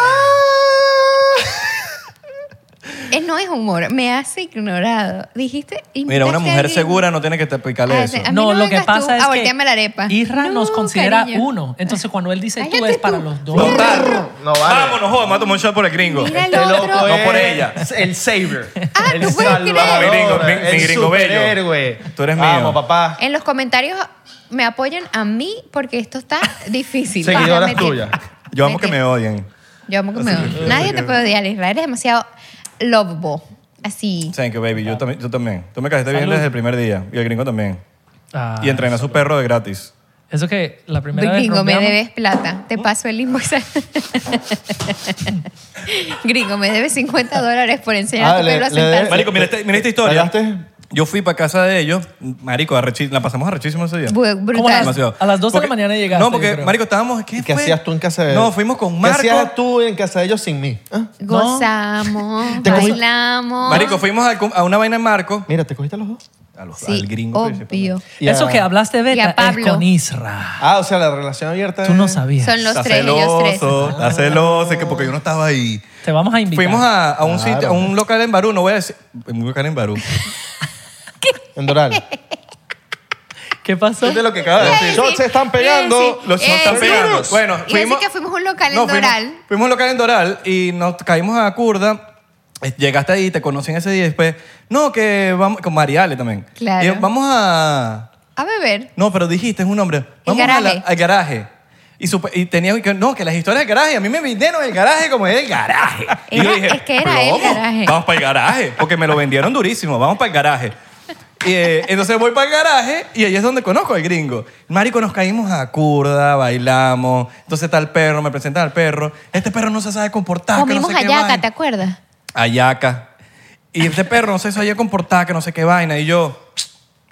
Speaker 1: Eh, no es humor, me has ignorado. Dijiste.
Speaker 3: Mira,
Speaker 1: invitaste a
Speaker 3: una mujer
Speaker 1: alguien.
Speaker 3: segura no tiene que te explicarle
Speaker 1: Ah,
Speaker 3: eso.
Speaker 1: sí. A mí no vengas tú a voltearme la arepa.
Speaker 4: Isra
Speaker 1: No,
Speaker 4: nos considera
Speaker 1: cariño.
Speaker 4: uno. Entonces, cuando él dice tú,
Speaker 1: Cállate
Speaker 4: es para
Speaker 1: tú.
Speaker 4: los dos.
Speaker 3: Total.
Speaker 5: No vale.
Speaker 3: Vámonos, joder, mato un shot por el gringo.
Speaker 1: Mira el
Speaker 5: Este
Speaker 1: otro.
Speaker 5: loco
Speaker 3: No
Speaker 5: es
Speaker 3: por ella.
Speaker 5: El savior.
Speaker 1: Ah,
Speaker 5: el
Speaker 1: ¿tú puedes
Speaker 5: salvador,
Speaker 1: creer?
Speaker 3: Mi gringo, mi- mi
Speaker 5: el
Speaker 3: gringo bello.
Speaker 5: superhéroe.
Speaker 3: Tú eres mío.
Speaker 5: Vamos, papá.
Speaker 1: En los comentarios me apoyan a mí porque esto está difícil.
Speaker 5: Seguidoras
Speaker 1: O sea, me-
Speaker 5: tuyas.
Speaker 3: Yo amo que me odien.
Speaker 1: Yo amo que me odien. Nadie te puede odiar, Isra. Eres demasiado lovable. Así.
Speaker 3: Thank you, baby. Yo también. Yo también. Tú me caíste bien
Speaker 4: Salud.
Speaker 3: desde el primer día. Y el gringo también.
Speaker 4: Ah,
Speaker 3: Y entrena a su perro de gratis.
Speaker 4: Eso que la primera vez
Speaker 1: Gringo, me
Speaker 4: rondeamos-
Speaker 1: debes plata.
Speaker 3: ¿Oh?
Speaker 1: Te paso el invoice. Gringo, me debes 50 dólares por enseñar a
Speaker 2: Ah,
Speaker 1: tu
Speaker 2: le-
Speaker 1: pueblo a
Speaker 2: le debes-
Speaker 1: sentarse.
Speaker 3: Marico, mira, este- mira esta historia.
Speaker 2: ¿Pagaste?
Speaker 3: Yo fui para casa de ellos. Marico, arrechi- la pasamos arrechísimo ese día.
Speaker 1: Bu-
Speaker 4: ¿Cómo la-
Speaker 1: Brutal.
Speaker 3: Demasiado.
Speaker 4: A las dos de la
Speaker 3: Porque-
Speaker 4: mañana llegaste,
Speaker 3: No, porque,
Speaker 4: yo creo.
Speaker 3: Marico, estábamos. ¿Qué,
Speaker 2: ¿Y qué
Speaker 3: fue?
Speaker 2: hacías tú en casa de
Speaker 3: No, fuimos con
Speaker 2: ¿Qué
Speaker 3: Marco.
Speaker 2: hacías tú en casa de ellos sin mí? ¿Ah?
Speaker 1: Gozamos,
Speaker 2: Te cogí-
Speaker 1: bailamos.
Speaker 3: Marico, fuimos al cum- a una vaina en Marco.
Speaker 2: Mira, ¿te cogiste a los dos?
Speaker 3: A los-
Speaker 1: Sí,
Speaker 3: al gringo.
Speaker 1: obvio.
Speaker 2: Y a-
Speaker 4: Eso que hablaste
Speaker 1: Y a
Speaker 4: de es
Speaker 1: Pablo.
Speaker 4: con Isra.
Speaker 2: Ah, o sea, la relación abierta.
Speaker 4: Tú no
Speaker 2: es-
Speaker 4: sabías.
Speaker 1: Son los
Speaker 3: Está
Speaker 1: tres, ellos tres.
Speaker 3: celoso,
Speaker 2: Ah.
Speaker 3: está celoso, es que porque yo no estaba ahí.
Speaker 4: Te vamos a invitar.
Speaker 3: Fuimos a, a un
Speaker 2: Claro.
Speaker 3: sitio, a un local en Barú, no voy a decir. Un local en Barú.
Speaker 2: En Doral.
Speaker 4: ¿Qué pasó?
Speaker 3: lo que acaba de
Speaker 1: Sí,
Speaker 2: shots
Speaker 1: sí.
Speaker 2: se están pegando,
Speaker 1: Sí, sí.
Speaker 3: Los shots
Speaker 1: Eh,
Speaker 3: están
Speaker 1: sí.
Speaker 3: pegando. Bueno,
Speaker 1: Iba a decir que fuimos a un local en
Speaker 3: No, fuimos-
Speaker 1: Doral.
Speaker 3: Fuimos a un local en Doral y nos caímos a Curda. Eh, Llegaste ahí, te conocí en ese día y después. No, que vamos. Con Mariale también.
Speaker 1: Claro.
Speaker 3: Y yo, vamos a.
Speaker 1: A beber.
Speaker 3: No, pero dijiste, es un nombre. Vamos a la-
Speaker 1: garaje.
Speaker 3: al garaje. Y, supe- y tenía que. No, que las historias del garaje. A mí me vendieron el garaje como es el garaje. Y yo
Speaker 1: Era-
Speaker 3: dije,
Speaker 1: es que era el
Speaker 3: "Plomo,
Speaker 1: garaje".
Speaker 3: Vamos para el garaje. Porque me lo vendieron durísimo. Vamos para el garaje. Y, eh, entonces voy para el garaje y ahí es donde conozco al gringo. Marico, nos caímos a curda, bailamos. Entonces está el perro, me presentan al perro. Este perro no se sabe comportar. que no
Speaker 1: Comimos
Speaker 3: sé qué
Speaker 1: hallaca,
Speaker 3: vaina.
Speaker 1: ¿te acuerdas?
Speaker 3: Ayaca. Y este perro no se sabía comportar, que no sé qué vaina. Y yo,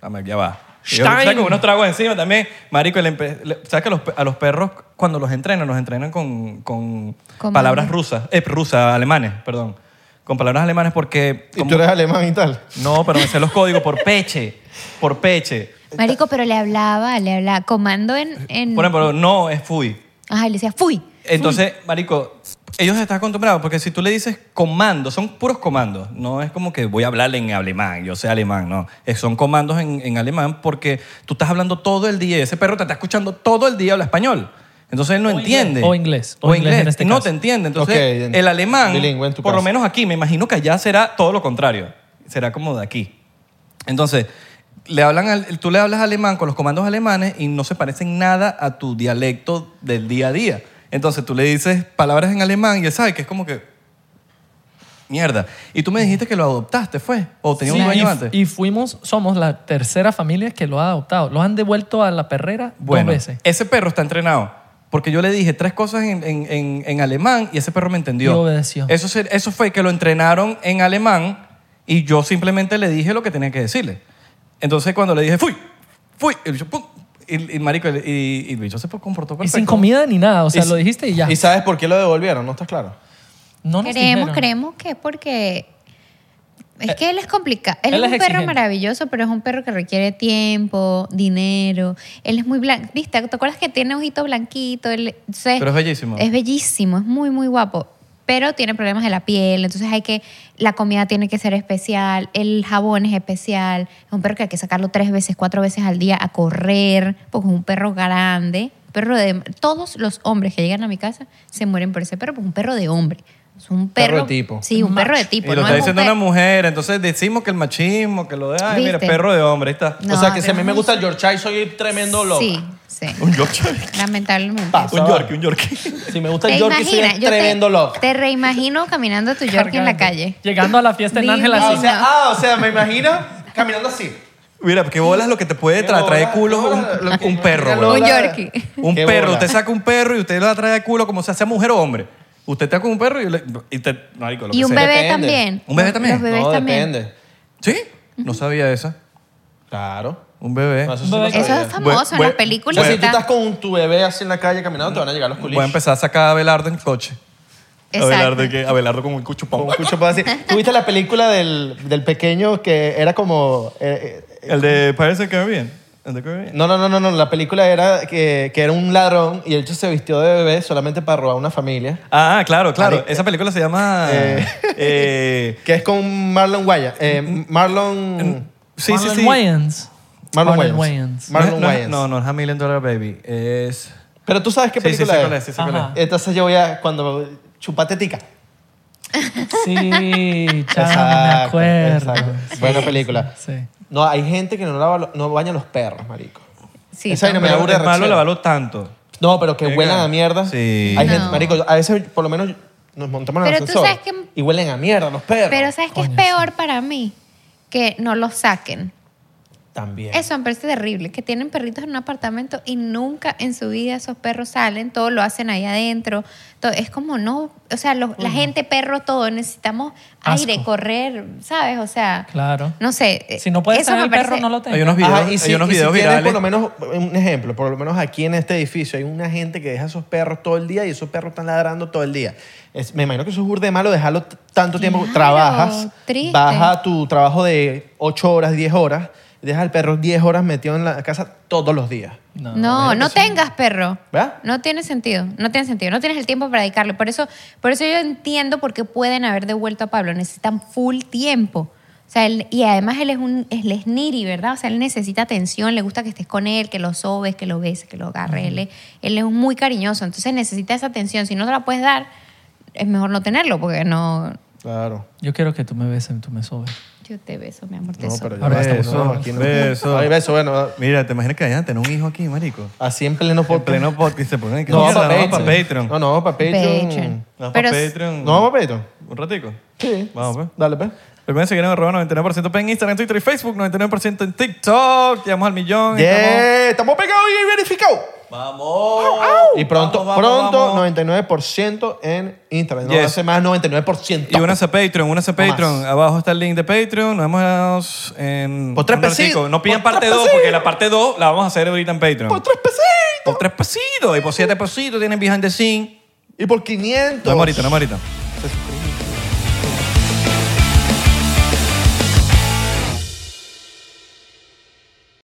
Speaker 3: dame, ya va. Y yo,
Speaker 4: Stein.
Speaker 3: ¿sabes? Con unos tragos encima también. Marico, le empe- le- ¿sabes que los pe- a los perros, cuando los entrenan, los entrenan con, con
Speaker 1: Con
Speaker 3: palabras
Speaker 1: nombres.
Speaker 3: rusas, eh, rusas, alemanes, perdón. Con palabras alemanes porque...
Speaker 2: Y
Speaker 3: como-
Speaker 2: tú eres alemán y tal.
Speaker 3: No, pero me sé los códigos por peche, por peche.
Speaker 1: Marico, pero le hablaba, le hablaba. Comando en. en...
Speaker 3: Por ejemplo, no es fui.
Speaker 1: Ajá, le decía, fui.
Speaker 3: Entonces, marico, ellos están acostumbrados porque si tú le dices comando, son puros comandos. No es como que voy a hablarle en alemán, yo sé alemán, no. Eh, Son comandos en, en alemán porque tú estás hablando todo el día y ese perro te está escuchando todo el día, habla español. Entonces él no
Speaker 4: O
Speaker 3: entiende.
Speaker 4: inglés, o inglés,
Speaker 3: O,
Speaker 4: o
Speaker 3: inglés.
Speaker 4: inglés en este
Speaker 3: no
Speaker 4: caso.
Speaker 3: te entiende. Entonces,
Speaker 2: Ok, en-
Speaker 3: el alemán,
Speaker 2: bilingüe en tu
Speaker 3: por lo
Speaker 2: caso.
Speaker 3: menos aquí, me imagino que allá será todo lo contrario. Será como de aquí. Entonces, le hablan al- tú le hablas alemán con los comandos alemanes y no se parecen nada a tu dialecto del día a día. Entonces tú le dices palabras en alemán y él sabe que es como que. Mierda. Y tú me dijiste que lo adoptaste, ¿fue? ¿O tenía
Speaker 4: Sí,
Speaker 3: un dueño
Speaker 4: y,
Speaker 3: antes?
Speaker 4: y fuimos, somos la tercera familia que lo ha adoptado. Lo han devuelto a la perrera
Speaker 3: bueno,
Speaker 4: dos veces.
Speaker 3: ese perro está entrenado. Porque yo le dije tres cosas en, en- en- en alemán y ese perro me entendió.
Speaker 4: Y obedeció.
Speaker 3: Eso, se- eso fue que lo entrenaron en alemán y yo simplemente le dije lo que tenía que decirle. Entonces cuando le dije, fui, fui, el bicho, pum, y, y marico, el- y, y el bicho se comportó
Speaker 4: Y
Speaker 3: perfecto.
Speaker 4: sin comida ni nada, o sea,
Speaker 2: Y-
Speaker 4: lo dijiste y ya.
Speaker 2: ¿Y sabes por qué lo devolvieron? ¿No estás claro?
Speaker 4: no nos
Speaker 1: Creemos,
Speaker 4: dijeron.
Speaker 1: creemos que es porque Es que él es complicado. Él,
Speaker 4: Eh, él
Speaker 1: es un
Speaker 4: es
Speaker 1: perro
Speaker 4: exigente.
Speaker 1: maravilloso, pero es un perro que requiere tiempo, dinero. Él es muy blanco. ¿Viste? ¿Te acuerdas que tiene ojito blanquito? Él, entonces-
Speaker 3: Pero es bellísimo.
Speaker 1: Es bellísimo, es muy, muy guapo. Pero tiene problemas de la piel, entonces hay que. La comida tiene que ser especial, el jabón es especial. Es un perro que hay que sacarlo tres veces, cuatro veces al día a correr, porque es un perro grande. Perro de. Todos los hombres que llegan a mi casa se mueren por ese perro, porque es un perro de hombre. Es un perro.
Speaker 2: Perro de tipo.
Speaker 1: Sí, un perro de
Speaker 3: Y
Speaker 1: tipo. no
Speaker 3: lo está
Speaker 1: es un
Speaker 3: diciendo una
Speaker 1: perro-
Speaker 3: mujer, entonces decimos que el machismo, que lo de, ay, mira,
Speaker 1: ¿Viste?
Speaker 3: perro de hombre, ahí está.
Speaker 1: No,
Speaker 2: o sea, que si a mí
Speaker 1: pero-
Speaker 2: me gusta el Yorkshire, soy tremendo loco.
Speaker 1: Sí, sí.
Speaker 3: Un Yorkshire.
Speaker 1: Lamentablemente.
Speaker 2: Pasa, va.
Speaker 3: un Yorkie.
Speaker 2: Si me gusta el Yorkie, soy
Speaker 1: imaginas?
Speaker 2: un
Speaker 1: Yo te-
Speaker 2: tremendo loco.
Speaker 1: Te reimagino caminando tu Yorkie en la
Speaker 4: Cargando.
Speaker 1: calle.
Speaker 4: Llegando a la fiesta en
Speaker 1: Divino.
Speaker 4: Ángel
Speaker 2: Ah,
Speaker 4: así.
Speaker 2: o sea, ah, o sea, me imagino caminando así.
Speaker 3: Mira, porque bolas lo que te puede
Speaker 2: Qué
Speaker 3: tra- traer
Speaker 2: bola,
Speaker 3: culo
Speaker 2: qué
Speaker 3: un,
Speaker 2: bola, lo que-
Speaker 3: un perro,
Speaker 2: mira, lo-
Speaker 1: Un
Speaker 3: weón.
Speaker 2: Hola.
Speaker 1: Yorkie.
Speaker 3: Un
Speaker 2: Qué
Speaker 3: perro,
Speaker 2: bola.
Speaker 3: usted saca un perro y usted lo trae de culo como sea, sea mujer o hombre. Usted trae con un perro y, le- y te... marico, lo
Speaker 1: Y
Speaker 3: que
Speaker 1: un
Speaker 3: sea.
Speaker 1: bebé
Speaker 2: Depende.
Speaker 1: también.
Speaker 3: ¿Un bebé también?
Speaker 1: Los bebés
Speaker 2: no,
Speaker 1: también.
Speaker 2: depende.
Speaker 3: ¿Sí? No sabía esa.
Speaker 2: Claro.
Speaker 3: Un bebé.
Speaker 2: No,
Speaker 4: Bebé.
Speaker 2: lo
Speaker 4: Eso
Speaker 1: Eso
Speaker 2: sabía.
Speaker 1: es famoso en
Speaker 3: Bue-
Speaker 1: las
Speaker 3: bue-
Speaker 2: O
Speaker 1: películas.
Speaker 2: sea,
Speaker 3: Bueno.
Speaker 2: si tú
Speaker 1: está-
Speaker 2: estás con tu bebé así en la calle caminando, te van a llegar los culiches.
Speaker 3: Voy a empezar a sacar a Abelardo en el coche.
Speaker 1: Exacto.
Speaker 3: Abelardo, ¿qué? Abelardo con un
Speaker 2: Con
Speaker 3: cuchupón.
Speaker 2: un cucho para decir. ¿Tú viste la película del, del pequeño que era como... eh, eh,
Speaker 3: El de Pirates of the Caribbean. El de Caribbean.
Speaker 2: no, no, no, no, no, la película era que, que era un ladrón y el hecho se vistió de bebé solamente para robar una familia.
Speaker 3: Ah, claro, claro.
Speaker 2: Marico.
Speaker 3: Esa película se llama...
Speaker 2: Eh.
Speaker 3: eh,
Speaker 2: Que es con Marlon Wayans. Eh, Marlon...
Speaker 3: sí, sí,
Speaker 4: Marlon
Speaker 3: sí.
Speaker 4: Wayans.
Speaker 2: Marlon
Speaker 4: Marlon
Speaker 2: Wayans.
Speaker 3: No
Speaker 4: Wayans.
Speaker 3: es-
Speaker 2: Marlon
Speaker 3: no es-
Speaker 2: Wayans.
Speaker 3: No, no, es a Million Dollar Baby. Es...
Speaker 2: Pero tú sabes qué
Speaker 3: Sí, sí,
Speaker 2: película
Speaker 3: sé
Speaker 2: es.
Speaker 3: cuál es, sí, Ah. sé cuál es.
Speaker 4: Ajá.
Speaker 2: Entonces yo voy a... Cuando... Chupatetica.
Speaker 4: Sí,
Speaker 3: Ah,
Speaker 4: chamo, me
Speaker 2: Exacto,
Speaker 4: acuerdo.
Speaker 2: exacto. Buena película.
Speaker 4: Sí.
Speaker 2: No, hay gente que no, lava lo- no baña los perros, marico.
Speaker 1: Sí,
Speaker 2: Esa vaina
Speaker 1: no.
Speaker 2: me da
Speaker 3: Pero
Speaker 2: burda
Speaker 3: es
Speaker 2: de
Speaker 3: malo
Speaker 2: rechera.
Speaker 3: lavarlo tanto.
Speaker 2: No, pero que
Speaker 3: Venga.
Speaker 2: huelan a mierda.
Speaker 3: Sí.
Speaker 2: Hay gente,
Speaker 1: No.
Speaker 2: marico, a veces por lo menos nos montamos en el
Speaker 1: Pero tú
Speaker 2: ascensor
Speaker 1: sabes que-
Speaker 2: y huelen a mierda los perros.
Speaker 1: Pero ¿sabes qué es peor para mí? Que no los saquen.
Speaker 2: También.
Speaker 1: Eso me parece terrible, que tienen perritos en un apartamento y nunca en su vida esos perros salen, todo lo hacen ahí adentro. Todo- es como no, o sea, los- la gente, perro, todo, necesitamos
Speaker 4: Asco.
Speaker 1: aire, correr, ¿sabes? O sea,
Speaker 4: Claro.
Speaker 1: no sé. eh,
Speaker 4: Si no puedes
Speaker 1: eso
Speaker 4: tener
Speaker 1: me
Speaker 4: el perro,
Speaker 1: parece-
Speaker 4: no lo
Speaker 3: Hay
Speaker 4: tengas.
Speaker 3: unos videos,
Speaker 2: Ajá, y si,
Speaker 3: hay unos
Speaker 2: y si
Speaker 3: videos
Speaker 2: tienes por
Speaker 3: virales.
Speaker 2: lo menos, un ejemplo, por lo menos aquí en este edificio hay una gente que deja esos perros todo el día y esos perros están ladrando todo el día. Es- me imagino que eso es burde malo dejarlo t- tanto tiempo.
Speaker 1: Claro,
Speaker 2: Trabajas,
Speaker 1: triste.
Speaker 2: baja tu trabajo de 8 horas, 10 horas, y dejas al perro 10 horas metido en la casa todos los días.
Speaker 1: No, no, tengas perro.
Speaker 2: ¿Verdad?
Speaker 1: No tiene sentido, no tiene sentido, no tienes el tiempo para dedicarle. Por eso, por eso yo entiendo por qué pueden haber devuelto a Pablo, necesitan full tiempo. O sea, él- y además él es un él es niri, ¿verdad? O sea, él necesita atención, le gusta que estés con él, que lo sobes, que lo beses, que lo agarres. Él, es- él es muy cariñoso, entonces necesita esa atención. Si no te la puedes dar, es mejor no tenerlo porque no...
Speaker 2: Claro.
Speaker 4: Yo quiero que tú me beses, tú me sobes.
Speaker 1: Yo te beso, mi amor, te
Speaker 2: No,
Speaker 1: sobo.
Speaker 2: pero ya
Speaker 4: Ahora
Speaker 2: basta,
Speaker 3: beso,
Speaker 2: no, aquí no.
Speaker 3: beso.
Speaker 2: Ay, beso, bueno,
Speaker 3: Mira, te imaginas que vayan a tener un hijo aquí, marico.
Speaker 2: así en pleno
Speaker 3: En
Speaker 2: podcast.
Speaker 3: pleno podcast se ponen que
Speaker 2: No,
Speaker 3: mierda,
Speaker 2: para
Speaker 3: vamos
Speaker 2: Patreon.
Speaker 3: para Patreon.
Speaker 2: No, no, vamos para Patreon.
Speaker 1: Patreon.
Speaker 3: Vamos
Speaker 1: Pero-
Speaker 3: para Patreon.
Speaker 2: No, vamos para Patreon.
Speaker 3: Un ratico.
Speaker 2: Sí.
Speaker 3: Vamos, pues.
Speaker 2: Dale, pues.
Speaker 3: Recuerden seguirnos en arroba 99% en Instagram, Twitter y Facebook, 99% en TikTok. Llegamos al millón. estamos-
Speaker 2: Yeah, estamos pegados y verificados.
Speaker 3: ¡Vamos!
Speaker 2: Y pronto,
Speaker 3: Uh, Vamos, vamos,
Speaker 2: pronto,
Speaker 3: vamos.
Speaker 2: 99% en Instagram. No
Speaker 3: Yes.
Speaker 2: hace más 99%.
Speaker 3: Y únanse a Patreon, únanse a
Speaker 2: No más.
Speaker 3: Patreon. Abajo está el link de Patreon. Nos vemos en.
Speaker 2: Por tres
Speaker 3: un ratico.
Speaker 2: pesitos.
Speaker 3: No pidan
Speaker 2: Por
Speaker 3: parte
Speaker 2: tres
Speaker 3: 2, porque la parte 2 la vamos a hacer ahorita en Patreon.
Speaker 2: Por tres pesitos.
Speaker 3: Por tres pesitos. Y por siete pesitos tienen behind the scene.
Speaker 2: Y por 500.
Speaker 3: Nos vemos ahorita, nos vemos ahorita.
Speaker 2: Se suscriben.